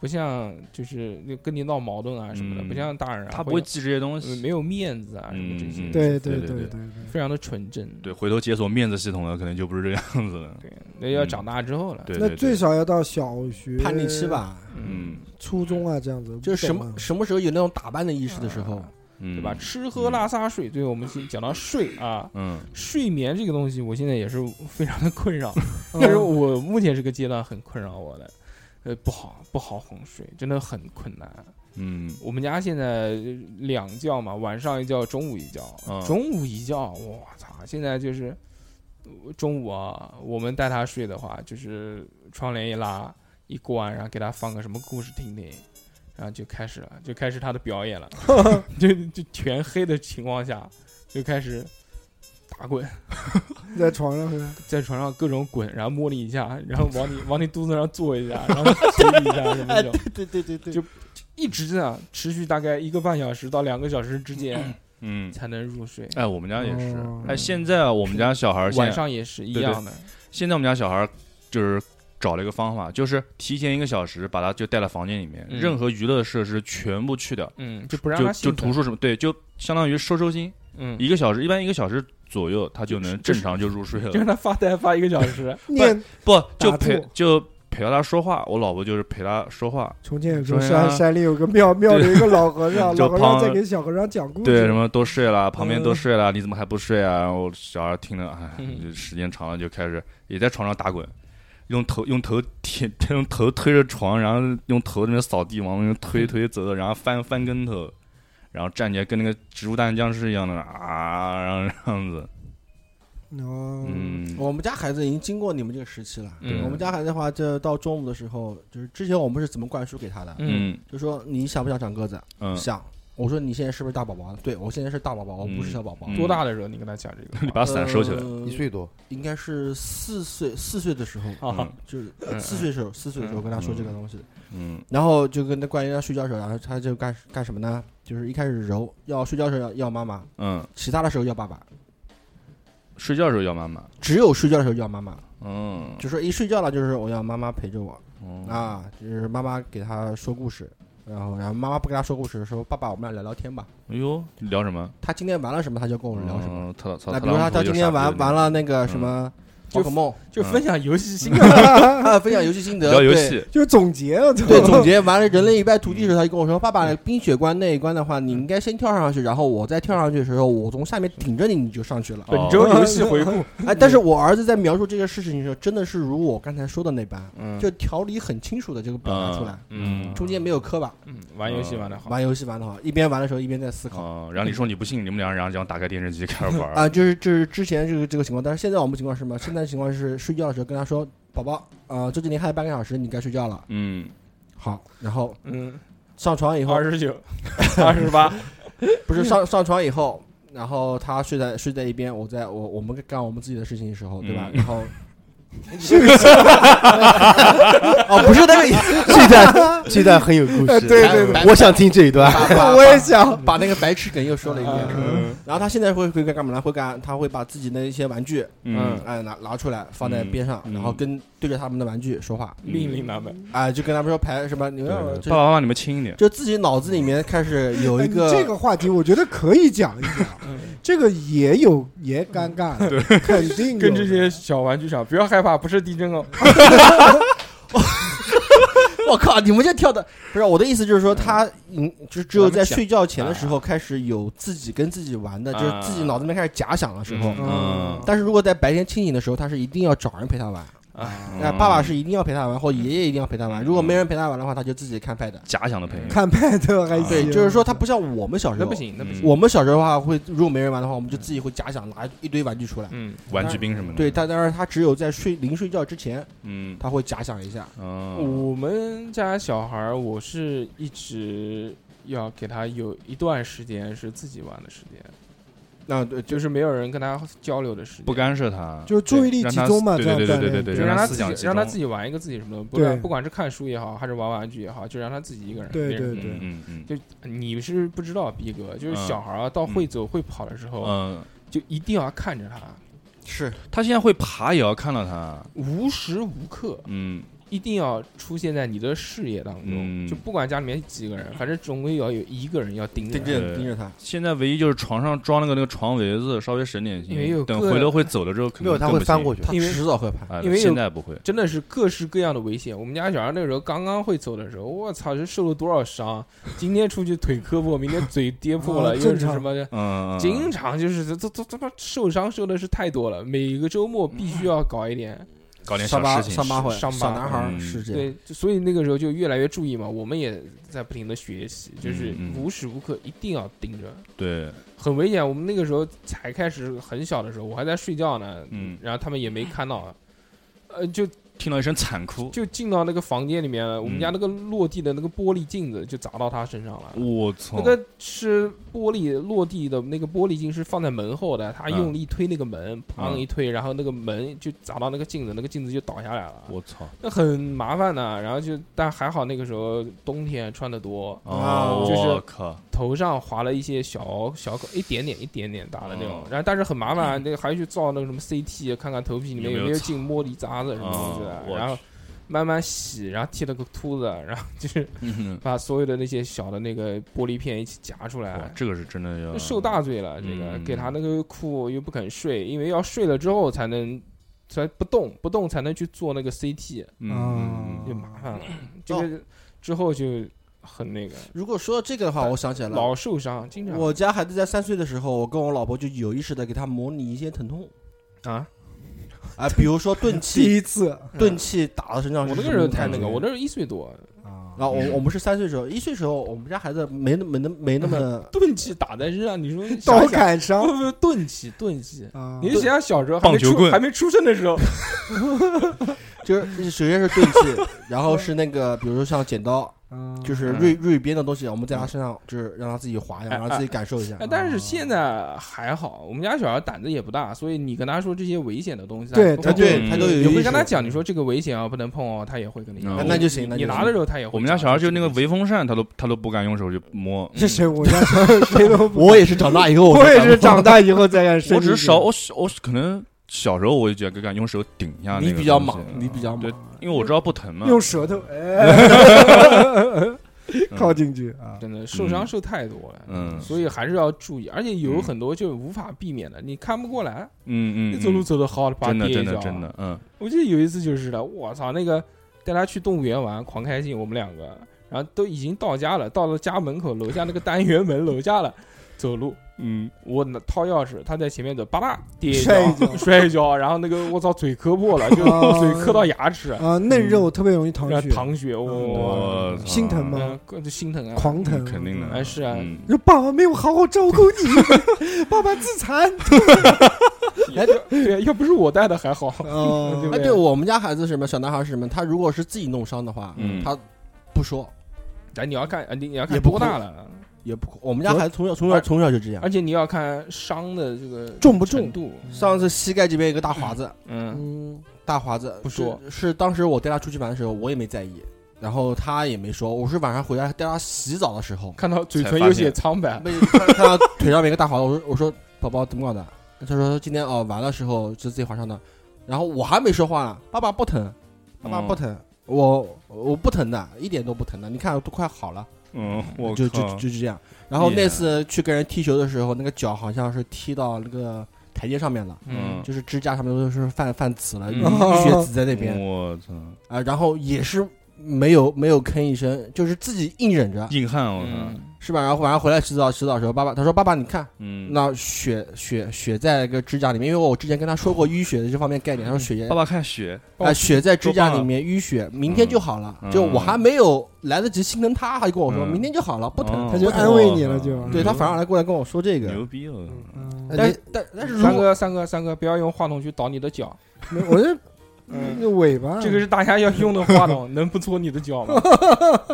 Speaker 2: 不像就是就跟你闹矛盾啊什么的，
Speaker 4: 嗯
Speaker 2: 不像大人啊，
Speaker 4: 他不
Speaker 2: 会
Speaker 4: 会记这些东
Speaker 2: 呃
Speaker 4: 西
Speaker 2: 没，有面子啊什么这些，
Speaker 4: 嗯嗯
Speaker 3: 对
Speaker 4: 对对
Speaker 3: 对
Speaker 4: 对
Speaker 3: 对，
Speaker 2: 非常的纯真。
Speaker 4: 对，回头解锁面子系统了，可能就不是这样 子了。
Speaker 2: 对，那要
Speaker 4: 嗯
Speaker 2: 长大之后了。
Speaker 4: 对，
Speaker 3: 那
Speaker 4: 对
Speaker 3: 最，
Speaker 4: 对
Speaker 3: 少要到小学
Speaker 5: 叛逆期，吧，
Speaker 4: 嗯
Speaker 3: 初中啊这样子，
Speaker 5: 就是什
Speaker 3: 不懂
Speaker 5: 么
Speaker 3: 啊
Speaker 5: 什么时候有那种打扮的意识的时候，
Speaker 4: 嗯，
Speaker 2: 对吧？吃喝拉撒睡，对我们先讲到睡啊，
Speaker 4: 嗯，
Speaker 2: 睡眠这个东西，我现在也是非常的困扰。
Speaker 3: 嗯
Speaker 2: 但是我目前这个阶段很困扰我的，呃，不好不好哄睡，真的很困难。
Speaker 4: 嗯
Speaker 2: 我们家现在呃两觉嘛，晚上一觉，中午一觉，
Speaker 4: 嗯
Speaker 2: 中午一觉，我操！现在就是呃中午啊，我们带他睡的话，就是窗帘一拉一关，然后给他放个什么故事听听，然后就开始了，就开始他的表 演了，就就全黑的情况下，就开始打滚，
Speaker 3: 在床上是吧
Speaker 2: 在床上各种滚，然后摸你一下，然后往你往你肚子上坐一下，然后捶你一下什么这种。
Speaker 5: 对对对对
Speaker 2: 就一直这样持续大概一个半小时到两个小时之间
Speaker 4: 嗯，
Speaker 2: 才能入睡。
Speaker 4: 哎，我们家也是
Speaker 3: 哦，
Speaker 4: 哎，现在我们家小孩儿现
Speaker 2: 晚
Speaker 4: 在
Speaker 2: 上也是一
Speaker 4: 对对
Speaker 2: 样的，
Speaker 4: 现在我们家小孩儿就是找了一个方法，就是提前一个小时把他就带到房间里面，
Speaker 2: 嗯
Speaker 4: 任何娱乐设施全部去掉，
Speaker 2: 嗯，就不让
Speaker 4: 就
Speaker 2: 他
Speaker 4: 就
Speaker 2: 兴奋
Speaker 4: 图书什么，对，就相当于收收心。
Speaker 2: 嗯，
Speaker 4: 一个小时，一般一个小时左右，他就能正常就入睡
Speaker 2: 就让他
Speaker 4: 了。
Speaker 2: 发呆发一个小 时。
Speaker 3: 念
Speaker 4: 不就
Speaker 3: 打
Speaker 4: 陪
Speaker 3: 坐
Speaker 4: 就陪他说话，我老婆就是陪他说话，
Speaker 3: 重庆有
Speaker 4: 重
Speaker 3: 个
Speaker 4: 庆
Speaker 3: 山
Speaker 4: 啊
Speaker 3: 山里有个庙，庙里有个老和尚，
Speaker 4: 就
Speaker 3: 老和尚
Speaker 4: 旁
Speaker 3: 在给小和尚讲故事，
Speaker 4: 对，什么都睡了，旁边
Speaker 3: 嗯
Speaker 4: 都睡了，你怎么还不睡啊？然后小孩听着，哎，
Speaker 2: 嗯
Speaker 4: 就时间长了就开始也在床上打滚，用头用头贴 用头推着床，然后用头那边扫地，往那边 推推走走，然后翻翻跟头，然后站起来跟那个植物大战僵尸一样的啊，然后这样子，
Speaker 3: 哦，
Speaker 4: 嗯，
Speaker 5: 我们家孩子已经经过你们这个时期了。
Speaker 2: 嗯
Speaker 5: 我们家孩子的话，就到中午的时候，就是之前我们是怎么灌输给他的？
Speaker 2: 嗯
Speaker 4: 嗯
Speaker 5: 就说你想不想长个子？
Speaker 4: 嗯，
Speaker 5: 想。我说你现在是不是大宝宝？对我现在是大宝宝，我不是
Speaker 4: 嗯
Speaker 5: 小宝宝。
Speaker 4: 嗯
Speaker 2: 多大的时候你跟他讲这个
Speaker 4: 你
Speaker 2: 话？
Speaker 4: 把伞收起来，
Speaker 5: 呃
Speaker 6: 一岁 多，
Speaker 5: 应该是四岁，四岁的时候，
Speaker 2: 啊，
Speaker 5: 就是
Speaker 2: 嗯
Speaker 5: 四岁的时候，四岁的时候跟他说这个东西，
Speaker 4: 嗯
Speaker 5: 然后就跟他关于他睡觉的时候，然后他就干干什么呢？就是一开始揉，要睡觉的时候要要妈妈，
Speaker 4: 嗯，
Speaker 5: 其他的时候要爸爸，
Speaker 4: 睡觉的时候要妈妈，
Speaker 5: 只有睡觉的时候要妈妈。
Speaker 4: 嗯，
Speaker 5: 就说一睡觉了，就是我要妈妈陪着我
Speaker 4: 哦，
Speaker 5: 啊，就是妈妈给他说故事，然后然后妈妈不跟他说故事，说爸爸我们俩聊聊天吧。
Speaker 4: 哎呦，聊什么？
Speaker 5: 他今天玩了什么，他就跟我聊什么。
Speaker 4: 嗯？特特
Speaker 5: 那比如说他今天玩玩，了那
Speaker 4: 嗯
Speaker 5: 个什么宝可梦，
Speaker 2: 就分享游戏心得。
Speaker 5: 啊，分享游戏心
Speaker 4: 特朗普嗯就傻逼了
Speaker 5: 得，
Speaker 4: 聊游
Speaker 5: 对。
Speaker 4: 戏，
Speaker 3: 就是总结啊，
Speaker 5: 对，总结完了人类一败涂地的时候，他就跟我说：“爸爸，冰雪关那一关的话，你应该先跳上去，然后我再跳上去的时候，我从下面顶着你，你就上去 了。
Speaker 2: 本周游戏回顾，
Speaker 5: 哎，但是我儿子在描述这个事情的时候，真的是如我刚才说的那般，
Speaker 2: 嗯
Speaker 5: 就条理很清楚的这个表达出来，
Speaker 4: 嗯，
Speaker 5: 中间没有磕巴。
Speaker 2: 嗯，玩游戏玩的好，
Speaker 5: 玩游戏玩的好，一边玩的时候一边在思考。
Speaker 4: 哦，然后你说你不信，你们俩然后这样打开电视机开始玩儿
Speaker 5: 啊，就是就是之前这个这个情况，但是现在我们情况是什么？现在情况是睡觉的时候跟他说：“宝宝，呃，最近你还有半个小时，你该睡觉了。
Speaker 4: 嗯，”
Speaker 5: 好，然后
Speaker 2: 嗯，
Speaker 5: 上床以后
Speaker 2: 二十九，二十八，
Speaker 4: 嗯
Speaker 5: 不是上上床以后， 然后他睡在睡在一边，我在我我们干我们自己的事情的时候，对吧？
Speaker 4: 嗯
Speaker 5: 然后
Speaker 3: 性
Speaker 5: 哦，不是那个，
Speaker 6: 这一段这一段很有 故事，
Speaker 3: 对对对
Speaker 6: 我想听这一 段。
Speaker 5: 把把
Speaker 3: 我也想，
Speaker 5: 把那个白痴梗又说了一遍。
Speaker 4: 嗯
Speaker 5: 然后他现在会会干嘛呢？会干，他会把自己的一些玩具，
Speaker 2: 嗯
Speaker 5: 哎，拿拿出来放在边上，
Speaker 4: 嗯
Speaker 5: 然后跟对着他们的玩具说话，
Speaker 2: 命令他们，
Speaker 5: 啊，就跟他们说排什么，你
Speaker 4: 对
Speaker 5: 们
Speaker 4: 对爸爸妈妈你们轻一点，
Speaker 5: 就自己脑子里面开始有一
Speaker 3: 哎
Speaker 5: 个
Speaker 3: 你这个话题，我觉得可以讲一讲，这个也有也尴尬，肯定有
Speaker 2: 跟这些小玩具上，不要害怕，不是地震哦。
Speaker 5: 我靠，你们这跳的不是我的意思，就是说他嗯，就只有在睡觉前的时候开始有自己跟自己玩的，
Speaker 4: 啊
Speaker 5: 就是自己脑子里面开始假想的时候。
Speaker 4: 嗯
Speaker 5: 但是如果在白天清醒的时候，他是一定要找人陪他玩，
Speaker 4: 嗯
Speaker 5: 那哎爸爸是一定要陪他玩，或爷爷一定要陪
Speaker 2: 嗯
Speaker 5: 他玩。如果没人陪他玩的话，他就自己看 pad。
Speaker 4: 假想的朋友，
Speaker 3: 看 pad 还行，
Speaker 5: 对，就是说他不像我们小时
Speaker 2: 那
Speaker 5: 候
Speaker 2: 不，
Speaker 4: 嗯
Speaker 2: 行，那不行。
Speaker 5: 我们小时候的话会，如果没人玩的话，我们就自己会假想拿一堆玩具出来。
Speaker 2: 嗯，
Speaker 4: 玩具兵什么的，
Speaker 5: 对，但但是他只有在睡临睡觉之前，
Speaker 4: 嗯
Speaker 5: 他会假想一下。
Speaker 4: 嗯
Speaker 2: 我们家小孩儿，我是一直要给他有一段时间是自己玩的时间，
Speaker 5: 那呃对，就
Speaker 2: 就是没有人跟他交流的时间，
Speaker 4: 不干涉他，
Speaker 3: 就是注意力
Speaker 4: 让
Speaker 3: 集
Speaker 4: 他
Speaker 3: 中嘛，
Speaker 4: 对
Speaker 3: 这样
Speaker 4: 对对
Speaker 3: 锻
Speaker 4: 对对
Speaker 3: 炼
Speaker 4: 对
Speaker 2: 就让他
Speaker 4: 思
Speaker 2: 自
Speaker 4: 想集
Speaker 2: 己
Speaker 4: 中
Speaker 2: 让他自己玩一个自己什么的，不
Speaker 3: 对
Speaker 2: 管不管是看书也好，还是玩玩具也好，就让他自己一个人。
Speaker 3: 对
Speaker 2: 没人
Speaker 3: 对
Speaker 4: 嗯嗯嗯
Speaker 2: 就你是不知道逼哥，就是
Speaker 4: 嗯
Speaker 2: 小孩儿啊，到
Speaker 4: 嗯
Speaker 2: 会走会跑的时候，
Speaker 4: 嗯，
Speaker 2: 就一定要看着他，
Speaker 5: 是
Speaker 4: 他现在会爬也要看到他，
Speaker 2: 无时无刻
Speaker 4: 嗯
Speaker 2: 一定要出现在你的视野当中，
Speaker 4: 嗯
Speaker 2: 就不管家里面几个人，反正总归要有一个人要盯着
Speaker 5: 盯
Speaker 2: 他。
Speaker 5: 着盯着
Speaker 2: 呃
Speaker 5: 他。
Speaker 4: 现在唯一就是床上装了个那个床围子，稍微省点
Speaker 2: 也有
Speaker 4: 心。等
Speaker 2: 个
Speaker 4: 回头会走了之后，可
Speaker 6: 没有，
Speaker 4: 能
Speaker 6: 他会翻过
Speaker 4: 去。
Speaker 6: 去。
Speaker 5: 他
Speaker 2: 因为
Speaker 5: 迟早会拍。
Speaker 4: 啊，
Speaker 2: 因为有
Speaker 4: 现在不会。
Speaker 2: 真的是各式各样的危险。我们家小孩那时候刚刚会走的时候，我操，这受了多少伤！今天出去腿磕破，明天嘴跌破
Speaker 3: 啊
Speaker 2: 了，又
Speaker 3: 正
Speaker 2: 是
Speaker 3: 常
Speaker 2: 什么的，
Speaker 4: 嗯，嗯
Speaker 2: 经常就是这这这他妈受伤受的是太多了，每个周末必须要搞一点。
Speaker 4: 搞点
Speaker 5: 上
Speaker 4: 小
Speaker 5: 八
Speaker 4: 事情，
Speaker 5: 上八会，
Speaker 2: 上八
Speaker 5: 小男孩儿
Speaker 4: 嗯
Speaker 5: 是这样。
Speaker 2: 对，就所以那个时候就越来越注意嘛，我们也在不停的学习，就是
Speaker 4: 嗯嗯
Speaker 2: 无时无刻一定要盯着，
Speaker 4: 对，
Speaker 2: 很危险。我们那个时候才开始很小的时候，我还在睡觉呢，
Speaker 4: 嗯
Speaker 2: 然后他们也没看到，呃，就
Speaker 4: 听到一声惨哭，
Speaker 2: 就进到那个房间里面了，我们
Speaker 4: 嗯
Speaker 2: 家那个落地的那个玻璃镜子就砸到他身上了。
Speaker 4: 我操，
Speaker 2: 那个是玻璃落地的那个玻璃镜是放在门后的，他
Speaker 4: 嗯
Speaker 2: 用力推那个门，砰
Speaker 4: 嗯
Speaker 2: 一推，然后那个门就砸到那个镜子，那个镜子就倒下来了，
Speaker 4: 我操
Speaker 2: 那很麻烦的。然后就但还好那个时候冬天穿的多，
Speaker 4: 哦
Speaker 2: 就是
Speaker 4: 我靠，
Speaker 2: 头上划了一些小小口，一点点一点点打的那种
Speaker 4: 哦，
Speaker 2: 然后但是很麻烦，那个还要去照那个什么 CT，看看头皮里面
Speaker 4: 有没
Speaker 2: 有
Speaker 4: 有
Speaker 2: 没有
Speaker 4: 草
Speaker 2: 进玻璃渣子什么东西
Speaker 4: 哦
Speaker 2: 的，
Speaker 4: 我
Speaker 2: 然后
Speaker 4: 去
Speaker 2: 慢慢洗，然后贴了个秃子，然后就是
Speaker 4: 嗯
Speaker 2: 把所有的那些小的那个玻璃片一起夹出
Speaker 4: 哇，
Speaker 2: 来，
Speaker 4: 这个是真的要
Speaker 2: 受大罪了。这个
Speaker 4: 嗯
Speaker 2: 给他那个哭又不肯睡，因为要睡了之后才能才不动，不动才能去做那个 CT，
Speaker 4: 嗯，
Speaker 2: 就麻烦了。这个之后就很那个，
Speaker 5: 如果说到这个的话，我想起来了，
Speaker 2: 老受伤，经常
Speaker 5: 哦我家孩子在三岁的时候，我跟我老婆就有意识的给他模拟一些疼痛
Speaker 2: 啊。
Speaker 5: 啊，比如说钝
Speaker 3: 第
Speaker 5: 器，
Speaker 3: 一次
Speaker 5: 钝器打到身上
Speaker 2: 我
Speaker 5: 是
Speaker 2: 那
Speaker 5: 什
Speaker 2: 个
Speaker 5: 么感觉。啊
Speaker 2: 时候太那个，我嗯那时候一岁 多，
Speaker 5: 然后我我们是三岁时候，一岁时候我们家孩子没那没那没那 么
Speaker 2: 钝器打在身上，你说
Speaker 3: 刀
Speaker 2: 想想
Speaker 3: 砍
Speaker 2: 不
Speaker 3: 伤
Speaker 2: 不不钝器钝器，
Speaker 3: 啊，
Speaker 2: 你想想小时候还没
Speaker 4: 棒球
Speaker 2: 出
Speaker 4: 棍
Speaker 2: 还没出生的时 候，
Speaker 5: 就是首先是钝 器，然后是那个比如说像剪刀，
Speaker 3: 啊
Speaker 5: 就是
Speaker 2: 嗯
Speaker 5: 锐锐边的东西，我们在他身上就是让他自己划一下，
Speaker 2: 哎
Speaker 5: 让他自己感受一下
Speaker 2: 哎。但是现在还好，我们家小孩胆子也不大，所以你跟他说这些危险的东西，
Speaker 3: 对
Speaker 2: 他
Speaker 3: 他
Speaker 2: 不
Speaker 4: 就
Speaker 2: 会
Speaker 5: 哎对他都有
Speaker 2: 你
Speaker 5: 意识
Speaker 2: 会跟他讲，你说这个危险啊，不能碰哦，他也会跟你讲。
Speaker 4: 嗯
Speaker 5: 那就行那就
Speaker 2: 你
Speaker 5: 行
Speaker 2: 拿的时候他也会。
Speaker 4: 我们家小孩就那个，微风扇，他都他都不敢用手去摸，
Speaker 3: 这谁？我家小孩谁都不
Speaker 5: 我也是长大以后，
Speaker 3: 我也是
Speaker 5: 才
Speaker 3: 长大以后才敢生
Speaker 4: 我
Speaker 3: 理
Speaker 4: 只
Speaker 3: 性，
Speaker 4: 是少，我小我可能小时候我就敢敢用手顶一下那个
Speaker 5: 你比较
Speaker 4: 东西
Speaker 2: 啊
Speaker 5: 莽，你比较
Speaker 4: 对
Speaker 5: 莽。
Speaker 4: 因为我知道不疼嘛，
Speaker 3: 用舌头哎靠进去啊，
Speaker 2: 真的受伤受太多了。
Speaker 4: 嗯
Speaker 2: 所以还是要注意，而且有
Speaker 4: 嗯
Speaker 2: 很多就无法避免的，你看不过来，
Speaker 4: 嗯嗯，
Speaker 2: 你走路
Speaker 4: 嗯
Speaker 2: 走的好，把
Speaker 4: 真
Speaker 2: 他
Speaker 4: 的
Speaker 2: 跌
Speaker 4: 真
Speaker 2: 一
Speaker 4: 的
Speaker 2: 跤，啊
Speaker 4: 真的，嗯
Speaker 2: 我记得有一次就是的，我操，那个带他去动物园玩，狂开心，我们两个，然后都已经到家了，到了家门口楼下那个单元门楼下了，走路，
Speaker 4: 嗯，
Speaker 2: 我拿掏钥匙，他在前面走，吧嗒跌一
Speaker 3: 摔一
Speaker 2: 跤，
Speaker 3: 跤
Speaker 2: 摔一跤，然后那个我操嘴磕破了，就
Speaker 3: 啊
Speaker 2: 嘴磕到牙齿，
Speaker 3: 啊，嫩肉特别容易淌
Speaker 2: 然后
Speaker 3: 血，
Speaker 2: 淌血，我
Speaker 4: 我操
Speaker 3: 心疼吗
Speaker 2: 嗯，就心疼啊，
Speaker 3: 狂疼，
Speaker 4: 肯定的
Speaker 2: 哎是啊，
Speaker 4: 嗯
Speaker 3: 说爸爸没有好好照顾你，爸爸自残。
Speaker 2: 哎就对，要不是我带的还好，
Speaker 3: 哦
Speaker 2: 对不
Speaker 5: 哎，对我们家孩子是什么小男孩是什么，他如果是自己弄伤的话，
Speaker 4: 嗯
Speaker 5: 他不说，
Speaker 2: 哎你要看，哎你你要
Speaker 5: 也
Speaker 2: 看
Speaker 5: 不
Speaker 2: 多
Speaker 5: 哭
Speaker 2: 大了，
Speaker 5: 也不，我们家孩子从小从小从小就这样
Speaker 2: 而。且你要看伤的这个
Speaker 5: 重不重
Speaker 2: 程度，
Speaker 5: 哎上次膝盖这边一个大划子，
Speaker 2: 嗯，
Speaker 3: 嗯，
Speaker 5: 大华子
Speaker 2: 不说
Speaker 5: 是，是当时我带他出去玩的时候，我也没在意，然后他也没说。我是晚上回家带他洗澡的时候，
Speaker 2: 看到嘴
Speaker 4: 才
Speaker 2: 唇
Speaker 4: 发
Speaker 2: 有
Speaker 4: 现
Speaker 2: 些苍白，
Speaker 5: 被看看到腿上有一个大划子，我说我说宝宝怎么搞的？他说今天哦玩的时候就自己划伤的，然后我还没说话呢，爸爸不疼，爸爸不疼，
Speaker 4: 嗯
Speaker 5: 我我不疼的，一点都不疼的，你看都快好了，
Speaker 4: 嗯，我
Speaker 5: 就就
Speaker 4: 靠
Speaker 5: 就就这样。然后
Speaker 4: 耶
Speaker 5: 那次去跟人踢球的时候，那个脚好像是踢到那个台阶上面了，
Speaker 4: 嗯
Speaker 5: 就是指甲上面都是泛泛紫了，
Speaker 4: 嗯
Speaker 5: 血紫在那边
Speaker 4: 我操，
Speaker 5: 啊，然后也是没有没有吭一声，就是自己硬忍着，
Speaker 4: 硬汉，我操，
Speaker 2: 嗯，
Speaker 5: 是吧？然后晚上回来洗澡，洗澡的时候，爸爸他说爸爸你看。
Speaker 4: 嗯，
Speaker 5: 那血血血在那个指甲里面，因为我之前跟他说过淤血的这方面概念，他说血液
Speaker 4: 嗯爸爸看血，
Speaker 5: 啊、血在指甲里面淤血，明天就好了。
Speaker 4: 嗯
Speaker 5: 就我还没有来得及心疼他，他就跟我说、
Speaker 4: 嗯
Speaker 5: 明天就好了，不疼。
Speaker 4: 哦
Speaker 3: 他就安慰你了就
Speaker 4: 我操
Speaker 5: 对他反而来过来跟我说这个，
Speaker 4: 牛逼了，
Speaker 3: 嗯
Speaker 5: 但
Speaker 3: 哎
Speaker 5: 是但但是如
Speaker 2: 三
Speaker 5: 果
Speaker 2: 哥三哥三哥，不要用话筒去捣你的脚，
Speaker 3: 你没我这那尾巴
Speaker 2: 这个是大家要用的话筒，能不搓你的脚吗？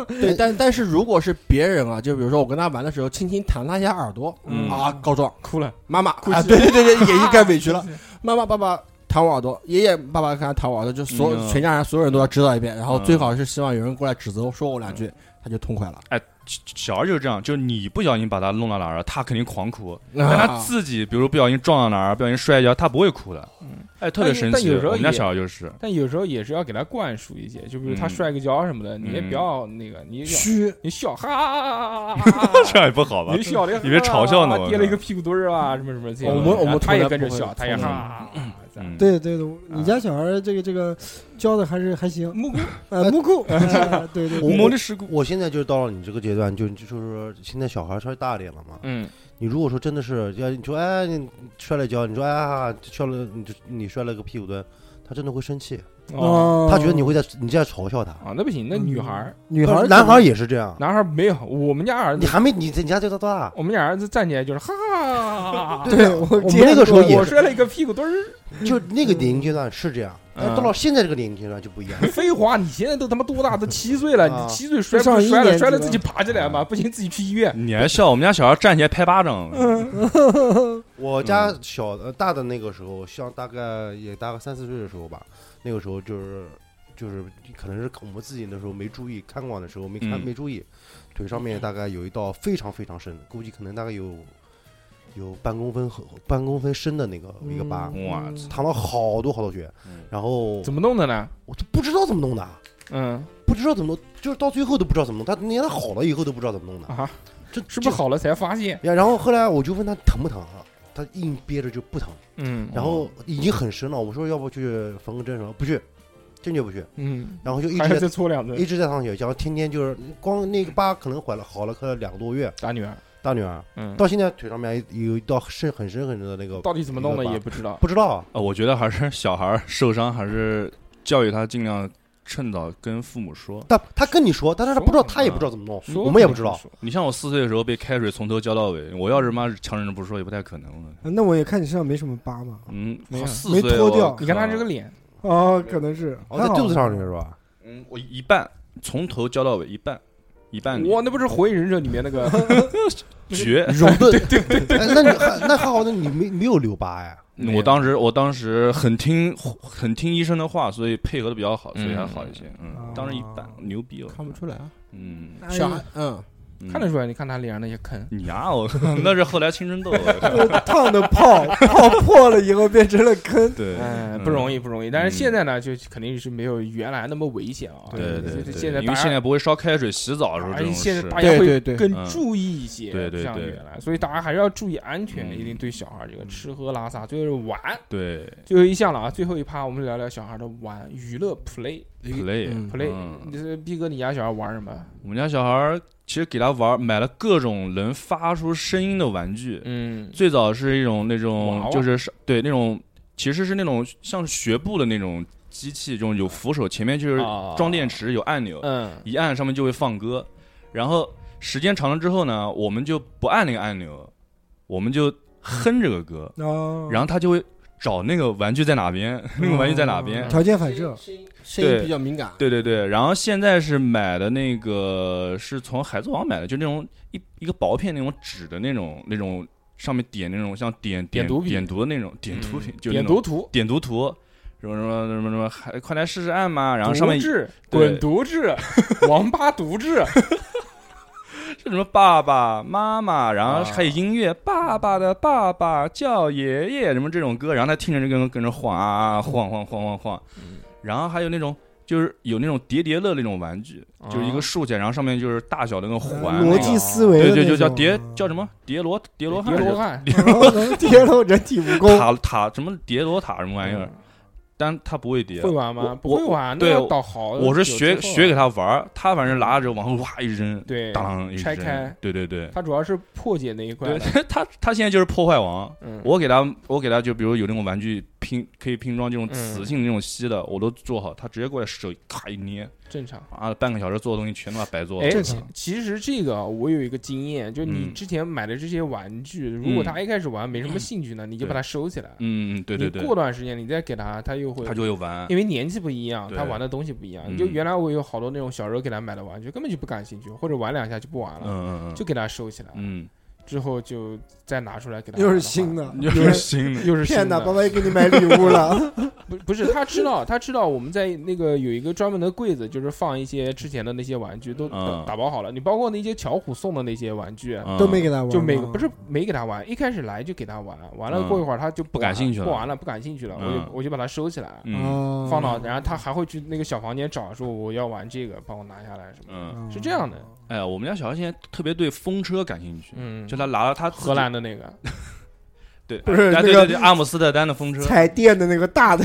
Speaker 5: 对但但是如果是别人啊，就比如说我跟他玩的时候，轻轻弹他一下耳朵、
Speaker 4: 嗯
Speaker 5: 啊，告状，
Speaker 2: 哭了，
Speaker 5: 妈妈
Speaker 2: 哭
Speaker 5: 啊，
Speaker 2: 泣
Speaker 5: 对对对对，爷爷该委屈了，妈妈爸爸。弹我耳朵，爷爷爸爸看他弹我耳朵，就所有、
Speaker 4: 嗯
Speaker 5: 全家人所有人都要知道一遍，然后
Speaker 4: 嗯
Speaker 5: 最好是希望有人过来指责说我两句，他就痛快了。
Speaker 4: 小孩就是这样，就是你不小心把他弄到哪儿了，他肯定狂 哭，但他
Speaker 5: 啊，
Speaker 4: 自己比如不小心撞到哪儿，不小心摔一跤，他不会哭的
Speaker 2: 嗯，
Speaker 4: 哎，特别神
Speaker 2: 但
Speaker 4: 奇。
Speaker 2: 有但有时候
Speaker 4: 我们家
Speaker 2: 也
Speaker 4: 小孩就是，
Speaker 2: 但有时候也是要给他灌输一些，就比如他
Speaker 4: 嗯
Speaker 2: 摔个跤什么的，你也
Speaker 4: 嗯
Speaker 2: 不要那个，你
Speaker 5: 虚，
Speaker 2: 你笑哈，
Speaker 4: 这样也不好吧
Speaker 2: 你？笑的，
Speaker 4: 你别嘲笑呢我
Speaker 2: 跌了一个屁股墩儿啊，什么什么这些
Speaker 5: 我
Speaker 2: 东西。
Speaker 5: 们我
Speaker 2: 然
Speaker 5: 们
Speaker 2: 后他也
Speaker 5: 从来
Speaker 2: 跟着
Speaker 5: 不会
Speaker 2: 笑，他也
Speaker 5: 从
Speaker 2: 哈，这样
Speaker 4: 嗯，
Speaker 3: 对对对，你
Speaker 2: 啊
Speaker 3: 家小孩儿这个这个教的还是还行，
Speaker 2: 木工
Speaker 3: 呃，木库，哎对对，
Speaker 4: 无
Speaker 3: 对
Speaker 4: 谋的事故，
Speaker 6: 我现在就是到了你这个阶段，就就是说现在小孩稍微大一点了嘛。
Speaker 2: 嗯，
Speaker 6: 你如果说真的是要你说哎你摔了一跤，你说哎呀摔了你就你摔了个屁股墩，他真的会生气，
Speaker 2: 哦，
Speaker 6: 他觉得你会在你在嘲笑他。
Speaker 2: 啊，那不行，那女孩儿，
Speaker 3: 女孩儿
Speaker 6: 男孩儿也是这样，
Speaker 2: 男孩儿没有，我们家儿
Speaker 6: 你
Speaker 2: 子，
Speaker 6: 还没你你家这多大？
Speaker 2: 我们家儿子站起来就是哈，
Speaker 3: 哦对我嗯
Speaker 6: 我们
Speaker 3: 见
Speaker 6: 那个时候
Speaker 3: 过
Speaker 6: 也
Speaker 2: 我
Speaker 6: 是
Speaker 2: 摔了一个屁股墩儿，
Speaker 6: 就那个年龄阶段是这样，但是到
Speaker 4: 嗯
Speaker 6: 了现在这个年龄阶段就不一样。
Speaker 2: 废话，你现在都他妈多大？都七岁了，
Speaker 6: 啊
Speaker 2: 你七岁摔
Speaker 3: 上
Speaker 2: 不
Speaker 3: 一
Speaker 2: 摔
Speaker 3: 年
Speaker 2: 了，
Speaker 3: 级
Speaker 2: 摔了
Speaker 3: 了啊
Speaker 2: 自己爬起来嘛，不行自己去医院。
Speaker 4: 你还笑？我们家小孩站起来拍巴掌，
Speaker 2: 嗯
Speaker 6: 我家
Speaker 4: 嗯
Speaker 6: 小呃大的那个时候，像大概也大概三四岁的时候吧，那个时候就是就是可能是我们自己那时候没注意，看管的时候没看、
Speaker 4: 嗯
Speaker 6: 没注意，腿上面大概有一道非常非常深的，估计可能大概有有半公分厚半公分深的那个一个疤，
Speaker 3: 嗯
Speaker 4: 哇
Speaker 6: 淌了好多好多血
Speaker 4: 嗯，
Speaker 6: 然后
Speaker 2: 怎么弄的呢？
Speaker 6: 我都不知道怎么弄的，啊
Speaker 2: 嗯
Speaker 6: 不知道怎么弄，就是到最后都不知道怎么弄，他连他好了以后都不知道怎么弄的，
Speaker 2: 啊，
Speaker 6: 这
Speaker 2: 是不是？好了才发现？
Speaker 6: 这呀，然后后来我就问他疼不疼啊，他硬憋着就不疼。
Speaker 2: 嗯
Speaker 6: 然后已经很深了，我说要不去缝个针什么，不去，坚决不去。
Speaker 2: 嗯，
Speaker 6: 然后就一
Speaker 2: 还要
Speaker 6: 直
Speaker 2: 再
Speaker 6: 在
Speaker 2: 搓两
Speaker 6: 一
Speaker 2: 针。
Speaker 6: 直在淌血，然后天天就是光那个疤可能坏了好了快两个多月，
Speaker 2: 打女儿，
Speaker 6: 大女儿
Speaker 2: 嗯，
Speaker 6: 到现在腿上面有一道深很深很深的那个，
Speaker 2: 到底怎么弄的
Speaker 6: 一个疤
Speaker 2: 也不知道。
Speaker 6: 不知道啊
Speaker 4: 呃，我觉得还是小孩儿受伤，还是教育他尽量趁早跟父母说。
Speaker 6: 他他跟你说，但是他
Speaker 2: 说
Speaker 6: 不知道，
Speaker 2: 嘛
Speaker 6: 他也不知道怎么弄，
Speaker 2: 说
Speaker 6: 我们也
Speaker 2: 肯
Speaker 6: 不知
Speaker 2: 定
Speaker 6: 道。
Speaker 2: 说
Speaker 4: 你像我四岁的时候被开水从头浇到尾，我要是妈强忍着不说也不太可能了。
Speaker 3: 那我也看你身上没什么疤嘛，
Speaker 4: 嗯，
Speaker 2: 没有
Speaker 4: 四
Speaker 3: 没
Speaker 4: 岁
Speaker 3: 脱
Speaker 4: 我
Speaker 3: 掉
Speaker 4: 靠
Speaker 2: 你看他这个，脸，
Speaker 3: 哦，可能是
Speaker 6: 哦，在肚子上面是吧？
Speaker 4: 嗯，我一半从头浇到尾一半，一半
Speaker 2: 哇，那不是《火影忍者》里面 那个
Speaker 4: 绝。
Speaker 6: 揉的，对对对那你 还那还好，那你没没有留疤呀？
Speaker 2: 没有
Speaker 4: 我当时我当时很听很听医生的话，所以配合的比较好，所以还好一些。嗯，
Speaker 2: 哦
Speaker 3: 嗯
Speaker 4: 当时一半牛逼了。
Speaker 5: 看不出来啊，
Speaker 4: 嗯，
Speaker 3: 哎
Speaker 5: 小孩，嗯，
Speaker 4: 嗯
Speaker 2: 看得出来，你看他脸上那些坑，
Speaker 4: 你 呀，我那是后来青春痘。
Speaker 3: 烫的泡泡破了以后变成了坑，
Speaker 4: 对，
Speaker 2: 哎，
Speaker 4: 嗯
Speaker 2: 不容易，不容易。但是
Speaker 4: 嗯
Speaker 2: 现在呢，就肯定是没有原来那么危险啊。
Speaker 4: 对对
Speaker 2: 就
Speaker 4: 对，
Speaker 2: 是现在
Speaker 4: 因为
Speaker 2: 大
Speaker 4: 现
Speaker 2: 家，
Speaker 4: 在不会烧开水洗澡的时候这
Speaker 2: 而且哎
Speaker 4: 种
Speaker 2: 现在
Speaker 4: 事。
Speaker 2: 大家
Speaker 5: 对
Speaker 2: 会
Speaker 5: 对对，
Speaker 2: 更
Speaker 4: 嗯
Speaker 2: 注意一些，
Speaker 4: 对对
Speaker 2: 不像
Speaker 4: 对
Speaker 2: 原来，所以大家还是要注意安全，
Speaker 4: 嗯
Speaker 2: 一定对小孩这个吃喝拉撒，最后是玩，
Speaker 4: 对
Speaker 2: 最后一项了啊，最后一趴我们聊聊小孩的玩娱乐 play
Speaker 4: ，play
Speaker 5: 嗯
Speaker 2: play
Speaker 4: 嗯。
Speaker 2: 你是逼哥，你家小孩玩什么？
Speaker 4: 我们家小孩儿其实给他玩儿买了各种能发出声音的玩具，
Speaker 2: 嗯，
Speaker 4: 最早是一种那
Speaker 2: 娃娃
Speaker 4: 种就是是对那种其实是那种像学步的那种机器，这种有扶手，前面就是
Speaker 2: 啊
Speaker 4: 装电池，有按钮，
Speaker 2: 嗯
Speaker 4: 一按上面就会放歌。然后时间长了之后呢，我们就不按那个按钮，我们就哼这个歌，
Speaker 3: 哦，
Speaker 2: 嗯
Speaker 4: 然后他就会找那个玩具在哪边，那个玩具在哪
Speaker 2: 嗯
Speaker 4: 边，
Speaker 3: 条件反射，
Speaker 5: 声音
Speaker 4: 对
Speaker 5: 比较敏感，
Speaker 4: 对对对，然后现在是买的那个是从海贼王买的，就那种一一个薄片那种纸的那种那种上面点那种像点
Speaker 2: 点
Speaker 4: 点
Speaker 2: 读笔
Speaker 4: 点读的那种点
Speaker 2: 嗯
Speaker 4: 读品，就那
Speaker 2: 点
Speaker 4: 种
Speaker 2: 读图，
Speaker 4: 点读图。什么什么什么什么，还快来试试按嘛，然后上
Speaker 2: 独
Speaker 4: 面
Speaker 2: 治、滚
Speaker 4: 对
Speaker 2: 犊子、 王八犊子，
Speaker 4: 是什么爸爸妈妈，然后
Speaker 2: 啊
Speaker 4: 还有音乐，爸爸的爸爸叫爷爷，什么这种歌，然后他听着就跟跟着晃啊晃晃晃晃晃，然后还有那种就是有那种叠叠乐那种玩具， 就是
Speaker 2: 哦啊
Speaker 4: 一个竖起来，然后上面就是大小的那个环，
Speaker 3: 逻
Speaker 4: 那
Speaker 3: 辑
Speaker 4: 个
Speaker 3: 思维
Speaker 4: 对
Speaker 3: 的
Speaker 4: 对，就
Speaker 3: 那
Speaker 4: 叫
Speaker 3: 种
Speaker 4: 叠叫什么叠罗叠罗汉
Speaker 2: 嗯叠
Speaker 4: 还是
Speaker 2: 罗汉
Speaker 3: 能跌落人体蜈蚣，
Speaker 4: 塔塔什么叠罗塔什么玩意
Speaker 2: 嗯
Speaker 4: 儿，但他不会叠
Speaker 2: 会。玩吗？
Speaker 4: 我
Speaker 2: 不会玩，那
Speaker 4: 对
Speaker 2: 要导航。
Speaker 4: 我是学
Speaker 2: 有之后啊
Speaker 4: 学给他玩儿，他反正拿着往后哇一扔，
Speaker 2: 对
Speaker 4: 当一
Speaker 2: 拆
Speaker 4: 扔
Speaker 2: 开，
Speaker 4: 对对对，
Speaker 2: 他主要是破解那一块
Speaker 4: 对
Speaker 2: 的。
Speaker 4: 他他现在就是破坏王，
Speaker 2: 嗯，
Speaker 4: 我给他，我给他就比如有那种玩具拼，可以拼装这种
Speaker 2: 嗯
Speaker 4: 磁性那种吸的，我都做好，他直接过来手咔一捏，
Speaker 2: 正常。
Speaker 4: 啊，半个小时做的东西全他妈白做了。
Speaker 2: 哎
Speaker 3: 正，
Speaker 2: 其
Speaker 3: 常
Speaker 2: 其实这个啊我有一个经验，就你
Speaker 4: 嗯
Speaker 2: 之前买的这些玩具，如果他一开始玩没什么兴趣呢，你就把它收起来。
Speaker 4: 嗯，嗯对对
Speaker 2: 你
Speaker 4: 对，
Speaker 2: 过段时间你再给他，他又会
Speaker 4: 他就有玩，
Speaker 2: 因为年纪不一样，
Speaker 4: 对
Speaker 2: 他玩的东西不一样。
Speaker 4: 嗯
Speaker 2: 就原来我有好多那种小时候给他买的玩具，根本就不感兴趣，或者玩两下就不玩了，
Speaker 4: 嗯嗯嗯，
Speaker 2: 就给他收起来，
Speaker 4: 嗯，
Speaker 2: 之后就再拿出来给他。
Speaker 3: 又是新
Speaker 2: 的
Speaker 3: 的，
Speaker 4: 又是新
Speaker 2: 话，
Speaker 4: 的，
Speaker 2: 又是新
Speaker 3: 天哪，
Speaker 2: 的。
Speaker 3: 爸爸又给你买礼物了，
Speaker 2: 不不是，他知道，他知道我们在那个有一个专门的柜子，就是放一些之前的那些玩具都
Speaker 4: 嗯
Speaker 2: 打打包好了。你包括那些巧虎送的那些玩具，啊
Speaker 4: 嗯
Speaker 3: 都没给他玩，
Speaker 2: 就每个不是没给他玩，一开始来就给他玩，完了
Speaker 4: 嗯
Speaker 2: 过一会儿他就
Speaker 4: 不感
Speaker 2: 玩
Speaker 4: 兴趣了
Speaker 2: 不玩了，不感兴趣了，我
Speaker 4: 嗯
Speaker 2: 就我就把它收起来，
Speaker 4: 嗯
Speaker 3: 哦，
Speaker 2: 放到，然后他还会去那个小房间找，说我要玩这个，帮我拿下来什么的。
Speaker 4: 嗯，
Speaker 2: 是这样的，
Speaker 4: 哎呀，我们家小孩现在特别对风车感兴趣，
Speaker 2: 嗯，
Speaker 4: 就他拿了他自己
Speaker 2: 荷兰的那个，
Speaker 4: 对，
Speaker 3: 不是
Speaker 4: 哎
Speaker 3: 那
Speaker 4: 对
Speaker 3: 个
Speaker 4: 对对，阿姆斯特丹的风车，
Speaker 3: 彩电的那个大的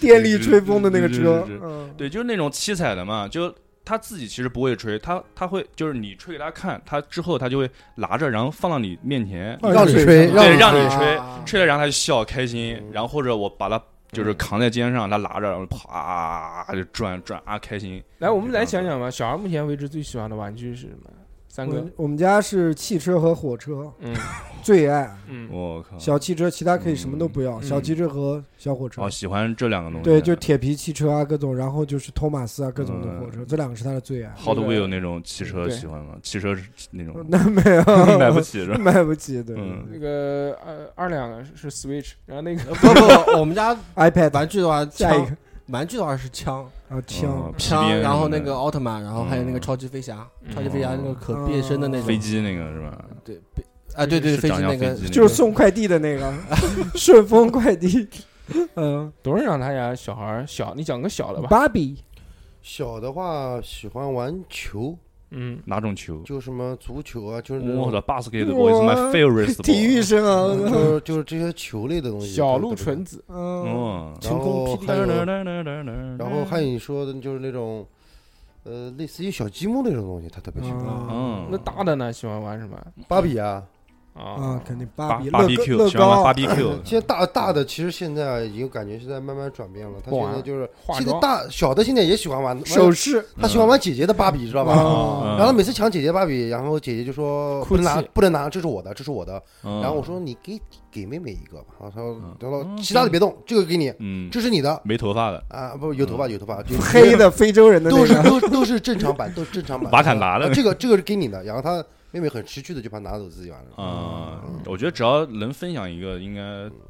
Speaker 3: 电力吹风的那个车
Speaker 4: 是是是，
Speaker 3: 嗯，
Speaker 4: 对，就是那种七彩的嘛，就他自己其实不会吹，他他会就是你吹给他看，他之后他就会拿着，然后放到你面前，
Speaker 3: 哦
Speaker 6: 让你吹
Speaker 3: 让
Speaker 4: 对，让
Speaker 6: 你
Speaker 4: 你
Speaker 6: 吹
Speaker 4: 吹
Speaker 3: 啊，
Speaker 4: 吹了然后他就笑开心，
Speaker 3: 哦
Speaker 4: 然后或者我把他就是
Speaker 3: 嗯
Speaker 4: 扛在肩上，他拿着，然后啪就转转啊开心。
Speaker 2: 来，我们来想想吧，小孩目前为止最喜欢的玩具是什么？三
Speaker 3: 我
Speaker 2: 哥
Speaker 3: 们，我们家是汽车和火车
Speaker 2: 嗯
Speaker 3: 最爱，
Speaker 2: 嗯，
Speaker 4: 我靠，
Speaker 3: 小汽车其他可以什么都不要，
Speaker 2: 嗯
Speaker 3: 小汽车和小火车
Speaker 4: 哦，。喜欢这两个东西，
Speaker 3: 对，就铁皮汽车啊，各种，然后就是托马斯啊，各种的
Speaker 4: 嗯
Speaker 3: 火车，这两个是他的 最爱。
Speaker 4: Hot
Speaker 2: 那个
Speaker 4: Wheel 那种
Speaker 3: 嗯
Speaker 4: 汽车
Speaker 2: 对
Speaker 4: 喜欢吗？汽车是那种
Speaker 3: 那没有，
Speaker 4: 买不起是吧？
Speaker 3: 买不起，对
Speaker 4: 嗯
Speaker 2: 那个呃二两是 Switch，然后那个
Speaker 5: 不不，我们家
Speaker 3: ，iPad
Speaker 5: 玩具的话，
Speaker 3: 下一
Speaker 5: 枪
Speaker 3: 个
Speaker 5: 玩具的话是枪
Speaker 3: 啊，枪
Speaker 4: 嗯，皮
Speaker 5: 枪，
Speaker 4: 鞭
Speaker 5: 然后
Speaker 4: 什么
Speaker 5: 那
Speaker 4: 的
Speaker 5: 个奥特曼，然后还有那个
Speaker 4: 嗯
Speaker 5: 超级飞侠，
Speaker 2: 嗯
Speaker 5: 超级飞侠那个可变身的那种
Speaker 4: 飞机那个是吧？
Speaker 5: 对，飞啊对
Speaker 4: 是
Speaker 5: 对，哦飞机
Speaker 4: 长
Speaker 5: 那
Speaker 4: 像
Speaker 5: 个
Speaker 4: 飞机
Speaker 3: 就是送快递的那 个，顺丰快递，嗯，
Speaker 2: 董事长他家小孩儿小，你讲个小的吧，
Speaker 3: 芭比，
Speaker 6: 小的话喜欢玩球，
Speaker 2: 嗯，
Speaker 4: 哪种球？
Speaker 6: 就什么足球啊，就是那
Speaker 4: 我
Speaker 6: 种
Speaker 4: 的 basketball is my
Speaker 3: 哇
Speaker 4: favorite sport。
Speaker 3: 体育生啊，
Speaker 4: 嗯
Speaker 3: 我 操
Speaker 6: 就是就是这些球类的东西。
Speaker 2: 小
Speaker 6: 鹿
Speaker 2: 鹿纯子，
Speaker 3: 嗯，
Speaker 4: 嗯，
Speaker 6: 然后还有然
Speaker 4: 然
Speaker 6: 后还有你说的就是那种，呃，类似于小积木那种东西，他特别喜欢。
Speaker 3: 啊
Speaker 4: 嗯，
Speaker 2: 那大的呢喜欢玩什么？
Speaker 6: 芭比啊，
Speaker 2: 啊
Speaker 3: 啊，肯定
Speaker 4: 芭
Speaker 3: 芭比，乐
Speaker 4: 比 Q
Speaker 3: 乐
Speaker 4: 喜欢玩
Speaker 3: 高
Speaker 4: 芭，比 Q，
Speaker 6: 现在大大的其实现在已经感觉现在慢慢转变了，他
Speaker 2: 不玩
Speaker 6: 现在就是
Speaker 2: 化
Speaker 6: 现在
Speaker 2: 妆
Speaker 6: 大小的现在也喜欢玩
Speaker 3: 首饰，
Speaker 6: 他喜欢玩姐姐的芭比，知道吧？
Speaker 3: 啊，
Speaker 4: 嗯
Speaker 6: 然后每次抢姐姐芭比，然后姐姐就说
Speaker 2: 哭
Speaker 6: 不
Speaker 2: 泣
Speaker 6: 能拿，不能拿，这是我的，这是我的。
Speaker 4: 然
Speaker 6: 然后我，说你给给妹妹一个吧，然后他说
Speaker 4: 嗯
Speaker 6: 他说其他的别动，这个给你，
Speaker 4: 嗯，
Speaker 6: 这是你的
Speaker 4: 没头发的
Speaker 6: 啊，不有头发有头发，就
Speaker 3: 黑的非洲人的那
Speaker 6: 都是
Speaker 3: 个，
Speaker 6: 都都是正常版，都是正常版。
Speaker 4: 瓦坎达的
Speaker 6: 啊这个这个是给你的，然后他妹妹很识趣的就把它拿走自己玩了。
Speaker 4: 啊，我觉得只要能分享一个，应该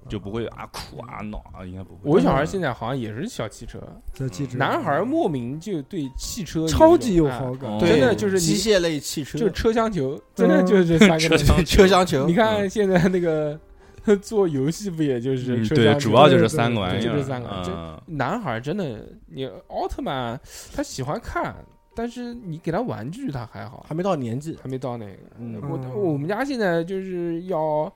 Speaker 4: 就不会啊哭啊闹啊，应该不会。
Speaker 2: 我小孩现在好像也是小汽车，
Speaker 3: 这气质，
Speaker 2: 男孩儿莫名就对汽车有
Speaker 3: 超级有
Speaker 2: 哎
Speaker 3: 好感，
Speaker 4: 嗯
Speaker 2: 真的
Speaker 5: 对
Speaker 2: 就是
Speaker 5: 机
Speaker 2: 你
Speaker 5: 械类汽车，
Speaker 2: 就车厢球，真的就是这三个
Speaker 4: 嗯 车
Speaker 2: 东西
Speaker 4: 厢
Speaker 5: 车厢球
Speaker 2: 你，看现在那个 做游戏不也就是
Speaker 4: 嗯
Speaker 2: 车厢
Speaker 4: 对，
Speaker 2: 球
Speaker 4: 主要就是三个玩意
Speaker 2: 就
Speaker 4: 儿，
Speaker 2: 这三个
Speaker 4: 嗯，
Speaker 2: 男孩儿真的，你奥特曼他喜欢看，但是你给他玩具他还好
Speaker 5: 还，没到年纪，
Speaker 2: 还没到那个。
Speaker 5: 嗯
Speaker 2: 我我们家现在就是要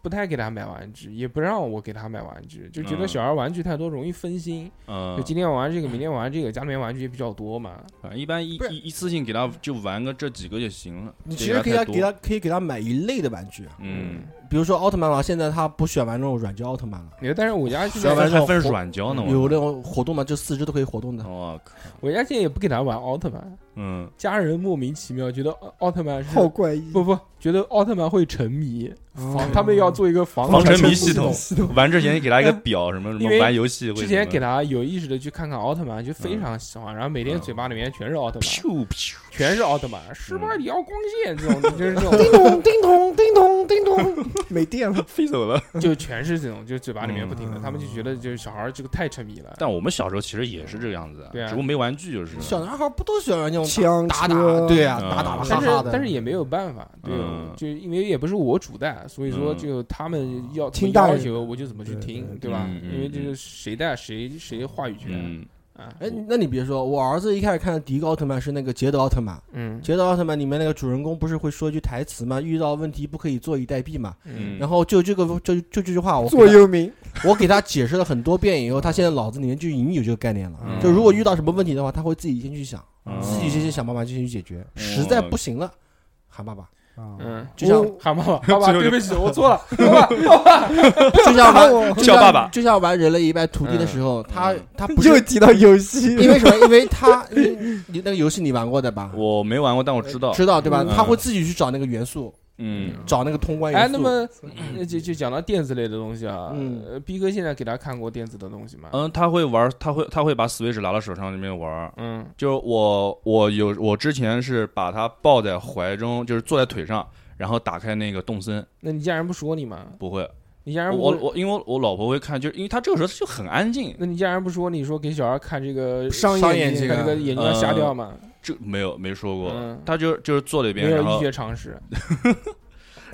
Speaker 2: 不太给他买玩具，也不让我给他买玩具，就觉得
Speaker 4: 嗯
Speaker 2: 小孩玩具太多容易分心。就
Speaker 4: 嗯，
Speaker 2: 今天玩这个，明天玩这个，家里面玩具也比较多嘛。
Speaker 4: 反啊正一般一一一次性给他就玩个这几个就行了。
Speaker 5: 你其实可以给
Speaker 4: 他，
Speaker 5: 他可以给他买一类的玩具，啊
Speaker 4: 嗯，
Speaker 5: 比如说奥特曼的话，现在他不喜欢玩那种软胶奥特曼了，
Speaker 2: 也嗯但是我家现
Speaker 5: 小
Speaker 2: 在
Speaker 5: 玩
Speaker 4: 还
Speaker 5: 具
Speaker 4: 还分软胶呢，
Speaker 5: 有那种活动嘛，就四肢都可以活动的。
Speaker 4: 我靠，
Speaker 2: 我家现在也不给他玩奥特曼，
Speaker 4: 嗯，
Speaker 2: 家人莫名其妙觉得奥奥特曼是
Speaker 3: 好怪异，啊
Speaker 2: 不不，觉得奥特曼会沉迷，
Speaker 3: 哦
Speaker 4: 嗯
Speaker 2: 他们要做一个防
Speaker 4: 防沉迷
Speaker 2: 系
Speaker 4: 系统
Speaker 2: 系统。
Speaker 4: 玩之前给他一个表，什么什
Speaker 2: 因
Speaker 4: 么
Speaker 2: 为
Speaker 4: 玩游戏会
Speaker 2: 之前给
Speaker 4: 他
Speaker 2: 他有意识的去看看奥特曼，就非常喜欢，然后每天嘴巴里面全是奥特曼，
Speaker 4: 咻嗯咻，
Speaker 2: 全是奥特曼，十八里遥光线这种，就是这种
Speaker 3: 叮咚叮咚叮咚叮咚，没电了。
Speaker 4: 飞走了。
Speaker 2: 就全是这种，就嘴巴里面不停的，
Speaker 3: 嗯
Speaker 2: 他们就觉得就是小孩儿这个太沉迷了。
Speaker 4: 但我们小时候其实也是这个样子，
Speaker 2: 对啊
Speaker 4: 只不过没玩具就是。
Speaker 5: 小男孩不都喜欢那种
Speaker 3: 枪
Speaker 5: 打打
Speaker 3: 车？
Speaker 5: 对啊呀，
Speaker 4: 嗯
Speaker 5: 打打
Speaker 2: 但
Speaker 5: 杀
Speaker 2: 是
Speaker 5: 杀的，
Speaker 2: 但是也没有办法，对，
Speaker 4: 嗯
Speaker 2: 就因为也不是我主带，所以说
Speaker 4: 嗯
Speaker 2: 就他们要
Speaker 3: 听
Speaker 2: 怎么
Speaker 3: 大
Speaker 2: 要
Speaker 3: 人
Speaker 2: 求我就怎么去
Speaker 3: 对
Speaker 2: 听，
Speaker 3: 对
Speaker 2: 对吧？
Speaker 4: 嗯嗯
Speaker 2: 因为这个谁带谁谁话语权
Speaker 4: 嗯，
Speaker 2: 啊，
Speaker 5: 哎，那你别说，我儿子一开始看的第一个奥特曼是那个捷德奥特曼，
Speaker 2: 嗯
Speaker 5: 捷德奥特曼里面那个主人公不是会说一句台词吗？遇到问题不可以坐以待毙嘛。
Speaker 2: 嗯
Speaker 4: 嗯
Speaker 5: 然后就这个就就这句话，我给
Speaker 3: 座
Speaker 5: 他
Speaker 3: 右铭，
Speaker 5: 我给他解释了很多遍以后，他现在脑子里面就已经有这个概念了
Speaker 4: 嗯。
Speaker 5: 就如果遇到什么问题的话，他会自己先去想，
Speaker 4: 嗯
Speaker 5: 自己先去想办法先去解决。实在不行了，喊爸爸。
Speaker 3: 啊
Speaker 2: 嗯，
Speaker 5: 就像
Speaker 3: 我
Speaker 2: 喊爸爸，爸爸，
Speaker 4: 最后
Speaker 2: 对
Speaker 4: 就
Speaker 2: 不起，我错了，爸爸，
Speaker 5: 就像
Speaker 3: 打
Speaker 5: 玩
Speaker 3: 我
Speaker 5: 就
Speaker 4: 叫
Speaker 5: 像
Speaker 4: 爸爸
Speaker 5: 就像玩人类一败涂地的时候，他
Speaker 4: 嗯
Speaker 5: 他不
Speaker 3: 又
Speaker 5: 是
Speaker 3: 提到游戏，
Speaker 5: 因为什么？因为他因为你那个游戏你玩过的吧？
Speaker 4: 我没玩过，但我知道。
Speaker 5: 呃知道对吧
Speaker 4: 嗯？
Speaker 5: 他会自己去找那个元素，
Speaker 4: 嗯，
Speaker 5: 找那个通关元
Speaker 2: 哎，
Speaker 5: 素。啊
Speaker 2: 那么那就就讲到电子类的东西啊，
Speaker 5: 嗯
Speaker 2: 呃逼哥现在给大家看过电子的东西吗？
Speaker 4: 嗯，他会玩，他会他会把 Switch 拿到手上那边玩儿。
Speaker 2: 嗯
Speaker 4: 就是我我有我之前是把他抱在怀中，就是坐在腿上，然后打开那个动森，
Speaker 2: 那你家人不说你吗？
Speaker 4: 不会，
Speaker 2: 你家人不
Speaker 4: 我我因为我老婆会看，就是因为她这个时候就很安静，
Speaker 2: 那你家人不说你说给小孩看这个
Speaker 3: 伤
Speaker 5: 伤
Speaker 3: 眼
Speaker 5: 眼睛
Speaker 2: 看这个
Speaker 4: 嗯
Speaker 2: 眼睛要瞎掉吗？
Speaker 4: 这没有没说过
Speaker 2: 嗯，
Speaker 4: 她就就是坐在嗯一边，
Speaker 2: 没
Speaker 4: 然
Speaker 2: 有医
Speaker 4: 后
Speaker 2: 学常识，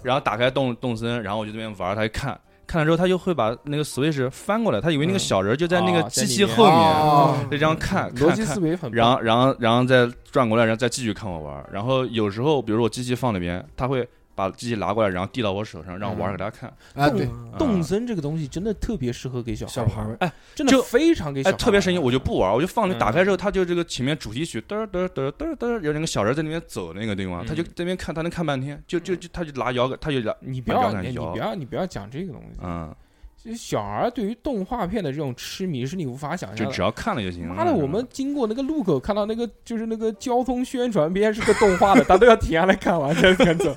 Speaker 4: 然后打开动动森，然后我就这边玩，她就看。看了之后，她就会把那个 Switch 翻过来，她以为那
Speaker 2: 嗯
Speaker 4: 个小人就在那个
Speaker 2: 哦在
Speaker 4: 机
Speaker 2: 里
Speaker 4: 器
Speaker 2: 面
Speaker 4: 后面，
Speaker 3: 啊
Speaker 4: 啊
Speaker 5: 哦
Speaker 4: 就这样看，看
Speaker 2: 逻辑
Speaker 4: 看
Speaker 2: 思维很
Speaker 4: 然
Speaker 2: 棒。
Speaker 4: 后，然后，然后再转过来，然后再继续看我玩儿。然后有时候，比如我机器放那边，他会把机器拿过来，然后递到我手上，让我
Speaker 2: 嗯
Speaker 4: 玩儿给大家看。
Speaker 5: 啊，
Speaker 3: 对
Speaker 5: 对，
Speaker 2: 动
Speaker 4: 森，
Speaker 2: 森这个东西真的特别适合给小孩
Speaker 5: 小
Speaker 2: 儿
Speaker 5: 孩
Speaker 2: 玩
Speaker 5: 儿
Speaker 2: 真的
Speaker 4: 就
Speaker 2: 非常给小
Speaker 4: 哎，
Speaker 2: 孩儿
Speaker 4: 特别神奇，
Speaker 2: 玩
Speaker 4: 我就不玩儿，我就放那
Speaker 2: 嗯
Speaker 4: 打开之后，他就这个前面主题曲嘚儿嘚儿嘚儿嘚儿嘚儿，有那个小人在那边走那个地方，他就
Speaker 2: 嗯
Speaker 4: 在那边看，他能看半天，就就就他就拿摇杆，他就拿
Speaker 2: 你不
Speaker 4: 把
Speaker 2: 要
Speaker 4: 摇杆
Speaker 2: 你你
Speaker 4: 摇
Speaker 2: 不要你不要讲这个东西。
Speaker 4: 啊嗯，
Speaker 2: 其实小孩儿对于动画片的这种痴迷是你无法想象
Speaker 4: 就啊
Speaker 2: 的
Speaker 4: 只。要看了就行了。
Speaker 2: 哎
Speaker 4: 嗯
Speaker 2: 妈的，我们经过那个路口，看到那个就是那个交通宣传片是个动画的，他都要停下来看完再才 走。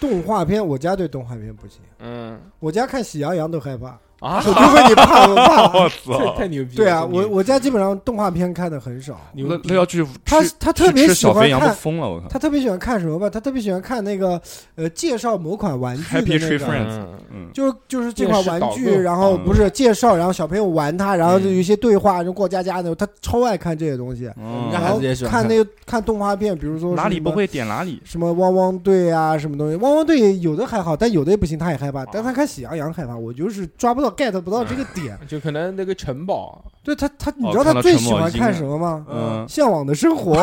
Speaker 3: 动画片，我家对动画片不行，
Speaker 2: 嗯
Speaker 3: 我家看喜羊羊都害 怕，
Speaker 2: 啊，
Speaker 3: 我就问你怕不怕？
Speaker 4: 我
Speaker 2: 这
Speaker 4: 操，
Speaker 2: 太牛逼了！
Speaker 3: 对啊，
Speaker 2: 这牛
Speaker 3: 我我家基本上动画片看的很少，
Speaker 2: 牛
Speaker 4: 那
Speaker 2: 逼
Speaker 4: 那要去
Speaker 3: 他
Speaker 4: 去
Speaker 3: 他特别
Speaker 4: 去吃
Speaker 3: 喜
Speaker 4: 小
Speaker 3: 欢
Speaker 4: 肥羊不
Speaker 3: 看。
Speaker 4: 疯了，我靠！
Speaker 3: 他特别喜欢看什么吧？他特别喜欢看那个呃，介绍某款玩具的
Speaker 4: Happy
Speaker 3: 那
Speaker 4: Tree
Speaker 3: 个
Speaker 4: Friends，
Speaker 2: 嗯
Speaker 4: 嗯，
Speaker 3: 就就是这款玩具，然后
Speaker 4: 嗯
Speaker 3: 不是介绍，然后小朋友玩它，然后就有一些对话，就过家家的，他超爱看这些东西。
Speaker 4: 嗯
Speaker 5: 你家
Speaker 3: 然
Speaker 5: 孩
Speaker 3: 后
Speaker 5: 子也喜欢
Speaker 3: 看
Speaker 5: 看
Speaker 3: 那个看动画片，比如说
Speaker 4: 哪里
Speaker 3: 什么
Speaker 4: 不会点哪里。
Speaker 3: 什么汪汪队啊，什么东西？汪汪队有的还好，但有的也不行，他也害怕。但他看喜羊羊害怕，我就是抓不到 get 不到这个点。
Speaker 2: 就可能那个城堡，
Speaker 3: 对他他，你
Speaker 4: 哦
Speaker 3: 知道他
Speaker 4: 看到
Speaker 3: 最
Speaker 4: 陈
Speaker 3: 喜
Speaker 4: 宝
Speaker 3: 欢
Speaker 4: 英
Speaker 3: 看
Speaker 4: 了
Speaker 3: 什么吗？
Speaker 4: 嗯，
Speaker 3: 向往的生活，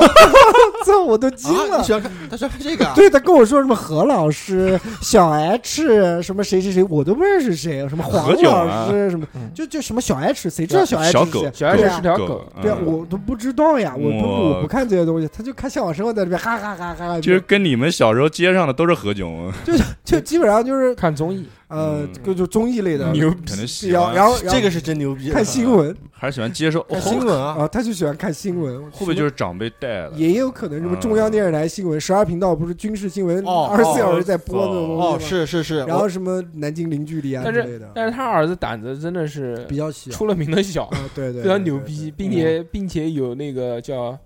Speaker 3: 这我都惊
Speaker 5: 啊，
Speaker 3: 了
Speaker 5: 你。喜欢看，他喜欢看这个啊，
Speaker 3: 对他跟我说什么何老师、小 H 什么谁谁谁，我都不认识谁，什么黄
Speaker 4: 何炅啊
Speaker 3: 老师什么
Speaker 2: 嗯，
Speaker 3: 就就什么小 H，谁知道小 H
Speaker 4: 小
Speaker 3: 是
Speaker 4: 狗
Speaker 3: 谁？
Speaker 2: 小孩
Speaker 3: 对
Speaker 2: 子
Speaker 3: 啊
Speaker 2: 是条狗
Speaker 4: 狗，，
Speaker 3: 对啊，
Speaker 4: 嗯
Speaker 3: 我都不知道呀，我不
Speaker 4: 我
Speaker 3: 我不看这些东西，他就看向往生活在这边哈哈哈哈，
Speaker 4: 就是跟你们小时候街上的都是啊何炅，
Speaker 3: 就基本上就是
Speaker 2: 看综艺，
Speaker 3: 呃
Speaker 4: 嗯，
Speaker 3: 就就综艺类的，
Speaker 4: 牛逼啊可能喜
Speaker 3: 然后
Speaker 4: 欢
Speaker 3: 然后然后
Speaker 5: 这个是真牛逼啊，
Speaker 3: 看新闻
Speaker 4: 还是喜欢接受。
Speaker 5: 看
Speaker 4: 会
Speaker 5: 新闻啊，
Speaker 3: 啊，他就喜欢看新闻，
Speaker 4: 会不会就是长辈带的？
Speaker 3: 也有可能什么中央电视台新闻十二频道不是军事新闻
Speaker 5: 哦
Speaker 3: 二十四小时在播那种
Speaker 5: 哦
Speaker 3: 东，西吗？
Speaker 5: 是是是，
Speaker 3: 然后
Speaker 5: 我
Speaker 3: 什么南京零距离啊
Speaker 2: 但
Speaker 3: 之类
Speaker 2: 是
Speaker 3: 的，
Speaker 2: 但是他儿子胆子真的是
Speaker 3: 比较小。
Speaker 2: 出了名的小，
Speaker 3: 啊，对对，
Speaker 2: 非常
Speaker 3: 对
Speaker 2: 牛
Speaker 3: 对
Speaker 2: 逼，
Speaker 3: 对嗯
Speaker 2: 并
Speaker 4: 嗯
Speaker 2: 且并且有那个叫，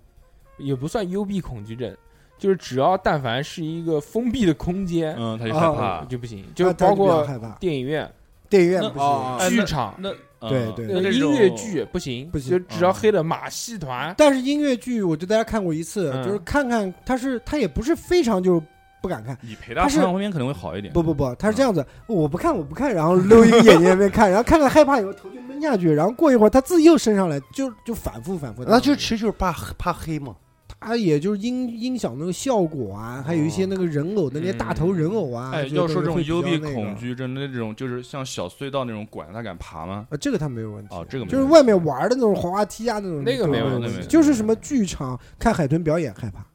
Speaker 2: 也不算幽闭恐惧症，就是只要但凡是一个封闭的空间
Speaker 4: 嗯，他就害怕
Speaker 3: 啊。
Speaker 2: 就不行，
Speaker 3: 那
Speaker 2: 就
Speaker 3: 他
Speaker 2: 包
Speaker 3: 比较
Speaker 2: 括
Speaker 3: 害怕
Speaker 2: 电影院、
Speaker 3: 电影院
Speaker 4: 那
Speaker 3: 不
Speaker 5: 哦
Speaker 3: 行，
Speaker 4: 哎
Speaker 2: 剧
Speaker 4: 那
Speaker 2: 场、
Speaker 4: 那
Speaker 3: 对对
Speaker 2: 呃
Speaker 4: 嗯那这
Speaker 2: 音
Speaker 4: 种
Speaker 2: 乐剧不行，
Speaker 3: 不行嗯
Speaker 2: 就只要黑的马戏团，
Speaker 3: 但是音乐剧我就大家看过一次，
Speaker 2: 嗯
Speaker 3: 就是看看他是他也不是非常就不敢看。
Speaker 4: 你陪他看旁边可能会好一点。
Speaker 3: 不不不，他是这样子，我不看我不看，然后搂一个眼睛在那边看，然后看看害怕以后头就闷下去，然后过一会儿他自己又升上来，就就反复反复。
Speaker 6: 那啊就其实就是怕怕黑嘛。
Speaker 3: 他也就是音音响那个效果啊，还有一些那个人偶的那些大头人偶啊。
Speaker 4: 哎，
Speaker 3: 这些
Speaker 4: 要说这
Speaker 3: 东
Speaker 4: 种
Speaker 3: 西会
Speaker 4: 幽
Speaker 3: 比较
Speaker 4: 闭
Speaker 3: 那个
Speaker 4: 恐惧症，那种就是像小隧道那种管他敢爬吗？
Speaker 3: 啊，这个他没有问题
Speaker 4: 哦，这个没
Speaker 3: 就是
Speaker 4: 问
Speaker 3: 外面玩的那种滑滑梯啊那种
Speaker 2: 那个
Speaker 3: 都
Speaker 2: 没
Speaker 4: 有
Speaker 3: 问
Speaker 4: 那
Speaker 3: 题
Speaker 4: 没有
Speaker 3: 就是什么剧场看海豚表演害怕。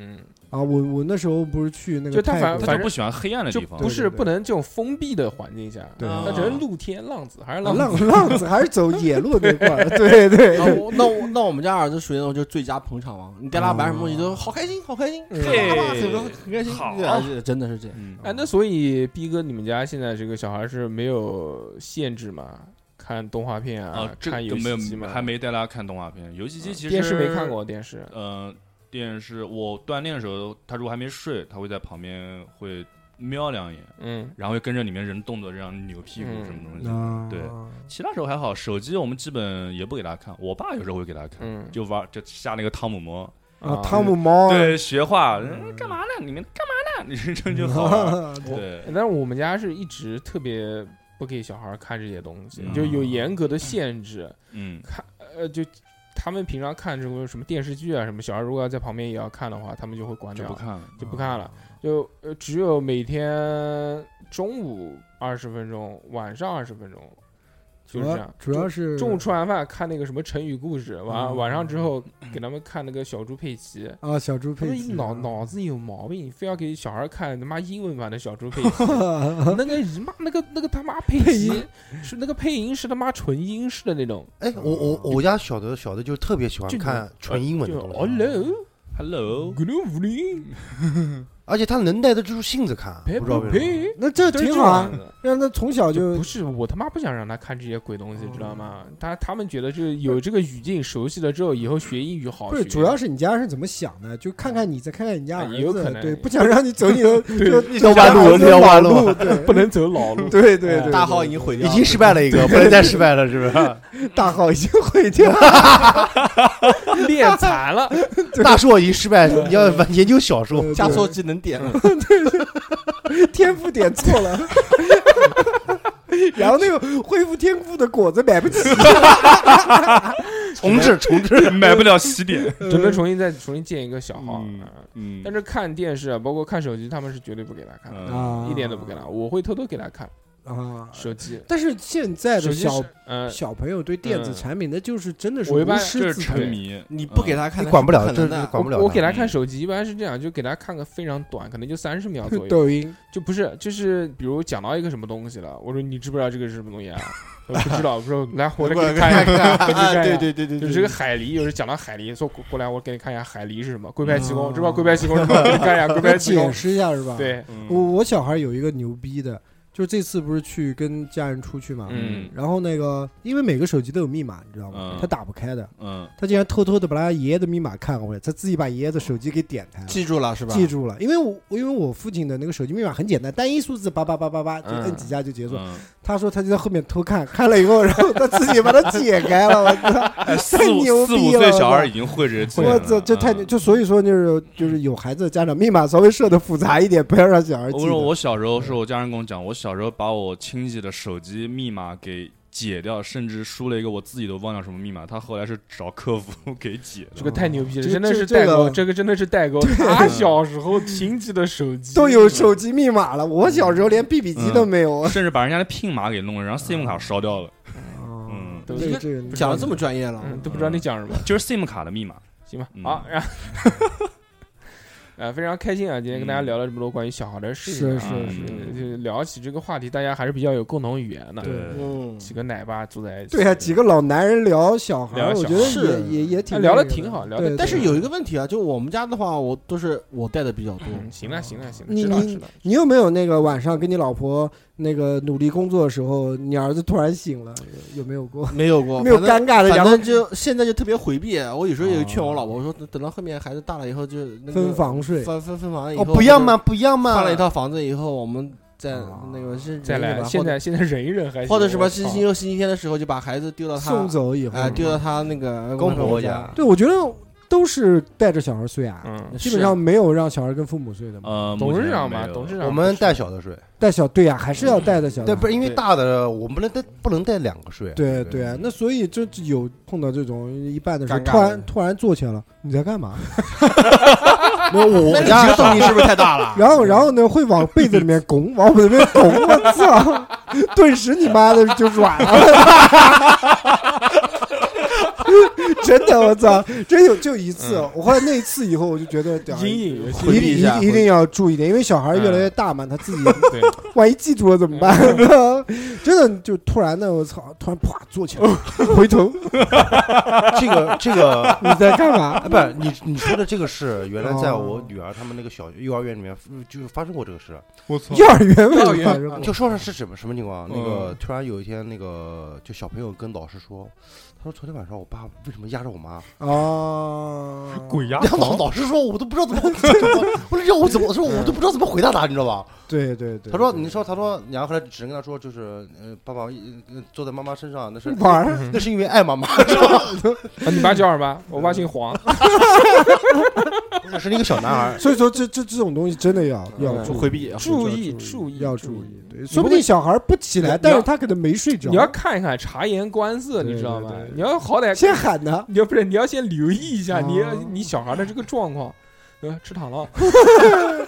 Speaker 2: 嗯，
Speaker 3: 啊，我我那时候不是去那
Speaker 2: 就
Speaker 3: 个
Speaker 2: 他
Speaker 3: 泰
Speaker 2: 反
Speaker 3: 国，
Speaker 4: 他
Speaker 2: 反
Speaker 4: 就
Speaker 2: 正
Speaker 4: 不喜欢黑暗的
Speaker 2: 就
Speaker 4: 地方，
Speaker 2: 不是
Speaker 3: 对对对
Speaker 2: 不能这种封闭的环境下，
Speaker 3: 对啊
Speaker 2: 那只能露天浪子，还是浪
Speaker 3: 浪
Speaker 2: 子。
Speaker 3: 浪子还是走野路那块 儿，对对
Speaker 5: 那我哎那我那我们家儿子属于那种就是最佳捧场王，你带他买什么东西都好开心，好开心，
Speaker 2: 嗯
Speaker 5: 爸爸
Speaker 4: 嘿
Speaker 5: 很高很开心，
Speaker 4: 好
Speaker 5: 对啊，是真的是这样。
Speaker 4: 嗯，
Speaker 2: 哎，那所以逼哥，你们家现在这个小孩是没有限制嘛？看动画片
Speaker 4: 啊，
Speaker 3: 哦
Speaker 4: 这
Speaker 2: 看
Speaker 4: 个
Speaker 2: 游
Speaker 4: 没
Speaker 2: 戏机
Speaker 4: 有
Speaker 2: 嘛？啊
Speaker 4: 还没带他看动画片，游戏机其实
Speaker 2: 电视没看，过，电视
Speaker 4: 嗯，电视我锻炼的时候，他如果还没睡，他会在旁边会瞄两眼，
Speaker 2: 嗯。
Speaker 4: 然后会跟着里面人动作这样扭屁股什么东西。
Speaker 3: 啊，
Speaker 4: 对其他时候还好，手机我们基本也不给他看，我爸有时候会给他看，
Speaker 2: 嗯，
Speaker 4: 就玩就下那个汤姆猫，
Speaker 3: 啊，汤姆猫，
Speaker 4: 对，学画，嗯干嘛呢？你们干嘛呢？你 这就好玩。
Speaker 3: 嗯
Speaker 4: 对，
Speaker 2: 但是我们家是一直特别不给小孩看这些东西，
Speaker 4: 嗯
Speaker 2: 就有严格的限制。
Speaker 4: 嗯，
Speaker 2: 看，呃，就他们平常看这个什么电视剧啊，什么小孩如果要在旁边也要看的话，他们就会关
Speaker 4: 就
Speaker 2: 掉，
Speaker 4: 不看了。
Speaker 2: 就不看了。就呃，只有每天中午二十分钟，晚上二十分钟，
Speaker 3: 主
Speaker 2: 就是这
Speaker 3: 要
Speaker 2: 样。
Speaker 3: 主要是
Speaker 2: 中午吃完饭看那个什么成语故事，晚
Speaker 3: 嗯
Speaker 2: 晚上之后给他们看那个小猪佩奇。
Speaker 3: 啊，小猪
Speaker 2: 他
Speaker 3: 佩奇
Speaker 2: 们脑脑子有毛病，非要给小孩看他妈英文版的小猪佩奇， 那个你妈那个那个他妈配音是那个配音是他妈纯英式的那种，
Speaker 6: 哎，我我我家小的小的就特别喜欢
Speaker 2: 就
Speaker 6: 看纯英文的
Speaker 2: 就哦
Speaker 6: 东西，
Speaker 2: hello
Speaker 4: Hello，
Speaker 2: hello 五零
Speaker 6: 而且他能耐得住性子看，
Speaker 2: 呸
Speaker 6: 不知道为什么。
Speaker 2: 呸，
Speaker 3: 那 这
Speaker 2: 就是
Speaker 3: 挺
Speaker 2: 这
Speaker 3: 好啊
Speaker 2: 样，子
Speaker 3: 让他从小
Speaker 2: 就
Speaker 3: 就
Speaker 2: 不是我他妈不想让他看这些鬼东西，知道吗？他他们觉得就是有这个语境熟悉了之后，以后学英语好
Speaker 3: 不
Speaker 2: 学。
Speaker 3: 是，主要是你家是怎么想的？就看看你，再看看你家
Speaker 2: 哎
Speaker 3: 儿子，
Speaker 2: 有可能
Speaker 3: 对，不想让你走你的
Speaker 6: 绕
Speaker 3: 就
Speaker 6: 弯路
Speaker 3: 儿子
Speaker 6: 绕弯
Speaker 3: 老
Speaker 6: 路
Speaker 3: 对
Speaker 2: 不能走老 路。
Speaker 3: 对对对，
Speaker 5: 大号已经毁掉
Speaker 6: 已
Speaker 5: 了，
Speaker 6: 经失败了一个，不能再失败了，是不 是？
Speaker 3: 大号已经毁掉了，
Speaker 2: 练残了，
Speaker 6: 大硕已经失败，你要研究小硕，
Speaker 3: 对
Speaker 5: 加错技能点了，
Speaker 3: 天赋点错了。 然后那个恢复天赋的果子买不起，
Speaker 6: 重置重置。
Speaker 4: 买不了喜点。
Speaker 2: 只能重新再重新建一个小号。嗯
Speaker 4: 嗯嗯
Speaker 2: 但是看电视啊，包括看手机，他们是绝对不给他看的，
Speaker 3: 啊
Speaker 2: 一点都不给他。我会偷偷给他看
Speaker 3: 啊！
Speaker 2: 手机，
Speaker 3: 但是现在
Speaker 2: 手
Speaker 3: 的
Speaker 2: 机是
Speaker 3: 哎小
Speaker 4: 嗯
Speaker 2: 呃，
Speaker 3: 小朋友对电子产品，那就是真的是
Speaker 2: 我一
Speaker 3: 无
Speaker 2: 般
Speaker 4: 这
Speaker 3: 师
Speaker 4: 是
Speaker 3: 自
Speaker 4: 沉
Speaker 3: 通。
Speaker 4: 迷，
Speaker 5: 你不给他看，
Speaker 6: 你管不了
Speaker 5: 他是可能
Speaker 6: 这是
Speaker 5: 的。
Speaker 6: 管不了
Speaker 2: 我我
Speaker 6: 他
Speaker 2: 给他看手机一般是这样，就给他看个非常短，可能就三十秒左右，
Speaker 3: 抖 音
Speaker 2: 就不是就是比如讲到一个什么东西了，我说你知不知道这个是什么东西啊？我说不知道，我说来我来给你看一下，给你看一 下
Speaker 5: 啊， 对对对
Speaker 2: 就
Speaker 5: 对，对
Speaker 2: 是这个海狸，有时讲到海狸，说过过来，我给你看一下海狸是什么，龟派气功，知不知道龟派气功是什么？给你看一下龟派气
Speaker 3: 解
Speaker 2: 功，
Speaker 3: 释一下是吧？，
Speaker 2: 对，
Speaker 4: 嗯
Speaker 3: 我我小孩有一个牛逼的，就是这次不是去跟家人出去嘛，
Speaker 2: 嗯
Speaker 3: 然后那个因为每个手机都有密码，你知道吗？
Speaker 4: 嗯
Speaker 3: 他打不开的，
Speaker 4: 嗯
Speaker 3: 他竟然偷偷的把他爷爷的密码看回来，他自己把爷爷的手机给点开了。
Speaker 5: 记住了是吧？
Speaker 3: 记住了，因为我因为我父亲的那个手机密码很简单，单一数字八八八八八，就
Speaker 2: 嗯
Speaker 3: 摁几下就结束。
Speaker 4: 嗯，
Speaker 3: 他说他就在后面偷看，看了以后，然后他自己把它解开了，我操！
Speaker 4: 哎四
Speaker 3: 太
Speaker 4: 五
Speaker 3: 牛
Speaker 4: 四
Speaker 3: 逼了
Speaker 4: 五岁
Speaker 3: 我
Speaker 4: 小
Speaker 3: 操
Speaker 4: 孩已经会这些技能
Speaker 3: 我
Speaker 4: 了，
Speaker 3: 操，这太牛！
Speaker 4: 嗯
Speaker 3: 就所以说就是就是有孩子的家长密码稍微设的复杂一点，不要让小孩记
Speaker 4: 我说
Speaker 3: 得。
Speaker 4: 我小时候是我家人跟我讲，我小时候把我亲戚的手机密码给解掉，甚至输了一个我自己都忘掉什么密码，他后来是找客服 给解的。
Speaker 2: 这个太牛逼了，
Speaker 3: 这
Speaker 2: 真的是
Speaker 3: 这
Speaker 2: 代沟，
Speaker 3: 这个
Speaker 2: 这个真的是代沟。他小时候亲戚的手机
Speaker 3: 都有手机密码了，我小时候连 BB 机都没有。
Speaker 4: 甚至把人家的拼码给弄了，然后 SIM 卡烧掉了，
Speaker 3: 嗯
Speaker 4: 嗯
Speaker 3: 这
Speaker 2: 都
Speaker 3: 个这个
Speaker 5: 你讲的这么专业了，
Speaker 2: 嗯，都不知道你讲什么，
Speaker 4: 就是 SIM 卡的密码。
Speaker 2: 行吧？
Speaker 4: 啊嗯
Speaker 2: 好，然后。啊，非常开心啊！今天跟大
Speaker 4: 嗯
Speaker 2: 家聊了这么多关于小孩的事情啊，
Speaker 4: 是是
Speaker 2: 嗯就聊起这个话题，大家还是比较有共同语言的。
Speaker 4: 对，
Speaker 5: 嗯，
Speaker 2: 几个奶爸坐在一起，
Speaker 3: 对啊，几个老男人聊小孩儿，
Speaker 4: 聊
Speaker 3: 我
Speaker 4: 小
Speaker 3: 觉
Speaker 4: 孩
Speaker 3: 得
Speaker 5: 是
Speaker 3: 也也也
Speaker 2: 哎
Speaker 3: 挺
Speaker 2: 聊得
Speaker 3: 那个
Speaker 2: 挺好聊得
Speaker 3: 对
Speaker 2: 挺
Speaker 5: 但
Speaker 3: 对
Speaker 5: 是有一个问题啊，就我们家的话，我都是我带的比较多，
Speaker 2: 嗯，行了，行了，行了，
Speaker 3: 你
Speaker 2: 知道
Speaker 3: 你
Speaker 2: 知道。
Speaker 3: 你有没有那个晚上跟你老婆那个努力工作的时候，你儿子突然醒了，有有没有过？
Speaker 5: 没有过，
Speaker 3: 没有
Speaker 5: 反正
Speaker 3: 尴
Speaker 5: 嗯
Speaker 3: 尬的，
Speaker 5: 反
Speaker 3: 然后
Speaker 5: 正就现在就特别回避。我有时候也劝我老婆，我说等等到后面孩子大了以后就那个
Speaker 3: 分房睡。
Speaker 5: 分分分房以
Speaker 6: 哦，
Speaker 5: 后
Speaker 6: 不要嘛，？不要嘛！
Speaker 5: 换了一套房子以后，我们再
Speaker 3: 哦
Speaker 5: 那个是
Speaker 2: 再
Speaker 5: 忍
Speaker 2: 来，
Speaker 5: 一忍
Speaker 2: 现在现在忍一忍还行。
Speaker 5: 或者什么
Speaker 2: 我
Speaker 5: 星
Speaker 2: 操
Speaker 5: 期六、星期天的时候就把孩子丢到他
Speaker 3: 送，走以后，
Speaker 5: 哎，丢到他那个
Speaker 6: 公婆
Speaker 5: 家
Speaker 6: 家。
Speaker 3: 对我觉得都是带着小孩睡啊，
Speaker 2: 嗯，
Speaker 3: 基本上没有让小孩跟父母睡的嘛。
Speaker 4: 呃，目
Speaker 2: 董事
Speaker 4: 前
Speaker 2: 长
Speaker 4: 没
Speaker 2: 嘛，
Speaker 4: 有
Speaker 2: 董事长
Speaker 6: 我们
Speaker 2: 带
Speaker 6: 带小的睡，
Speaker 5: 嗯
Speaker 3: 带小对呀，还是要带着小孩。
Speaker 6: 对，不是因为
Speaker 2: 对
Speaker 6: 大的我们不能带不能带两个睡。
Speaker 3: 对
Speaker 6: 不
Speaker 3: 对啊，那所以就就有碰到这种一半的时候，
Speaker 5: 尴尬
Speaker 3: 突然
Speaker 5: 的
Speaker 3: 突然坐起来了，你在干嘛？
Speaker 2: 啊
Speaker 6: 那我
Speaker 5: 那
Speaker 6: 哦我
Speaker 5: 你
Speaker 6: 家
Speaker 5: 这个动力是不是太大了？
Speaker 3: 然后然后呢，会往被子里面拱，往我们这边拱，我操！顿时你妈的就软了， 真的，我操，真有就一次。我后来那一次以后，我就觉得屌，
Speaker 2: 嗯阴影有些
Speaker 3: 一
Speaker 2: 回避嗯
Speaker 3: 定
Speaker 2: 一
Speaker 3: 一
Speaker 2: 下
Speaker 3: 定一定要注意点，因为小孩越来越大嘛，他自己
Speaker 2: 对，
Speaker 3: 万一记住了怎么办？ 真的就突然的，我操，突然啪坐起来，回头
Speaker 6: 这个这 个，
Speaker 3: 你在干嘛？
Speaker 6: 哎，不是你你说的这个是原来在
Speaker 3: 哦
Speaker 6: 我女儿他们那个小幼儿园里面，嗯就是发生过这个事。
Speaker 4: 我操
Speaker 3: 幼儿园
Speaker 2: 幼儿
Speaker 3: 没
Speaker 2: 园
Speaker 3: 发生过，
Speaker 6: 就说是是什么什么情况？那个
Speaker 4: 嗯
Speaker 6: 突然有一天，那个就小朋友跟老师说，他说昨天晚上我爸为什么压着我妈？
Speaker 3: 哦，
Speaker 4: 鬼压
Speaker 6: 然后老
Speaker 4: 床，
Speaker 6: 老师说，我都不知道怎么， 我我让我怎么我说我都不知道怎么回答他，你知道吧？
Speaker 3: 对对对，
Speaker 6: 他说你说他说，然后后来只能跟他说，就是呃爸爸呃坐在妈妈身上，那是
Speaker 3: 玩儿，
Speaker 6: 那是因为爱妈妈，是吧？
Speaker 2: 嗯啊你爸叫什么？我爸姓黄，
Speaker 6: 不是是那个小男孩，
Speaker 3: 所以说这这这种东西真的要要
Speaker 5: 嗯
Speaker 3: 注意
Speaker 5: 回避，
Speaker 2: 注意注
Speaker 3: 注
Speaker 2: 意
Speaker 3: 要
Speaker 2: 注
Speaker 3: 注
Speaker 2: 意
Speaker 3: 意，对，说不定小孩不起
Speaker 2: 你
Speaker 3: 来，
Speaker 2: 要
Speaker 3: 但是他可能没睡着，
Speaker 2: 你要看一看，察言观色，
Speaker 3: 对
Speaker 2: 你知道吗
Speaker 3: 对对？对
Speaker 2: 你要好歹
Speaker 3: 先喊他，
Speaker 2: 你要不是你要先留意一下，
Speaker 3: 啊
Speaker 2: 你要你小孩的这个状况，呃，吃糖了，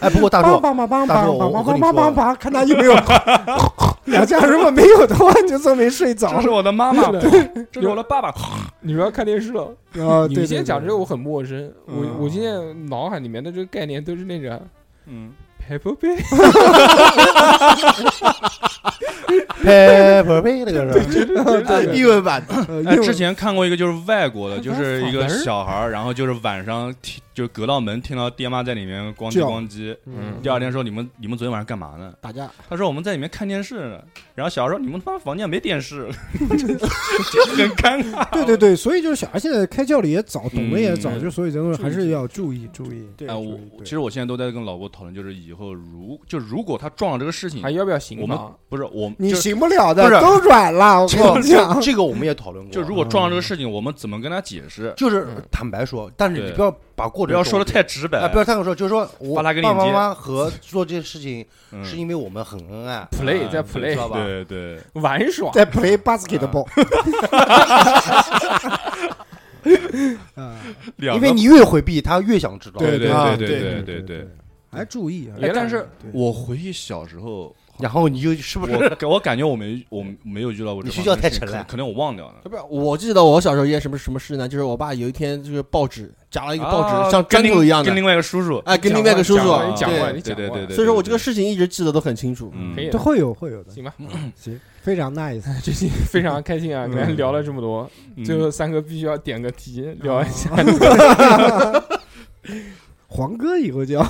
Speaker 6: 哎，不过大
Speaker 3: 梆
Speaker 6: 叔，
Speaker 3: 梆梆梆梆
Speaker 6: 大叔我
Speaker 3: 梆
Speaker 6: 我跟
Speaker 3: 梆
Speaker 6: 你
Speaker 3: 梆梆
Speaker 6: 说
Speaker 3: 梆，看他有没有。 两家如果没有的话，你就说没睡着
Speaker 4: 这。是我的妈妈，这是我的爸 爸，
Speaker 2: 你说要看电视了。
Speaker 3: 啊，
Speaker 2: 你
Speaker 3: 对，
Speaker 2: 现在
Speaker 3: 对
Speaker 2: 讲
Speaker 3: 对
Speaker 2: 这个我很陌生，我
Speaker 4: 嗯
Speaker 2: 我现在脑海里面的这个概念都是那个
Speaker 4: 嗯，
Speaker 2: p e p p e r
Speaker 6: 呸呸呸，那个是
Speaker 5: 英文版
Speaker 3: 呃
Speaker 4: 哎，
Speaker 3: 因为
Speaker 4: 之前看过一个就是外国的，
Speaker 2: 看
Speaker 4: 就
Speaker 2: 他
Speaker 4: 是一
Speaker 2: 嗓
Speaker 4: 个
Speaker 2: 门儿
Speaker 4: 小孩儿，然后就是晚上听，就是隔到门听到爹妈在里面咣叽
Speaker 3: 叫
Speaker 4: 咣叽。
Speaker 2: 嗯
Speaker 4: 第二天说你们你们昨天晚上干嘛呢？
Speaker 5: 打架，
Speaker 4: 他说我们在里面看电视呢。然后小孩说你们他妈房间没电视， 就很尴尬。
Speaker 3: 对对对，所以就是小孩现在开窍了也早，懂得也早，
Speaker 4: 嗯
Speaker 3: 就所以这东西还是要注意注意。对
Speaker 4: 哎，我其实我现在都在跟老婆讨论，就是以后如就如果他撞了这个事情
Speaker 2: 还，要不要刑
Speaker 4: 我们
Speaker 2: 罚？
Speaker 4: 不是我们
Speaker 3: 你
Speaker 4: 就
Speaker 3: 行不了
Speaker 6: 不
Speaker 3: 的，
Speaker 6: 是
Speaker 3: 都软了，我
Speaker 6: 这
Speaker 3: 跟你
Speaker 6: 个
Speaker 3: 讲。
Speaker 6: 这个我们也讨论过，
Speaker 4: 就如果撞了这个事情，我们怎么跟他解释？
Speaker 6: 就是
Speaker 2: 嗯
Speaker 6: 坦白说，但是你
Speaker 4: 对
Speaker 6: 不要把过
Speaker 4: 不
Speaker 6: 程
Speaker 4: 要
Speaker 6: 说
Speaker 4: 说的太直白
Speaker 6: 哎，，不要太过说，就是说我
Speaker 4: 发
Speaker 6: 爸
Speaker 4: 拉个
Speaker 6: 爸
Speaker 4: 链
Speaker 6: 妈
Speaker 4: 接
Speaker 6: 妈和做这些事情
Speaker 4: 嗯
Speaker 6: 是因为我们很恩爱，
Speaker 2: play 在
Speaker 6: 知
Speaker 2: play
Speaker 6: 道吧？
Speaker 4: 啊对对，
Speaker 2: 玩耍，
Speaker 3: 在 play basketball，啊，
Speaker 4: 两
Speaker 6: 因
Speaker 4: 个
Speaker 6: 为你越回避，他越想知道。
Speaker 4: 对对
Speaker 6: 啊
Speaker 4: 对对对对
Speaker 3: 对
Speaker 4: 对，
Speaker 3: 还注意啊。
Speaker 2: 原来是
Speaker 3: 对
Speaker 4: 我回忆小时候，
Speaker 6: 然后你就是不是？
Speaker 4: 我感我感觉我没我没有遇到过这
Speaker 6: 你
Speaker 4: 方面的事情，
Speaker 6: 睡觉太沉了
Speaker 4: 可能可能我忘掉了。
Speaker 5: 不是，我记得我小时候一件什么什么事呢？就是我爸有一天就是报纸夹了一个报纸，
Speaker 4: 啊
Speaker 5: 像
Speaker 4: 跟
Speaker 5: 砖
Speaker 4: 另
Speaker 5: 头一样的
Speaker 4: 跟，另外一个叔叔。
Speaker 5: 哎，跟
Speaker 2: 讲
Speaker 5: 另外一
Speaker 2: 过
Speaker 5: 个叔
Speaker 2: 讲
Speaker 5: 叔
Speaker 2: 过你，讲过
Speaker 5: 对，
Speaker 2: 你讲
Speaker 4: 对
Speaker 2: 过
Speaker 4: 对对
Speaker 5: 所以说我这个事情一直记得都很清楚。
Speaker 4: 嗯
Speaker 2: 可以
Speaker 3: 这会有会有的，
Speaker 2: 行吧，
Speaker 3: 行，非常 nice。
Speaker 2: 这期非常开心啊，跟大家聊了这么多，
Speaker 4: 嗯
Speaker 2: 最后三哥必须要点个题，聊一下，
Speaker 3: 黄哥以后叫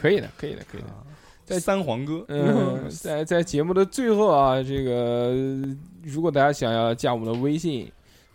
Speaker 2: 可以的，可以的，可以的。在
Speaker 4: 三皇哥，
Speaker 2: 嗯，在在节目的最后啊，这个呃如果大家想要加我们的微信，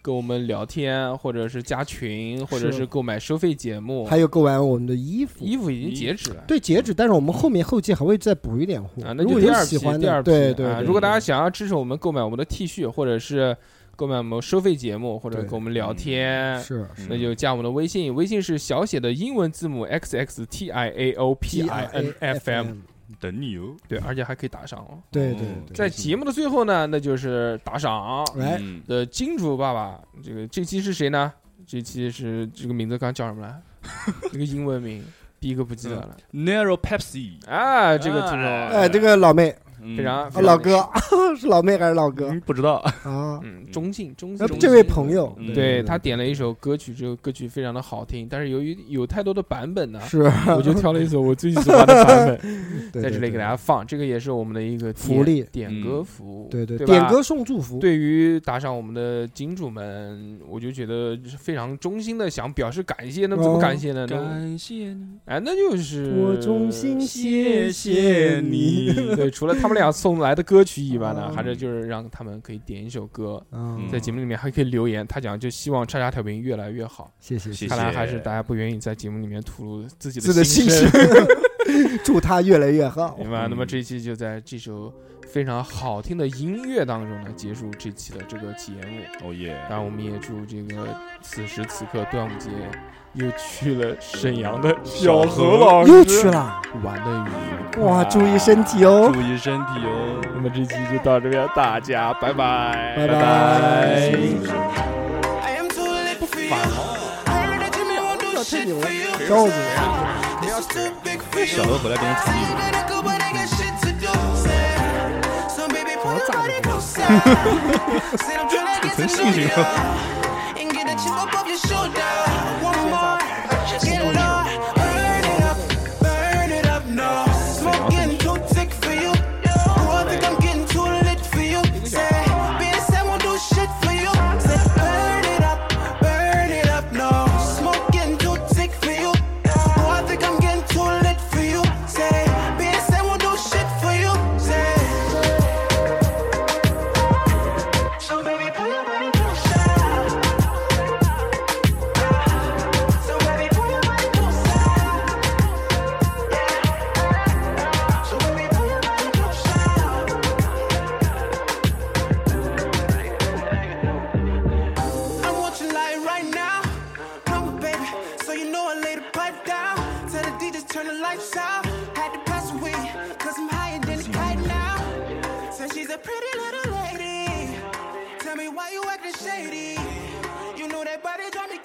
Speaker 2: 跟我们聊天，或者是加群，或者
Speaker 3: 是
Speaker 2: 是购买收费节目，
Speaker 3: 还有购买我们的衣服，
Speaker 2: 衣服已经截止了。
Speaker 3: 对截止，但是我们后面后期还会再补一点货
Speaker 2: 啊，。那
Speaker 3: 如
Speaker 2: 就
Speaker 3: 果
Speaker 2: 第
Speaker 3: 有
Speaker 2: 二批
Speaker 3: 喜，欢
Speaker 2: 第
Speaker 3: 的，
Speaker 2: 二批
Speaker 3: 对对
Speaker 2: 啊！，
Speaker 3: 对
Speaker 2: 如果大家想要支持我们购买我们的 T 恤，或者是购买我们收费节目，或者
Speaker 3: 对嗯
Speaker 2: 跟我们聊天，
Speaker 3: 是
Speaker 2: 嗯
Speaker 3: 嗯
Speaker 2: 那就加我们的微信，微信是小写的英文字母 x x t i a o p i n f m，
Speaker 3: PINFM
Speaker 4: 等你哦哟。
Speaker 2: 对，而且还可以打赏哦。
Speaker 3: 对对
Speaker 4: 嗯
Speaker 3: 对，哎
Speaker 2: 在节目的最后呢，那就是打赏
Speaker 3: 来
Speaker 4: 嗯，
Speaker 2: 的金主爸爸，这个这期是谁呢？这期是这个名字刚叫什么 来？那个英文名，第一个不记得了
Speaker 4: Narrow Pepsi，
Speaker 2: 啊！这个听
Speaker 4: 哎
Speaker 2: 众
Speaker 3: 哎，这个老妹，
Speaker 2: 非常
Speaker 3: 啊老哥， 是老妹还是老哥
Speaker 4: 嗯不知道，
Speaker 3: 啊？
Speaker 2: 嗯中性中性
Speaker 3: 呃，
Speaker 2: 中性，
Speaker 3: 这位朋友，
Speaker 4: 嗯
Speaker 2: 对他点了一首歌曲，这个歌曲非常的好听，但是由于有太多的版本 呢，
Speaker 3: 是
Speaker 2: 我就挑了一首我最喜欢的版 本，
Speaker 3: 对
Speaker 2: 在这里给大家放。这个也是我们的一个
Speaker 3: 福利
Speaker 2: 点点歌服务，
Speaker 3: 对
Speaker 2: 对
Speaker 3: 对
Speaker 2: 吧，
Speaker 3: 点歌送祝福，
Speaker 2: 对于打赏我们的金主们，我就觉得是非常衷心的想表示感谢。那么怎么
Speaker 3: 哦
Speaker 2: 感谢呢？那
Speaker 4: 感谢你，
Speaker 2: 哎，那就是
Speaker 3: 我衷心谢
Speaker 4: 谢你
Speaker 2: 对，除了他们俩送来的歌曲以 外呢，
Speaker 3: 哦
Speaker 2: 还是就是让他们可以点一首歌，
Speaker 3: 嗯，
Speaker 2: 在节目里面还可以留言。他讲就希望叉叉调频越来越好。
Speaker 3: 谢谢
Speaker 4: 谢
Speaker 2: 看来还是大家不愿意在节目里面吐露自己
Speaker 3: 自
Speaker 2: 的
Speaker 3: 己的心
Speaker 2: 声。
Speaker 3: 声，祝他越来越好。
Speaker 2: 明白。那么
Speaker 4: 嗯
Speaker 2: 这一期就在这首非常好听的音乐当中呢，结束这期的这个节目。
Speaker 4: 哦耶
Speaker 2: 当，然，我们也祝这个此时此刻端午节又去了沈阳的小何老师
Speaker 3: 又去了，
Speaker 2: 玩的愉快。
Speaker 3: 哇，注意身体哦，
Speaker 4: 注意身体哦。
Speaker 2: 那么这期就到这边，大家拜拜，
Speaker 3: 拜拜。
Speaker 7: I am too lit for you.
Speaker 2: 晚了，
Speaker 7: I really do not do
Speaker 2: 嗯
Speaker 3: 要吹
Speaker 7: shit
Speaker 3: 牛
Speaker 7: for you.
Speaker 3: 了，小伙子，
Speaker 7: This is too big for
Speaker 4: 小
Speaker 7: you.
Speaker 4: 何回来变成草
Speaker 7: See
Speaker 4: 地
Speaker 7: you
Speaker 4: 主，
Speaker 7: gotta go, but I got shit to do. So baby, pull your body closer. Said I'm tryna get to know you and get a Get you above your shoulder. One more. Get low. Burn it up. Burn it up. No. Smoke getting too thick for you. Oh, I think I'm getting too lit for you. Say, bitch, I won't do shit for you. Say, burn it up. Burn it up. No. Smoke getting too thick for you. Oh, I think I'm getting too lit for you. Say, bitch, I won't do shit for you. Say, so baby, pull your body closer. So baby, pull your body closer. Yeah. So baby, pull your body closer. I'm watching light right now. I'm with baby, so you know I laid a pipe down. Tell the DJs turn the lights out. Had to pass away, cause I'm higher than a kite now. Said she's a pretty little lady. Tell me why you acting shady. You know that body drive me